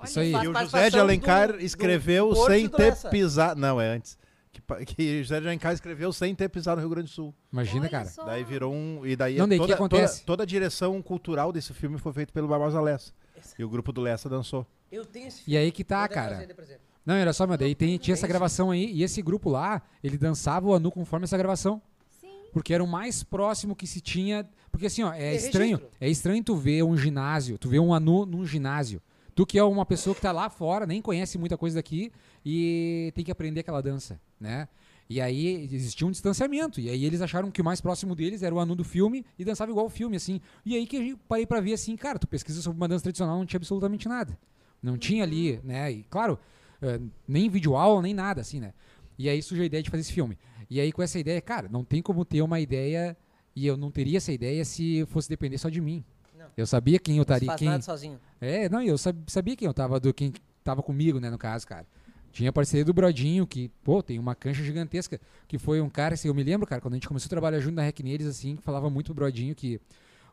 Speaker 1: Isso aí.
Speaker 2: Faz
Speaker 5: E o José
Speaker 2: participação
Speaker 5: de Alencar
Speaker 2: do- do
Speaker 5: escreveu
Speaker 2: Porto
Speaker 5: sem
Speaker 2: do
Speaker 5: ter
Speaker 2: Essa.
Speaker 5: pisado... Não, é antes. Que, pa- *laughs* que José de Alencar escreveu sem ter pisado no Rio Grande do Sul.
Speaker 1: Imagina,
Speaker 3: Olha
Speaker 1: cara.
Speaker 3: só.
Speaker 5: Daí virou um. E daí
Speaker 1: Não, daí o que
Speaker 5: toda, toda,
Speaker 1: acontece?
Speaker 5: toda a direção cultural desse filme foi feita pelo Barbosa Lessa. E o grupo do Lessa dançou.
Speaker 2: Eu tenho esse
Speaker 1: E aí que tá,
Speaker 2: Vou dar pra
Speaker 1: cara.
Speaker 2: você, dê pra você.
Speaker 1: Não, era só, meu, daí tem, tinha essa gravação aí, e esse grupo lá, ele dançava o Anu conforme essa gravação.
Speaker 11: Sim.
Speaker 1: Porque era o mais próximo que se tinha. Porque assim, ó, é
Speaker 2: Tem
Speaker 1: estranho.
Speaker 2: registro.
Speaker 1: É estranho tu ver um ginásio, tu ver um anu num ginásio. Tu que é uma pessoa que tá lá fora, nem conhece muita coisa daqui e tem que aprender aquela dança, né? E aí existia um distanciamento. E aí eles acharam que o mais próximo deles era o anu do filme e dançava igual o filme, assim. E aí que eu parei pra ver assim, cara, tu pesquisa sobre uma dança tradicional, não tinha absolutamente nada. Não tinha ali, né? E claro, eh, nem vídeo aula, nem nada, assim, né? E aí surgiu a ideia de fazer esse filme. E aí com essa ideia, cara, não tem como ter uma ideia e eu não teria essa ideia se fosse depender só de mim.
Speaker 2: Não.
Speaker 1: Eu sabia quem eu
Speaker 2: Não se
Speaker 1: estaria,
Speaker 2: faz
Speaker 1: quem
Speaker 2: nada sozinho.
Speaker 1: é, não, e eu sab- sabia quem eu tava, do, quem tava comigo, né, no caso, cara. Tinha a parceria do Brodinho, que, pô, tem uma cancha gigantesca, que foi um cara, assim, eu me lembro, cara, quando a gente começou a trabalhar junto na Rec Neles, assim, que falava muito pro Brodinho que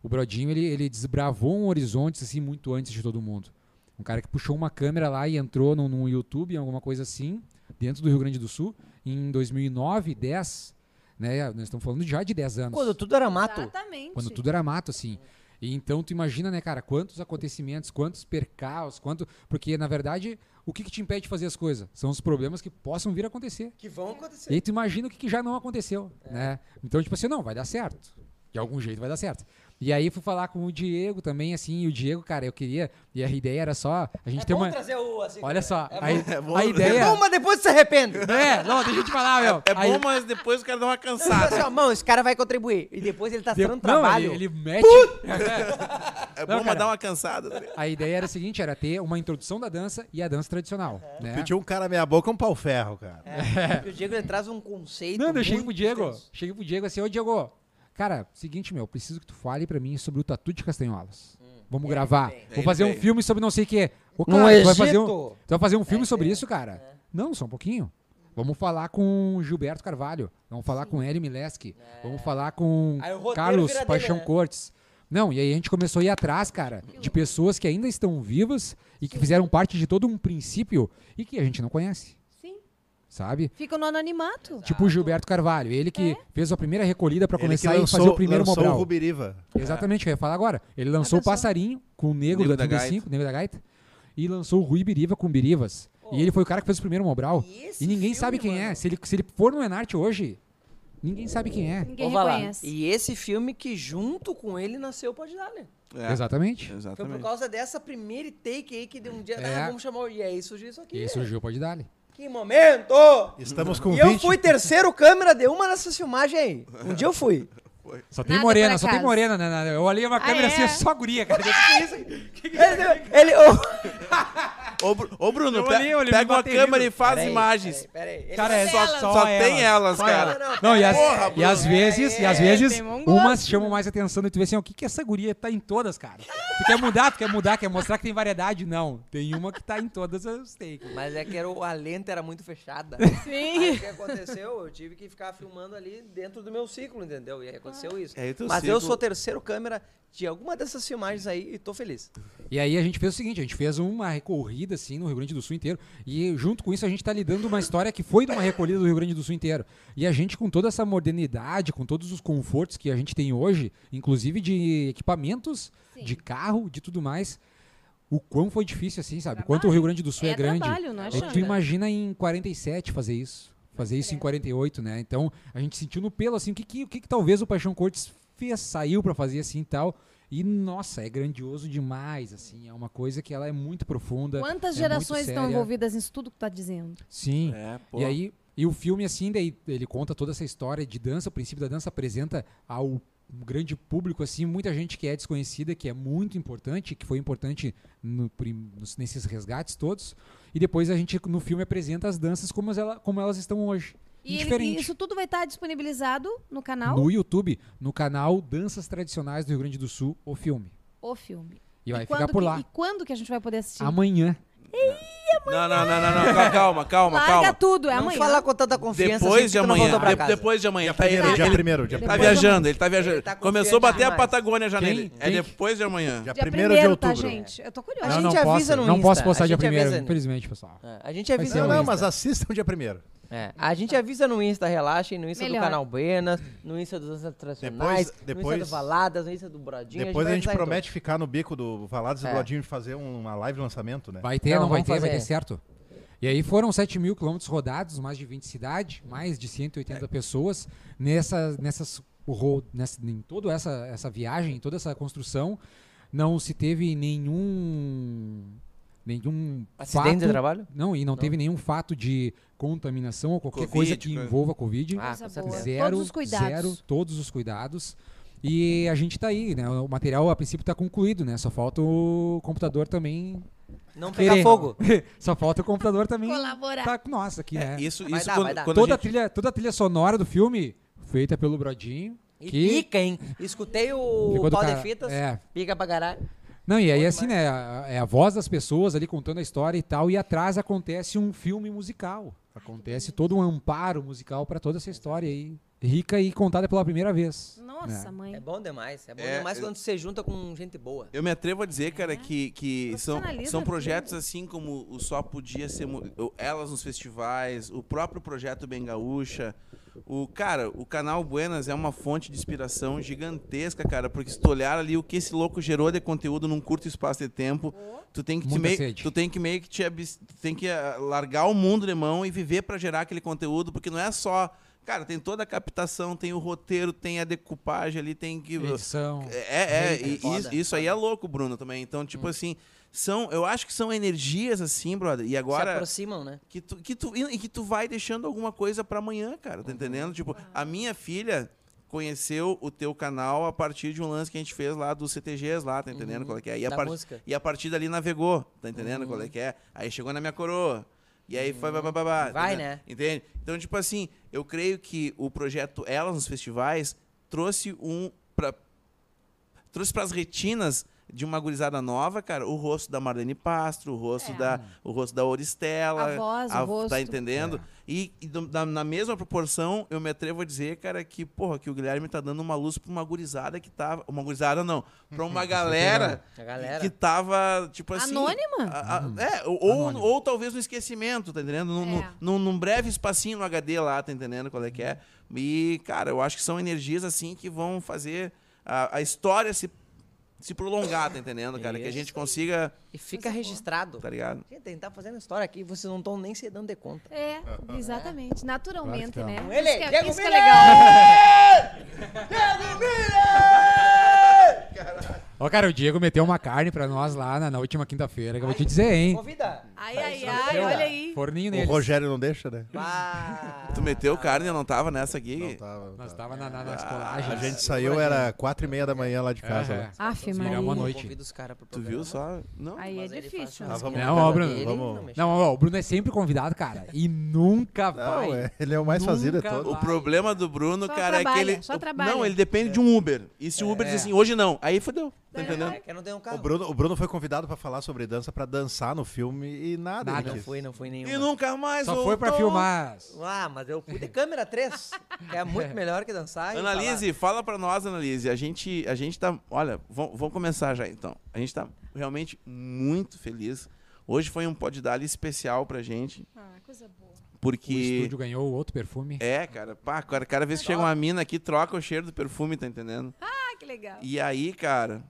Speaker 1: o Brodinho, ele, ele desbravou um horizonte, assim, muito antes de todo mundo. Um cara que puxou uma câmera lá e entrou num, num YouTube, alguma coisa assim, dentro do Rio Grande do Sul, em 2009, 10, né, nós estamos falando já de 10 anos.
Speaker 2: Quando tudo era mato.
Speaker 3: Exatamente.
Speaker 1: Quando tudo era mato, assim. E então tu imagina, né, cara, quantos acontecimentos, quantos percaus, quanto. Porque, na verdade, o que, que te impede de fazer as coisas? São os problemas que possam vir a acontecer.
Speaker 2: Que vão acontecer.
Speaker 1: E aí tu imagina o que, que já não aconteceu,
Speaker 2: É.
Speaker 1: né? Então, tipo assim, não, vai dar certo. De algum jeito vai dar certo. E aí fui falar com o Diego também, assim, e o Diego, cara, eu queria. E a ideia era só. A gente
Speaker 2: É
Speaker 1: tem
Speaker 2: bom
Speaker 1: uma.
Speaker 2: trazer o... Assim,
Speaker 1: Olha só,
Speaker 2: É
Speaker 1: a,
Speaker 2: bom,
Speaker 4: *laughs* É bom-
Speaker 1: a
Speaker 2: é
Speaker 1: ideia.
Speaker 2: bom, mas depois
Speaker 1: *laughs*
Speaker 2: se arrepende.
Speaker 1: É, não, deixa eu te falar, meu.
Speaker 4: É
Speaker 1: A-
Speaker 4: bom, mas depois o cara dá uma
Speaker 2: Pensa
Speaker 4: cansada.
Speaker 2: assim, ó, mão, esse cara vai contribuir. E depois ele tá
Speaker 1: Deu-
Speaker 2: dando
Speaker 1: não,
Speaker 2: trabalho.
Speaker 1: ele, ele mete.
Speaker 4: É
Speaker 1: Não,
Speaker 4: bom,
Speaker 1: cara.
Speaker 4: mas dá uma cansada. assim.
Speaker 1: A ideia era a seguinte: era ter uma introdução da dança e a dança tradicional. Né?
Speaker 5: Pediu um cara meia boca é um pau ferro, cara.
Speaker 2: O Diego ele traz um conceito.
Speaker 1: é. Não, eu cheguei
Speaker 2: muito
Speaker 1: pro Diego.
Speaker 2: extenso.
Speaker 1: Cheguei pro Diego assim, ô Diego, cara, seguinte, meu, preciso que tu fale pra mim sobre o Tatu de Castanholas. Vamos gravar. Vou
Speaker 4: Ele
Speaker 1: fazer um
Speaker 4: veio.
Speaker 1: filme sobre não sei o quê. Ô,
Speaker 2: No
Speaker 1: cara, tu vai fazer um,
Speaker 2: Egito. É,
Speaker 1: tu vai fazer um filme sobre isso, cara? Não, só um pouquinho. Vamos falar com o Gilberto Carvalho. Vamos falar com Hélio Mileski. Vamos falar com
Speaker 2: É. Aí o roteiro
Speaker 1: Carlos
Speaker 2: vira dele,
Speaker 1: Paixão
Speaker 2: né?
Speaker 1: Cortes. Não, e aí a gente começou a ir atrás, cara, de pessoas que ainda estão vivas e que fizeram parte de todo um princípio e que a gente não conhece,
Speaker 3: Sim.
Speaker 1: sabe?
Speaker 3: Ficam no anonimato.
Speaker 1: Tipo o Gilberto Carvalho, ele que
Speaker 3: É.
Speaker 1: fez a primeira recolhida pra
Speaker 5: Ele que
Speaker 1: começar a fazer o primeiro
Speaker 5: lançou
Speaker 1: Mobral.
Speaker 5: o Rubiriva.
Speaker 1: Exatamente, que eu ia falar agora. Ele lançou o
Speaker 3: pessoal.
Speaker 1: Passarinho com o Negro,
Speaker 4: Negro
Speaker 1: da
Speaker 4: da
Speaker 1: 35, Negro da Gaita, e lançou o Rui Biriva com Birivas.
Speaker 3: Oh.
Speaker 1: E ele foi o cara que fez o primeiro Mobral.
Speaker 2: E
Speaker 1: E,
Speaker 2: esse
Speaker 1: ninguém
Speaker 2: filme,
Speaker 1: sabe quem é.
Speaker 2: mano?
Speaker 1: Se ele, se ele for no Enart hoje, ninguém sabe quem é.
Speaker 3: Ninguém
Speaker 2: Ô, vai lá.
Speaker 3: reconhece.
Speaker 2: E esse filme que junto com ele nasceu pode dar, né?
Speaker 4: É,
Speaker 1: Exatamente.
Speaker 2: Foi por
Speaker 4: Exatamente.
Speaker 2: causa dessa primeira take aí que deu um dia.
Speaker 1: É.
Speaker 2: Ah, vamos chamar o. E aí surgiu isso aqui.
Speaker 1: E aí surgiu o Pode Dali.
Speaker 2: Que momento!
Speaker 5: Estamos com
Speaker 2: E eu
Speaker 5: 20.
Speaker 2: fui terceiro câmera de uma nessa filmagem aí. Um dia eu fui.
Speaker 1: Só tem
Speaker 3: Nada
Speaker 1: morena,
Speaker 3: por
Speaker 1: só tem
Speaker 3: acaso.
Speaker 1: morena, né? né? Eu olhei uma
Speaker 3: Ah,
Speaker 1: câmera assim,
Speaker 3: é?
Speaker 1: é só guria, cara.
Speaker 2: Ele. ele ô,
Speaker 4: Ô, Bru- Ô, Bruno,
Speaker 1: Eu
Speaker 4: pe-
Speaker 1: olhei, ele me
Speaker 4: pega uma
Speaker 1: bateu rindo.
Speaker 4: câmera e faz
Speaker 2: Peraí,
Speaker 4: imagens.
Speaker 2: peraí, peraí. Ele-
Speaker 1: Cara, é
Speaker 3: Só
Speaker 1: só,
Speaker 4: Só tem elas, cara.
Speaker 2: Não, não,
Speaker 1: Não, e, as-
Speaker 4: Porra,
Speaker 1: e às vezes, e às vezes,
Speaker 3: É, tem né? bom gosto,
Speaker 1: umas chamam mais atenção e tu vê assim, ó, o que que essa guria tá em todas, cara? Tu quer mudar, tu quer mudar, quer mostrar que tem variedade? Não, tem uma que tá em todas as takes.
Speaker 2: Mas é que era, o- a lenta era muito fechada. Aí o
Speaker 3: Sim.
Speaker 2: que aconteceu? Eu tive que ficar filmando ali dentro do meu ciclo, entendeu? E aí aconteceu isso.
Speaker 4: E
Speaker 1: É,
Speaker 4: aí teu
Speaker 2: Mas eu
Speaker 4: ciclo-
Speaker 2: sou terceiro câmera de alguma dessas filmagens aí e tô feliz.
Speaker 1: E aí a gente fez o seguinte, a gente fez uma recorrida assim no Rio Grande do Sul inteiro e junto com isso a gente tá lidando uma história que foi de uma recolhida do Rio Grande do Sul inteiro. E a gente com toda essa modernidade, com todos os confortos que a gente tem hoje, inclusive de equipamentos,
Speaker 11: Sim.
Speaker 1: de carro, de tudo mais, o quão foi difícil assim, sabe? Quanto o Rio Grande do Sul é,
Speaker 3: É
Speaker 1: grande.
Speaker 3: trabalho, não é,
Speaker 1: Aí tu
Speaker 3: Xanda?
Speaker 1: imagina em 47 fazer isso. Fazer
Speaker 3: É.
Speaker 1: isso em 48, né? Então, a gente sentiu no pelo, assim, o que, que, o que, que talvez o Paixão Cortes fez, saiu pra fazer assim e tal. E, nossa, é grandioso demais, assim. É uma coisa que ela é muito profunda. é
Speaker 3: Quantas
Speaker 1: muito
Speaker 3: gerações estão
Speaker 1: séria.
Speaker 3: envolvidas nisso tudo que tu tá dizendo?
Speaker 1: Sim.
Speaker 4: É, pô.
Speaker 1: E aí, e o filme, assim, daí ele conta toda essa história de dança, o princípio da dança apresenta ao grande público, assim, muita gente que é desconhecida, que é muito importante, que foi importante no prim- nos- nesses resgates todos. E depois a gente, no filme, apresenta as danças como, as ela, como elas estão hoje.
Speaker 3: E, ele-
Speaker 1: Diferente.
Speaker 3: e isso tudo vai estar disponibilizado no
Speaker 2: Ah,
Speaker 3: canal
Speaker 1: No YouTube, no canal Danças Tradicionais do Rio Grande do Sul, o filme.
Speaker 3: o filme.
Speaker 1: E vai
Speaker 3: quando
Speaker 1: ficar por
Speaker 3: que-
Speaker 1: lá.
Speaker 3: E quando que a gente vai poder assistir?
Speaker 1: Amanhã.
Speaker 4: Não, não, não, não, não. Calma, calma,
Speaker 3: Larga
Speaker 4: calma.
Speaker 3: tudo, é
Speaker 2: Não
Speaker 3: amanhã.
Speaker 2: falar com tanta confiança assim,
Speaker 4: Depois de
Speaker 2: que tu não
Speaker 4: amanhã.
Speaker 2: voltou pra
Speaker 4: de-
Speaker 2: casa.
Speaker 4: Depois de amanhã. Tá,
Speaker 5: Primeiro,
Speaker 4: ele,
Speaker 5: dia
Speaker 4: ele
Speaker 5: primeiro, dia
Speaker 4: tá
Speaker 5: primeiro.
Speaker 4: viajando, ele tá viajando.
Speaker 2: Ele tá
Speaker 4: Começou
Speaker 2: confiante
Speaker 4: a bater a
Speaker 2: demais.
Speaker 4: Patagônia já
Speaker 1: Quem?
Speaker 4: nele. É
Speaker 1: Quem?
Speaker 4: depois de amanhã.
Speaker 5: Dia
Speaker 3: Dia
Speaker 5: 1
Speaker 3: primeiro,
Speaker 5: de
Speaker 3: tá,
Speaker 5: outubro.
Speaker 3: gente? Eu tô curiosa.
Speaker 2: A
Speaker 1: não,
Speaker 2: gente
Speaker 1: não
Speaker 2: avisa
Speaker 1: posso,
Speaker 2: no
Speaker 1: Não
Speaker 2: Insta,
Speaker 1: posso
Speaker 2: a
Speaker 1: postar dia
Speaker 2: gente avisa
Speaker 1: primeiro,
Speaker 2: no-
Speaker 1: infelizmente, pessoal.
Speaker 2: É, a gente avisa
Speaker 1: ser
Speaker 2: no
Speaker 5: Não,
Speaker 1: um
Speaker 5: não,
Speaker 2: Insta.
Speaker 5: mas assistam dia primeiro.
Speaker 2: É, a gente avisa no Insta, relaxem, no Insta
Speaker 3: Melhor.
Speaker 2: do canal Buenas, no Insta dos Danças Tradicionais,
Speaker 5: Depois-
Speaker 2: no Insta
Speaker 5: depois-
Speaker 2: do Valadas, no Insta do Brodinho.
Speaker 5: Depois
Speaker 2: vai
Speaker 5: a gente
Speaker 2: avisar em
Speaker 5: promete ficar no bico do Valados e
Speaker 2: É.
Speaker 5: do Ladinho e fazer uma live lançamento, né?
Speaker 1: Vai ter,
Speaker 2: Não,
Speaker 1: não, vai
Speaker 2: vamos
Speaker 1: ter, vai ter
Speaker 2: fazer.
Speaker 1: certo. E E aí foram 7 mil quilômetros rodados, mais de 20 cidades, mais de
Speaker 2: É.
Speaker 1: 180 pessoas nessa, nessas, ro- nessa, em toda essa, essa viagem, em toda essa construção. Não se teve nenhum. Nenhum
Speaker 2: Acidente de
Speaker 1: fato-
Speaker 2: trabalho?
Speaker 1: Não, e não, teve nenhum fato de contaminação ou qualquer
Speaker 4: Covid,
Speaker 1: coisa que
Speaker 4: coisa.
Speaker 1: envolva Covid.
Speaker 2: Ah,
Speaker 3: Coisa
Speaker 2: com
Speaker 3: boa.
Speaker 2: certeza.
Speaker 1: Zero,
Speaker 3: Todos os cuidados.
Speaker 1: zero, todos os cuidados. E a gente tá aí, né? O material a princípio tá concluído, né? Só falta o computador também.
Speaker 2: Não
Speaker 1: querer.
Speaker 2: pegar
Speaker 1: *laughs*
Speaker 2: fogo.
Speaker 1: Só falta o computador também.
Speaker 3: Colaborar.
Speaker 1: Tá com nós aqui, né?
Speaker 4: Isso,
Speaker 2: Vai
Speaker 4: isso
Speaker 2: dar,
Speaker 4: quando,
Speaker 2: vai dar.
Speaker 4: É, quando
Speaker 1: toda,
Speaker 4: a
Speaker 1: a trilha, toda a trilha sonora do filme feita pelo Brodinho.
Speaker 2: E
Speaker 1: que
Speaker 2: pica, hein? Escutei
Speaker 1: ficou do
Speaker 2: o pau
Speaker 1: cara-
Speaker 2: de fitas.
Speaker 1: É.
Speaker 2: Pica pra caralho.
Speaker 1: Não, e aí assim, né? a- É a voz das pessoas ali contando a história e tal, e atrás acontece um filme musical. Acontece todo um amparo musical pra toda essa história aí. Rica e contada pela primeira vez.
Speaker 3: Nossa,
Speaker 2: É
Speaker 3: mãe.
Speaker 2: bom demais. É bom
Speaker 4: É,
Speaker 2: demais
Speaker 4: eu-
Speaker 2: quando você junta com gente boa.
Speaker 4: Eu me atrevo a dizer, cara, que, que são,
Speaker 3: Profissionaliza
Speaker 4: são
Speaker 3: a
Speaker 4: projetos
Speaker 3: vida.
Speaker 4: assim como o Só Podia Ser... Mu- o Elas nos festivais, o próprio Projeto Bem Gaúcha. O, cara, o canal Buenas é uma fonte de inspiração gigantesca, cara. Porque se tu olhar ali o que esse louco gerou de conteúdo num curto espaço de tempo, tu tem que, te
Speaker 1: Muita
Speaker 4: meio,
Speaker 1: sede.
Speaker 4: tu tem que meio que te abs- tu tem que ah, largar o mundo de mão e viver pra gerar aquele conteúdo, porque não é só... Cara, tem toda a captação, tem o roteiro, tem a decupagem ali, tem que...
Speaker 1: Edição.
Speaker 4: É, é, e
Speaker 2: foda. Hum.
Speaker 4: isso, isso aí é louco, Bruno, também. Então, tipo assim, são, eu acho que são energias assim, brother. E
Speaker 2: Se
Speaker 4: agora
Speaker 2: aproximam, né?
Speaker 4: que tu, que tu e que tu vai deixando alguma coisa pra amanhã, cara,
Speaker 2: Uhum.
Speaker 4: tá entendendo? Tipo, a minha filha conheceu o teu canal a partir de um lance que a gente fez lá dos CTGs lá, tá entendendo qual é que é? E
Speaker 2: Uhum.
Speaker 4: a,
Speaker 2: Da
Speaker 4: par-
Speaker 2: música. Uhum.
Speaker 4: e a partir dali navegou, tá entendendo qual é que é? Aí chegou na minha coroa. E aí foi babá, babá,
Speaker 2: Vai,
Speaker 4: entendeu?
Speaker 2: né?
Speaker 4: tá Entende? Então, tipo assim, eu creio que o projeto Elas nos Festivais trouxe um pra, trouxe pras retinas de uma gurizada nova, cara, o rosto da Marlene Pastro, o rosto da o rosto da Oristela,
Speaker 3: É. A voz, o rosto.
Speaker 4: tá entendendo? E, e do- na, na mesma proporção, eu me atrevo a dizer, cara, que porra, que o Guilherme tá dando uma luz pra uma gurizada que tava, uma gurizada não, pra uma galera
Speaker 2: A galera.
Speaker 4: que tava, tipo assim.
Speaker 1: Ah,
Speaker 3: Anônima?
Speaker 4: a- a-
Speaker 1: hum.
Speaker 4: é, ou, ou, ou talvez no esquecimento, tá entendendo? Num,
Speaker 3: É.
Speaker 4: num, num breve espacinho no HD lá, tá entendendo qual é que é? E, cara, eu acho que são energias assim que vão fazer a, a história se, se prolongar, tá entendendo, cara? Que a
Speaker 2: Isso.
Speaker 4: gente consiga,
Speaker 2: E
Speaker 3: é
Speaker 2: fica registrado.
Speaker 4: tá ligado?
Speaker 2: Gente, a gente tá fazendo história aqui e vocês não estão nem se dando de conta.
Speaker 3: É, exatamente. Naturalmente,
Speaker 8: Claro que
Speaker 3: né?
Speaker 8: é.
Speaker 3: Isso
Speaker 2: Ele,
Speaker 3: que é,
Speaker 2: Diego
Speaker 3: isso que é
Speaker 2: Miller!
Speaker 3: legal.
Speaker 1: Ó, cara, o Diego meteu uma carne pra nós lá na, na última quinta-feira, que eu vou te dizer, hein?
Speaker 2: Convida!
Speaker 3: Ai, ai, ai, olha aí.
Speaker 1: Forninho
Speaker 5: O
Speaker 1: neles.
Speaker 5: Rogério não deixa, né?
Speaker 2: Ah,
Speaker 4: *laughs* Tu meteu carne, eu não tava nessa aqui.
Speaker 5: Não tava. não
Speaker 1: Nós tá-
Speaker 5: tava.
Speaker 1: tava na, na- nas colagens.
Speaker 5: A gente saiu, era quatro e meia da manhã lá de casa.
Speaker 1: É,
Speaker 5: né?
Speaker 3: Aff,
Speaker 1: Ligar
Speaker 3: Maria.
Speaker 1: uma
Speaker 2: eu
Speaker 1: noite.
Speaker 2: convido os caras pro
Speaker 4: Tu
Speaker 2: programa. né?
Speaker 4: viu só? Não.
Speaker 3: Aí é
Speaker 2: mas ele faz
Speaker 3: difícil.
Speaker 2: churrasquinho
Speaker 3: né?
Speaker 2: na
Speaker 5: Ah, vamos
Speaker 1: Não,
Speaker 2: casa
Speaker 1: ó, Bruno,
Speaker 2: dele,
Speaker 5: vamos-
Speaker 2: mexe.
Speaker 1: Não, ó, o Bruno é sempre convidado, cara. E nunca vai.
Speaker 5: Não, é, ele é o mais fazido de
Speaker 1: Nunca
Speaker 5: todos.
Speaker 4: O
Speaker 1: Vai.
Speaker 4: problema do Bruno,
Speaker 3: Só
Speaker 4: cara,
Speaker 3: trabalha,
Speaker 4: é que ele.
Speaker 3: só
Speaker 4: o-
Speaker 3: trabalha.
Speaker 4: Não, ele depende de um Uber. E se o Uber
Speaker 1: É.
Speaker 4: diz assim, hoje não, aí fodeu. Tá entendendo?
Speaker 2: É que eu não tenho um
Speaker 5: O
Speaker 2: carro.
Speaker 5: Bruno, o Bruno foi convidado pra falar sobre dança, pra dançar no filme e nada.
Speaker 1: Nada.
Speaker 5: ele
Speaker 2: Não
Speaker 5: quis.
Speaker 2: fui, não fui nenhum. né?
Speaker 4: E nunca mais
Speaker 1: Só foi pra
Speaker 4: voltou.
Speaker 1: filmar.
Speaker 2: Ah, mas eu fui de câmera 3, que é muito melhor que dançar. e
Speaker 4: Analise, fala pra nós, Analise. A gente, a gente tá. Olha, vamos vamos começar já então. A gente tá realmente muito feliz. Hoje foi um Poddali especial pra gente,
Speaker 3: Ah, coisa boa.
Speaker 1: O
Speaker 4: porque.
Speaker 1: Um estúdio ganhou outro perfume.
Speaker 4: É, cara, pá, cara, cada vez que chega uma mina aqui, troca o cheiro do perfume, tá entendendo?
Speaker 3: Ah, que legal.
Speaker 4: E aí, cara,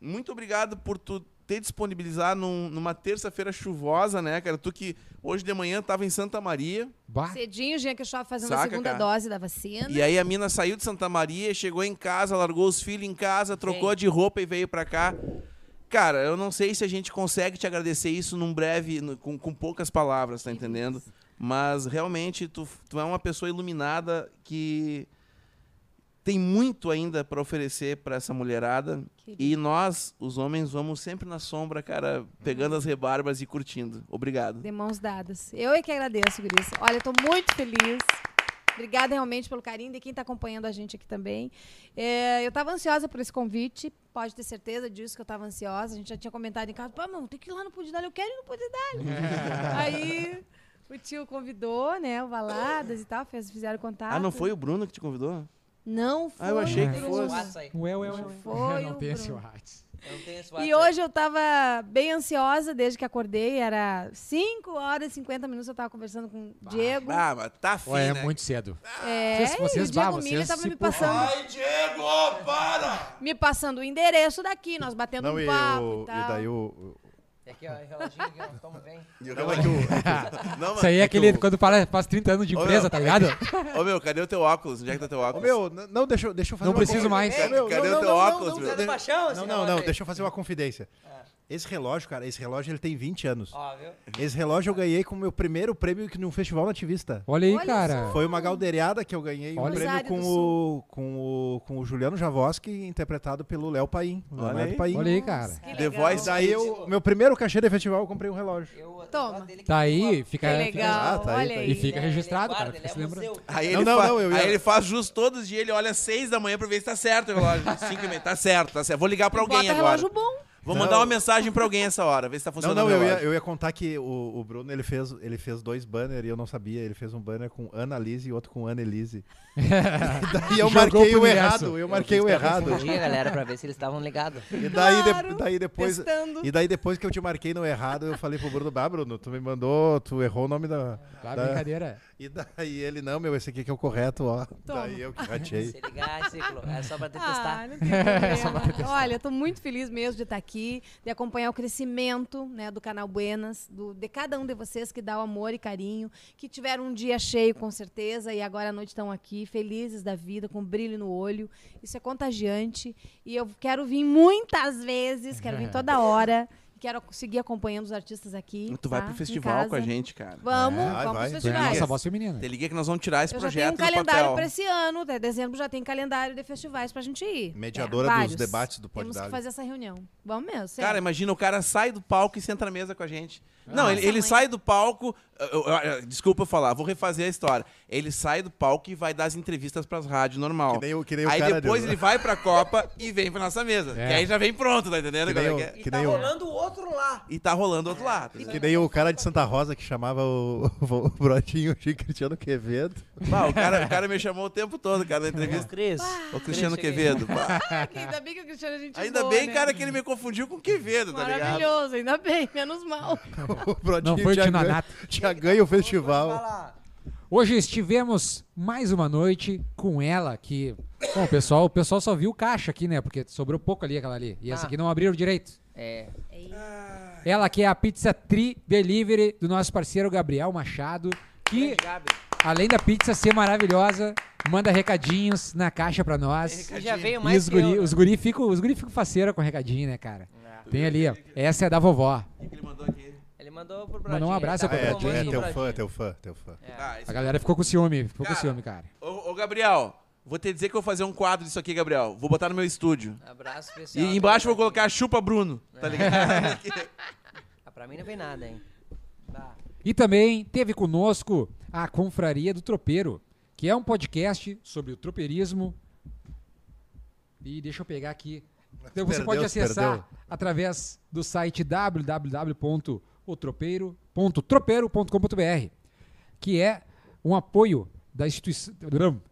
Speaker 4: muito obrigado por tu ter disponibilizado num- numa terça-feira chuvosa, né, cara? Tu que hoje de manhã tava em Santa Maria,
Speaker 1: Bah,
Speaker 3: Cedinho, Jean Queixoz fazendo a
Speaker 4: Saca,
Speaker 3: segunda
Speaker 4: cara?
Speaker 3: dose da vacina.
Speaker 4: e aí a mina saiu de Santa Maria, chegou em casa, largou os filhos em casa, trocou de roupa e veio pra cá. Cara, eu não sei se a gente consegue te agradecer isso num breve, no- com, com poucas palavras, tá entendendo? Mas realmente tu, tu é uma pessoa iluminada que tem muito ainda pra oferecer pra essa mulherada.
Speaker 3: Que
Speaker 4: E nós, os homens, vamos sempre na sombra, cara, pegando as rebarbas e curtindo. Obrigado.
Speaker 3: De mãos dadas. Eu é que agradeço, Gris. Olha, eu tô muito feliz. Obrigada realmente pelo carinho de quem está acompanhando a gente aqui também. É, eu estava ansiosa por esse convite, pode ter certeza disso que eu estava ansiosa. A gente já tinha comentado em casa, pô, mano, tem que ir lá no Pudidale, eu quero ir no Pudidale.
Speaker 4: *laughs*
Speaker 3: Aí o tio convidou, né, o Valadas e tal, fez, fizeram contato.
Speaker 4: Ah, não foi o Bruno que te convidou?
Speaker 3: Não foi.
Speaker 4: Ah, eu achei
Speaker 3: o
Speaker 4: que
Speaker 2: Tem
Speaker 3: Bruno.
Speaker 2: esse WhatsApp aí.
Speaker 1: Ué, ué, ué. *laughs*
Speaker 3: Foi
Speaker 1: Não
Speaker 3: o
Speaker 1: tem esse
Speaker 3: Bruno.
Speaker 1: WhatsApp.
Speaker 2: Eu não tenho esse
Speaker 3: E
Speaker 2: WhatsApp.
Speaker 3: hoje eu tava bem ansiosa desde que acordei, era 5 horas e 50 minutos eu tava conversando com o Diego.
Speaker 4: Ah, mas tá fim,
Speaker 1: Ué, é
Speaker 4: né?
Speaker 1: muito cedo.
Speaker 3: É,
Speaker 1: Vocês- vocês
Speaker 3: e o Diego
Speaker 1: vá,
Speaker 3: Miller
Speaker 1: vocês
Speaker 3: tava
Speaker 1: se
Speaker 3: me passando,
Speaker 4: Diego, para!
Speaker 3: me passando o endereço daqui, nós batendo
Speaker 5: Não,
Speaker 3: um
Speaker 5: e,
Speaker 3: papo
Speaker 5: o-
Speaker 3: e
Speaker 5: e
Speaker 3: tal.
Speaker 5: daí o,
Speaker 2: É que a reloginho que nós estamos bem.
Speaker 4: Não, mas
Speaker 5: *laughs*
Speaker 4: tu- não, mas
Speaker 1: Isso aí é
Speaker 4: que
Speaker 1: aquele
Speaker 4: o-
Speaker 1: quando fala faz 30 anos de
Speaker 4: Ô,
Speaker 1: empresa,
Speaker 4: meu,
Speaker 1: tá ligado? *laughs*
Speaker 4: Ô meu, cadê o teu óculos? Onde é que tá teu
Speaker 5: Ô,
Speaker 4: óculos?
Speaker 5: meu, n- não, deixa, eu- deixa eu fazer
Speaker 1: Não
Speaker 5: uma
Speaker 1: preciso
Speaker 5: confi-
Speaker 1: mais.
Speaker 5: Ô, meu,
Speaker 4: Cadê
Speaker 5: não,
Speaker 4: o teu
Speaker 5: não, não,
Speaker 4: óculos,
Speaker 5: não,
Speaker 4: meu?
Speaker 5: de-
Speaker 2: paixão
Speaker 5: Não, não, não, deixa eu fazer uma confidência. Esse relógio, cara, esse relógio ele tem 20 anos.
Speaker 2: Ó, viu?
Speaker 5: Esse relógio eu ganhei com o meu primeiro prêmio que num festival nativista.
Speaker 1: Olha aí,
Speaker 3: Olha
Speaker 1: cara.
Speaker 5: Foi uma galdeirada que eu ganhei, um
Speaker 1: É. Olha.
Speaker 5: prêmio
Speaker 3: Rosário
Speaker 5: com
Speaker 3: do
Speaker 5: o, com, o, com o Juliano Javoski, interpretado pelo Léo Paim.
Speaker 4: Olha
Speaker 5: Leonardo
Speaker 4: aí.
Speaker 5: Paim.
Speaker 1: Olha aí, cara.
Speaker 3: Que
Speaker 4: The
Speaker 3: legal.
Speaker 5: Mas
Speaker 4: Voice
Speaker 5: daí eu, meu primeiro cachê de festival, eu comprei um relógio.
Speaker 2: Eu, atrás
Speaker 3: Toma.
Speaker 2: dele que
Speaker 1: Tá
Speaker 2: eu
Speaker 1: aí,
Speaker 2: guardo.
Speaker 1: fica.
Speaker 3: Que
Speaker 1: fica-
Speaker 3: legal, é
Speaker 5: Ah, tá aí,
Speaker 3: olha
Speaker 5: tá
Speaker 3: aí.
Speaker 5: aí.
Speaker 1: E fica
Speaker 2: Ele
Speaker 1: registrado, cara.
Speaker 2: guarda,
Speaker 1: Fica se
Speaker 2: ele é
Speaker 1: lembrando.
Speaker 2: museu.
Speaker 4: Aí
Speaker 5: Não,
Speaker 4: ele,
Speaker 5: não,
Speaker 4: fa-
Speaker 5: não, eu ia-
Speaker 4: aí ele faz jus todos os dias, ele olha às seis da manhã pra ver se tá certo o relógio. *laughs* Cinco e meia, tá certo, tá certo. Vou ligar pra alguém
Speaker 3: Bota
Speaker 4: agora.
Speaker 3: relógio bom.
Speaker 4: Vou
Speaker 5: Não.
Speaker 4: mandar uma mensagem pra alguém essa hora, ver se tá
Speaker 5: Não,
Speaker 4: funcionando
Speaker 5: não,
Speaker 4: o
Speaker 5: eu ia,
Speaker 4: relógio.
Speaker 5: eu ia contar que o, o Bruno ele fez, ele fez dois banners e eu não sabia. Ele fez um banner com Ana Lise e outro com
Speaker 1: *laughs*
Speaker 5: Ana Elise. e daí eu
Speaker 1: Jogou
Speaker 5: marquei
Speaker 1: pro
Speaker 5: o
Speaker 1: universo.
Speaker 5: errado. Eu marquei o errado.
Speaker 1: assim.
Speaker 2: Confundi a galera pra ver se eles estavam ligados.
Speaker 5: E daí, de-
Speaker 3: Claro,
Speaker 5: daí depois.
Speaker 3: testando.
Speaker 5: E daí depois que eu te marquei no errado, eu falei pro Bruno, bah, Bruno, tu me mandou, tu errou o nome da.
Speaker 1: Tá,
Speaker 5: da-
Speaker 1: brincadeira.
Speaker 5: E daí ele, não, meu, esse aqui que é o correto, ó. Daí eu que ratei.
Speaker 2: Se ligar, ciclo. É só pra
Speaker 3: Ah,
Speaker 2: detestar.
Speaker 3: não tem problema. Olha, eu tô muito feliz mesmo de estar aqui, de acompanhar o crescimento né, do canal Buenas, do- de cada um de vocês que dá o amor e carinho, que tiveram um dia cheio com certeza e agora à noite estão aqui, felizes da vida, com brilho no olho. Isso é contagiante e eu quero vir muitas vezes, quero vir toda hora, quero seguir acompanhando os artistas aqui.
Speaker 4: Tu vai
Speaker 3: tá?
Speaker 4: pro
Speaker 3: Em
Speaker 4: festival com a
Speaker 3: casa.
Speaker 4: gente, cara.
Speaker 3: Vamos,
Speaker 5: É,
Speaker 3: vamos
Speaker 5: vai, vai.
Speaker 3: pros
Speaker 1: Foi a
Speaker 3: festivais.
Speaker 1: nossa voz feminina.
Speaker 4: Te liguei que nós vamos tirar esse
Speaker 3: Eu já tenho um
Speaker 4: projeto do
Speaker 3: calendário
Speaker 4: papel.
Speaker 3: para esse ano, até dezembro já tem calendário de festivais pra gente ir.
Speaker 5: Mediadora
Speaker 3: É,
Speaker 5: dos
Speaker 3: vários.
Speaker 5: debates do Pode
Speaker 3: Temos que
Speaker 5: Dar.
Speaker 3: fazer essa reunião. Vamos mesmo, sério.
Speaker 4: Cara, imagina, o cara sai do palco e senta na mesa com a gente. Não,
Speaker 3: Nossa,
Speaker 4: ele, ele
Speaker 3: Ah, mãe.
Speaker 4: sai do palco. eu- eu- eu- desculpa eu falar, vou refazer a história. Ele sai do palco e vai dar as entrevistas pras rádios normal.
Speaker 5: Que nem o- que nem o
Speaker 4: aí
Speaker 5: cara
Speaker 4: depois
Speaker 5: deu, né?
Speaker 4: ele vai pra Copa e vem pra nossa mesa.
Speaker 1: É.
Speaker 4: Que aí já vem pronto, tá entendendo?
Speaker 5: Que
Speaker 4: como é
Speaker 5: nem, o,
Speaker 4: que é?
Speaker 2: E
Speaker 5: que
Speaker 2: tá
Speaker 5: nem o-
Speaker 2: rolando né? o outro lá.
Speaker 4: E tá rolando do outro lado.
Speaker 5: que nem o cara de Santa Rosa que chamava o, *laughs* o Brotinho de Cristiano Quevedo.
Speaker 4: Bah, o, cara, o cara me chamou o tempo todo, cara, na entrevista.
Speaker 2: Cris.
Speaker 3: Ah,
Speaker 4: O Cristiano
Speaker 2: Cheguei.
Speaker 4: Quevedo.
Speaker 3: *laughs*
Speaker 4: bah.
Speaker 3: ainda bem que o Cristiano a gente
Speaker 4: Ainda
Speaker 3: boa,
Speaker 4: bem,
Speaker 3: né?
Speaker 4: cara, que ele me confundiu com o Quevedo, tá ligado?
Speaker 3: Maravilhoso, ainda bem, menos mal.
Speaker 5: O Brotinho
Speaker 1: Não, foi o
Speaker 5: tinha, ganho,
Speaker 1: Tinanato.
Speaker 5: tinha ganho o festival.
Speaker 1: Hoje estivemos mais uma noite com ela, que. Bom, o pessoal, o pessoal só viu caixa aqui, né? Porque sobrou pouco ali aquela ali. E essa
Speaker 2: Ah.
Speaker 1: aqui não abriram direito.
Speaker 2: É.
Speaker 1: Ela que é a pizza Tri Delivery do nosso parceiro Gabriel Machado, que
Speaker 2: Gabi.
Speaker 1: além da pizza ser maravilhosa, manda recadinhos na caixa pra nós.
Speaker 2: Ele já veio
Speaker 1: E
Speaker 2: mais
Speaker 1: os
Speaker 2: que eu,
Speaker 1: guri,
Speaker 2: né?
Speaker 1: os guri ficam, os guri ficam faceira com recadinho, né, cara? Tem ali, ó. Essa é a da vovó.
Speaker 4: O que que ele mandou aqui?
Speaker 2: Ele mandou pro Bradinho.
Speaker 1: Mandou um abraço
Speaker 2: ele tá
Speaker 1: pro
Speaker 2: tava
Speaker 5: É,
Speaker 2: tomando
Speaker 5: é
Speaker 2: no
Speaker 5: teu
Speaker 2: Bradinho.
Speaker 5: fã, teu fã, teu fã.
Speaker 2: É.
Speaker 3: É.
Speaker 4: Ah,
Speaker 1: A
Speaker 4: esse-
Speaker 1: galera ficou com ciúme, ficou
Speaker 4: Cara.
Speaker 1: com ciúme, cara.
Speaker 4: Ô, ô, Gabriel, vou te dizer que eu vou fazer um quadro disso aqui, Gabriel. Vou botar no meu estúdio.
Speaker 2: Abraço
Speaker 4: E
Speaker 2: especial.
Speaker 4: embaixo eu vou colocar chupa Bruno, tá ligado?
Speaker 2: Ah, pra mim não vem nada, hein? Bah.
Speaker 1: E também teve conosco a Confraria do Tropeiro, que é um podcast sobre o tropeirismo. E deixa eu pegar aqui. Então você
Speaker 5: Perdeu,
Speaker 1: pode
Speaker 5: se
Speaker 1: acessar
Speaker 5: perdeu.
Speaker 1: através do site www.otropeiro.tropeiro.com.br, que é um apoio da instituição,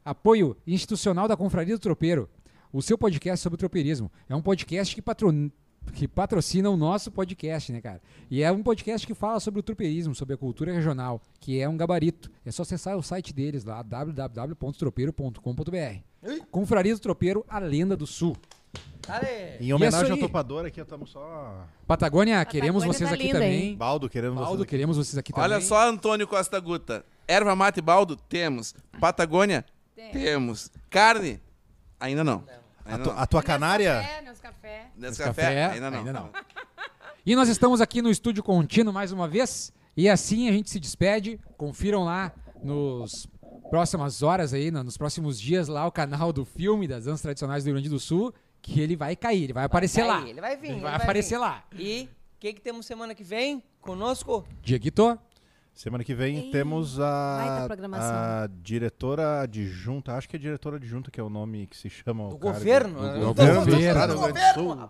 Speaker 1: apoio institucional da Confraria do Tropeiro. O seu podcast sobre o tropeirismo é um podcast que patron- que patrocina o nosso podcast, né, cara? E é um podcast que fala sobre o tropeirismo, sobre a cultura regional, que é um gabarito. É só acessar o site deles lá, www.tropeiro.com.br. Confraria do Tropeiro, a lenda do sul.
Speaker 2: Dale.
Speaker 5: Em homenagem ao
Speaker 1: aí?
Speaker 5: topador aqui, estamos só.
Speaker 1: Patagônia, queremos vocês
Speaker 3: tá
Speaker 1: aqui
Speaker 3: linda,
Speaker 1: também.
Speaker 3: hein?
Speaker 5: Baldo, queremos
Speaker 1: Baldo,
Speaker 5: vocês aqui.
Speaker 1: queremos vocês aqui também.
Speaker 4: Olha só, Antônio Costa Guta. Erva mate e baldo? Temos. Patagônia? Temos. Carne? Ainda não.
Speaker 5: A,
Speaker 4: Ainda
Speaker 5: tu-
Speaker 4: É, não.
Speaker 5: a tua
Speaker 2: é
Speaker 5: canária?
Speaker 3: café.
Speaker 4: Nesse
Speaker 1: Café,
Speaker 4: café? Ainda não.
Speaker 1: ainda não. E nós estamos aqui no Estúdio Contínuo mais uma vez. E assim a gente se despede. Confiram lá nos próximas horas aí, na- nos próximos dias lá o canal do filme das danças tradicionais do Rio Grande do Sul, que ele vai cair, ele vai, aparecer
Speaker 2: cair,
Speaker 1: lá.
Speaker 2: ele vai vir,
Speaker 1: Ele
Speaker 2: ele
Speaker 1: vai
Speaker 2: vai
Speaker 1: aparecer
Speaker 2: vir.
Speaker 1: lá.
Speaker 2: E o que, que temos semana que vem? Conosco?
Speaker 1: Dieguito,
Speaker 5: Semana que vem
Speaker 3: Ei,
Speaker 5: temos
Speaker 3: baita
Speaker 5: a,
Speaker 3: programação.
Speaker 5: a diretora adjunta, acho que é diretora adjunta que é o nome que se chama.
Speaker 2: Do
Speaker 5: o cargo.
Speaker 2: governo, né?
Speaker 5: Do
Speaker 2: Do
Speaker 5: governo do
Speaker 1: governo.
Speaker 5: estado do
Speaker 1: Do
Speaker 5: Rio Grande do Sul.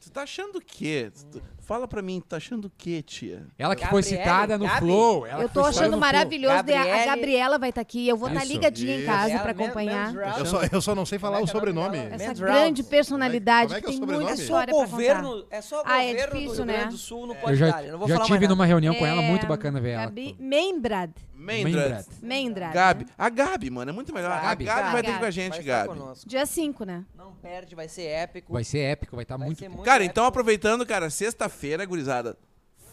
Speaker 4: Tu tá achando o quê? Tu- tu- Fala pra mim, tu tá achando o quê, tia?
Speaker 1: ela que foi
Speaker 2: Gabriele,
Speaker 1: citada no
Speaker 2: Gabi.
Speaker 1: Flow. ela
Speaker 3: Eu
Speaker 1: que
Speaker 3: tô
Speaker 1: foi citada no
Speaker 3: achando
Speaker 1: Flow.
Speaker 3: maravilhoso. de- A
Speaker 2: Gabriele.
Speaker 3: Gabriela vai estar aqui. Eu vou estar
Speaker 5: Isso,
Speaker 3: ligadinha em
Speaker 5: isso.
Speaker 3: casa pra
Speaker 2: Ela, men-
Speaker 3: acompanhar.
Speaker 2: men's round.
Speaker 5: Eu só, eu só não sei falar
Speaker 2: Como
Speaker 5: o
Speaker 2: é que é o nome
Speaker 5: sobrenome.
Speaker 2: dela?
Speaker 3: Essa
Speaker 2: Men's
Speaker 3: grande
Speaker 2: round.
Speaker 3: personalidade
Speaker 5: Como é que é
Speaker 3: que
Speaker 5: o
Speaker 3: tem muita
Speaker 2: Só
Speaker 5: sobrenome?
Speaker 2: o
Speaker 3: história pra contar.
Speaker 2: governo, é só o
Speaker 3: Ah, é
Speaker 2: governo do
Speaker 3: difícil,
Speaker 2: Rio
Speaker 3: né?
Speaker 2: Grande do Sul não
Speaker 1: Eu
Speaker 2: pode dar.
Speaker 1: já,
Speaker 2: Eu não vou
Speaker 1: já
Speaker 2: falar
Speaker 1: tive
Speaker 2: mais
Speaker 1: numa
Speaker 2: nada.
Speaker 1: reunião com ela,
Speaker 3: É,
Speaker 1: muito bacana ver ela. tá
Speaker 3: Gabi, Membrad.
Speaker 4: Mendrat.
Speaker 3: Membrad.
Speaker 4: Gabi. A Gabi, mano, é muito melhor. A
Speaker 1: Gabi.
Speaker 4: Gabi, vai
Speaker 3: Gabi.
Speaker 4: ter com a
Speaker 2: Vai
Speaker 4: gente,
Speaker 2: estar
Speaker 4: Gabi.
Speaker 2: conosco.
Speaker 3: Dia 5, né?
Speaker 2: Não perde, vai ser épico.
Speaker 1: Vai ser épico, vai estar
Speaker 2: Vai
Speaker 1: muito.
Speaker 2: ser muito
Speaker 3: é.
Speaker 4: Cara, então aproveitando, cara, sexta-feira, gurizada,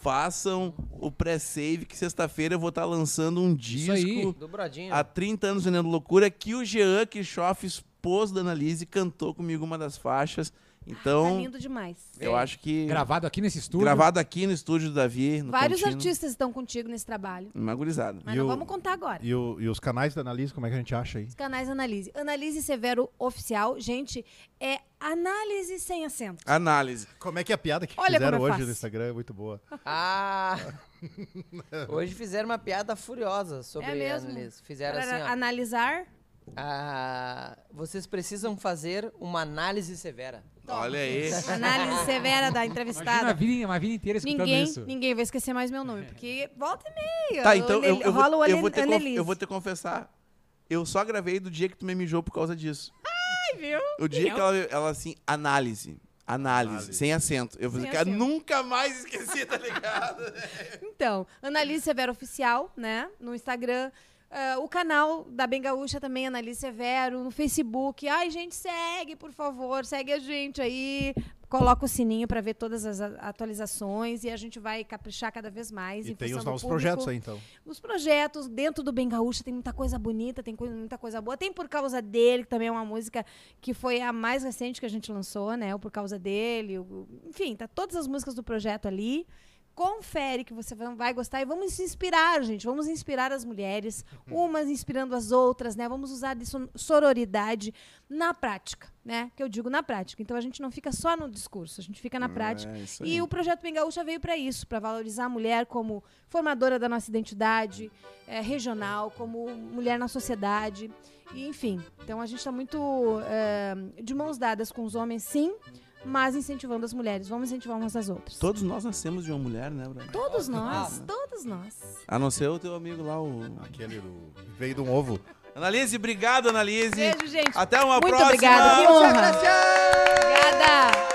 Speaker 4: façam o pré-save que sexta-feira eu vou estar lançando um disco
Speaker 1: aí.
Speaker 2: Dobradinho.
Speaker 4: há 30 anos vendendo loucura que o Jean Kirchhoff, esposo da Analise, cantou comigo uma das faixas.
Speaker 3: Tá
Speaker 4: Então,
Speaker 3: lindo demais.
Speaker 4: eu acho que
Speaker 1: Gravado aqui nesse estúdio.
Speaker 4: gravado aqui no estúdio do Davi, no
Speaker 3: Vários
Speaker 4: Contino,
Speaker 3: artistas estão contigo nesse trabalho.
Speaker 4: Uma gurizada.
Speaker 3: Mas
Speaker 5: E
Speaker 3: não
Speaker 5: o-
Speaker 3: vamos contar agora.
Speaker 5: E, o- e os canais da Analise, como é que a gente acha aí?
Speaker 3: Os canais Analise. Analise Severo Oficial. Gente, é análise sem acento.
Speaker 4: Análise.
Speaker 5: Como é que é a piada que
Speaker 3: Olha
Speaker 5: fizeram
Speaker 3: como é
Speaker 5: hoje
Speaker 3: fácil.
Speaker 5: no Instagram é muito boa. *laughs*
Speaker 2: Ah! Hoje fizeram uma piada furiosa sobre
Speaker 3: É
Speaker 2: a
Speaker 3: mesmo?
Speaker 2: Annelise. Fizeram
Speaker 3: Para
Speaker 2: assim, ó. *laughs*
Speaker 3: analisar.
Speaker 2: Ah, vocês precisam fazer uma análise severa.
Speaker 3: *laughs*
Speaker 4: Olha aí.
Speaker 3: Análise severa da
Speaker 1: Imagina a
Speaker 3: entrevistada.
Speaker 1: vida, uma vida
Speaker 4: tá
Speaker 1: inteira escutando
Speaker 3: Ninguém,
Speaker 1: isso.
Speaker 3: ninguém vai esquecer mais meu nome, porque volta e meia.
Speaker 4: Tá, então eu,
Speaker 3: Anel-
Speaker 4: eu,
Speaker 3: rola o
Speaker 4: vou, eu, vou
Speaker 3: Anel-
Speaker 4: ter conf-
Speaker 3: Annelise.
Speaker 4: eu vou ter que confessar. Eu só gravei do dia que tu me mijou por causa disso.
Speaker 3: Ai, viu?
Speaker 4: O dia que ela, ela assim, análise. Análise, sem acento. Eu falei,
Speaker 3: Sem
Speaker 4: cara,
Speaker 3: acento.
Speaker 4: nunca mais esqueci, tá ligado?
Speaker 3: *laughs* Então, Analise Severo Oficial, né? No Instagram. Ah, o canal da Bem Gaúcha também, Analise Severo, no Facebook. Ai, gente, segue, por favor, segue a gente aí. Coloca o sininho para ver todas as a- atualizações e a gente vai caprichar cada vez mais.
Speaker 5: E
Speaker 3: em
Speaker 5: tem
Speaker 3: função
Speaker 5: os
Speaker 3: do
Speaker 5: novos
Speaker 3: público.
Speaker 5: projetos aí, então.
Speaker 3: Os projetos dentro do Bem Gaúcha tem muita coisa bonita, tem coi- muita coisa boa. Tem Por Causa Dele, que também é uma música que foi a mais recente que a gente lançou, né? O Por Causa Dele. o- Enfim, tá todas as músicas do projeto ali. Confere que você va- vai gostar e vamos se inspirar, gente. Vamos inspirar as mulheres, umas inspirando as outras, né? Vamos usar de son- sororidade na prática, né? Que eu digo na prática. Então a gente não fica só no discurso, a gente fica na prática.
Speaker 4: É, isso aí.
Speaker 3: E o projeto Bem Gaúcha veio para isso, para valorizar a mulher como formadora da nossa identidade eh, regional, como mulher na sociedade, e enfim. Então a gente está muito eh, de mãos dadas com os homens, sim, mas incentivando as mulheres. Vamos incentivar umas às outras.
Speaker 4: Todos nós nascemos de uma mulher, né, Bruno?
Speaker 3: Todos nós,
Speaker 4: Ah.
Speaker 3: todos nós.
Speaker 4: A não ser o teu amigo lá, o.
Speaker 5: Aquele é do... Veio de um ovo.
Speaker 4: Analise, obrigado, Analise.
Speaker 3: Beijo, gente.
Speaker 4: Até uma
Speaker 3: Muito
Speaker 4: próxima.
Speaker 3: obrigada. Que honra. Obrigada.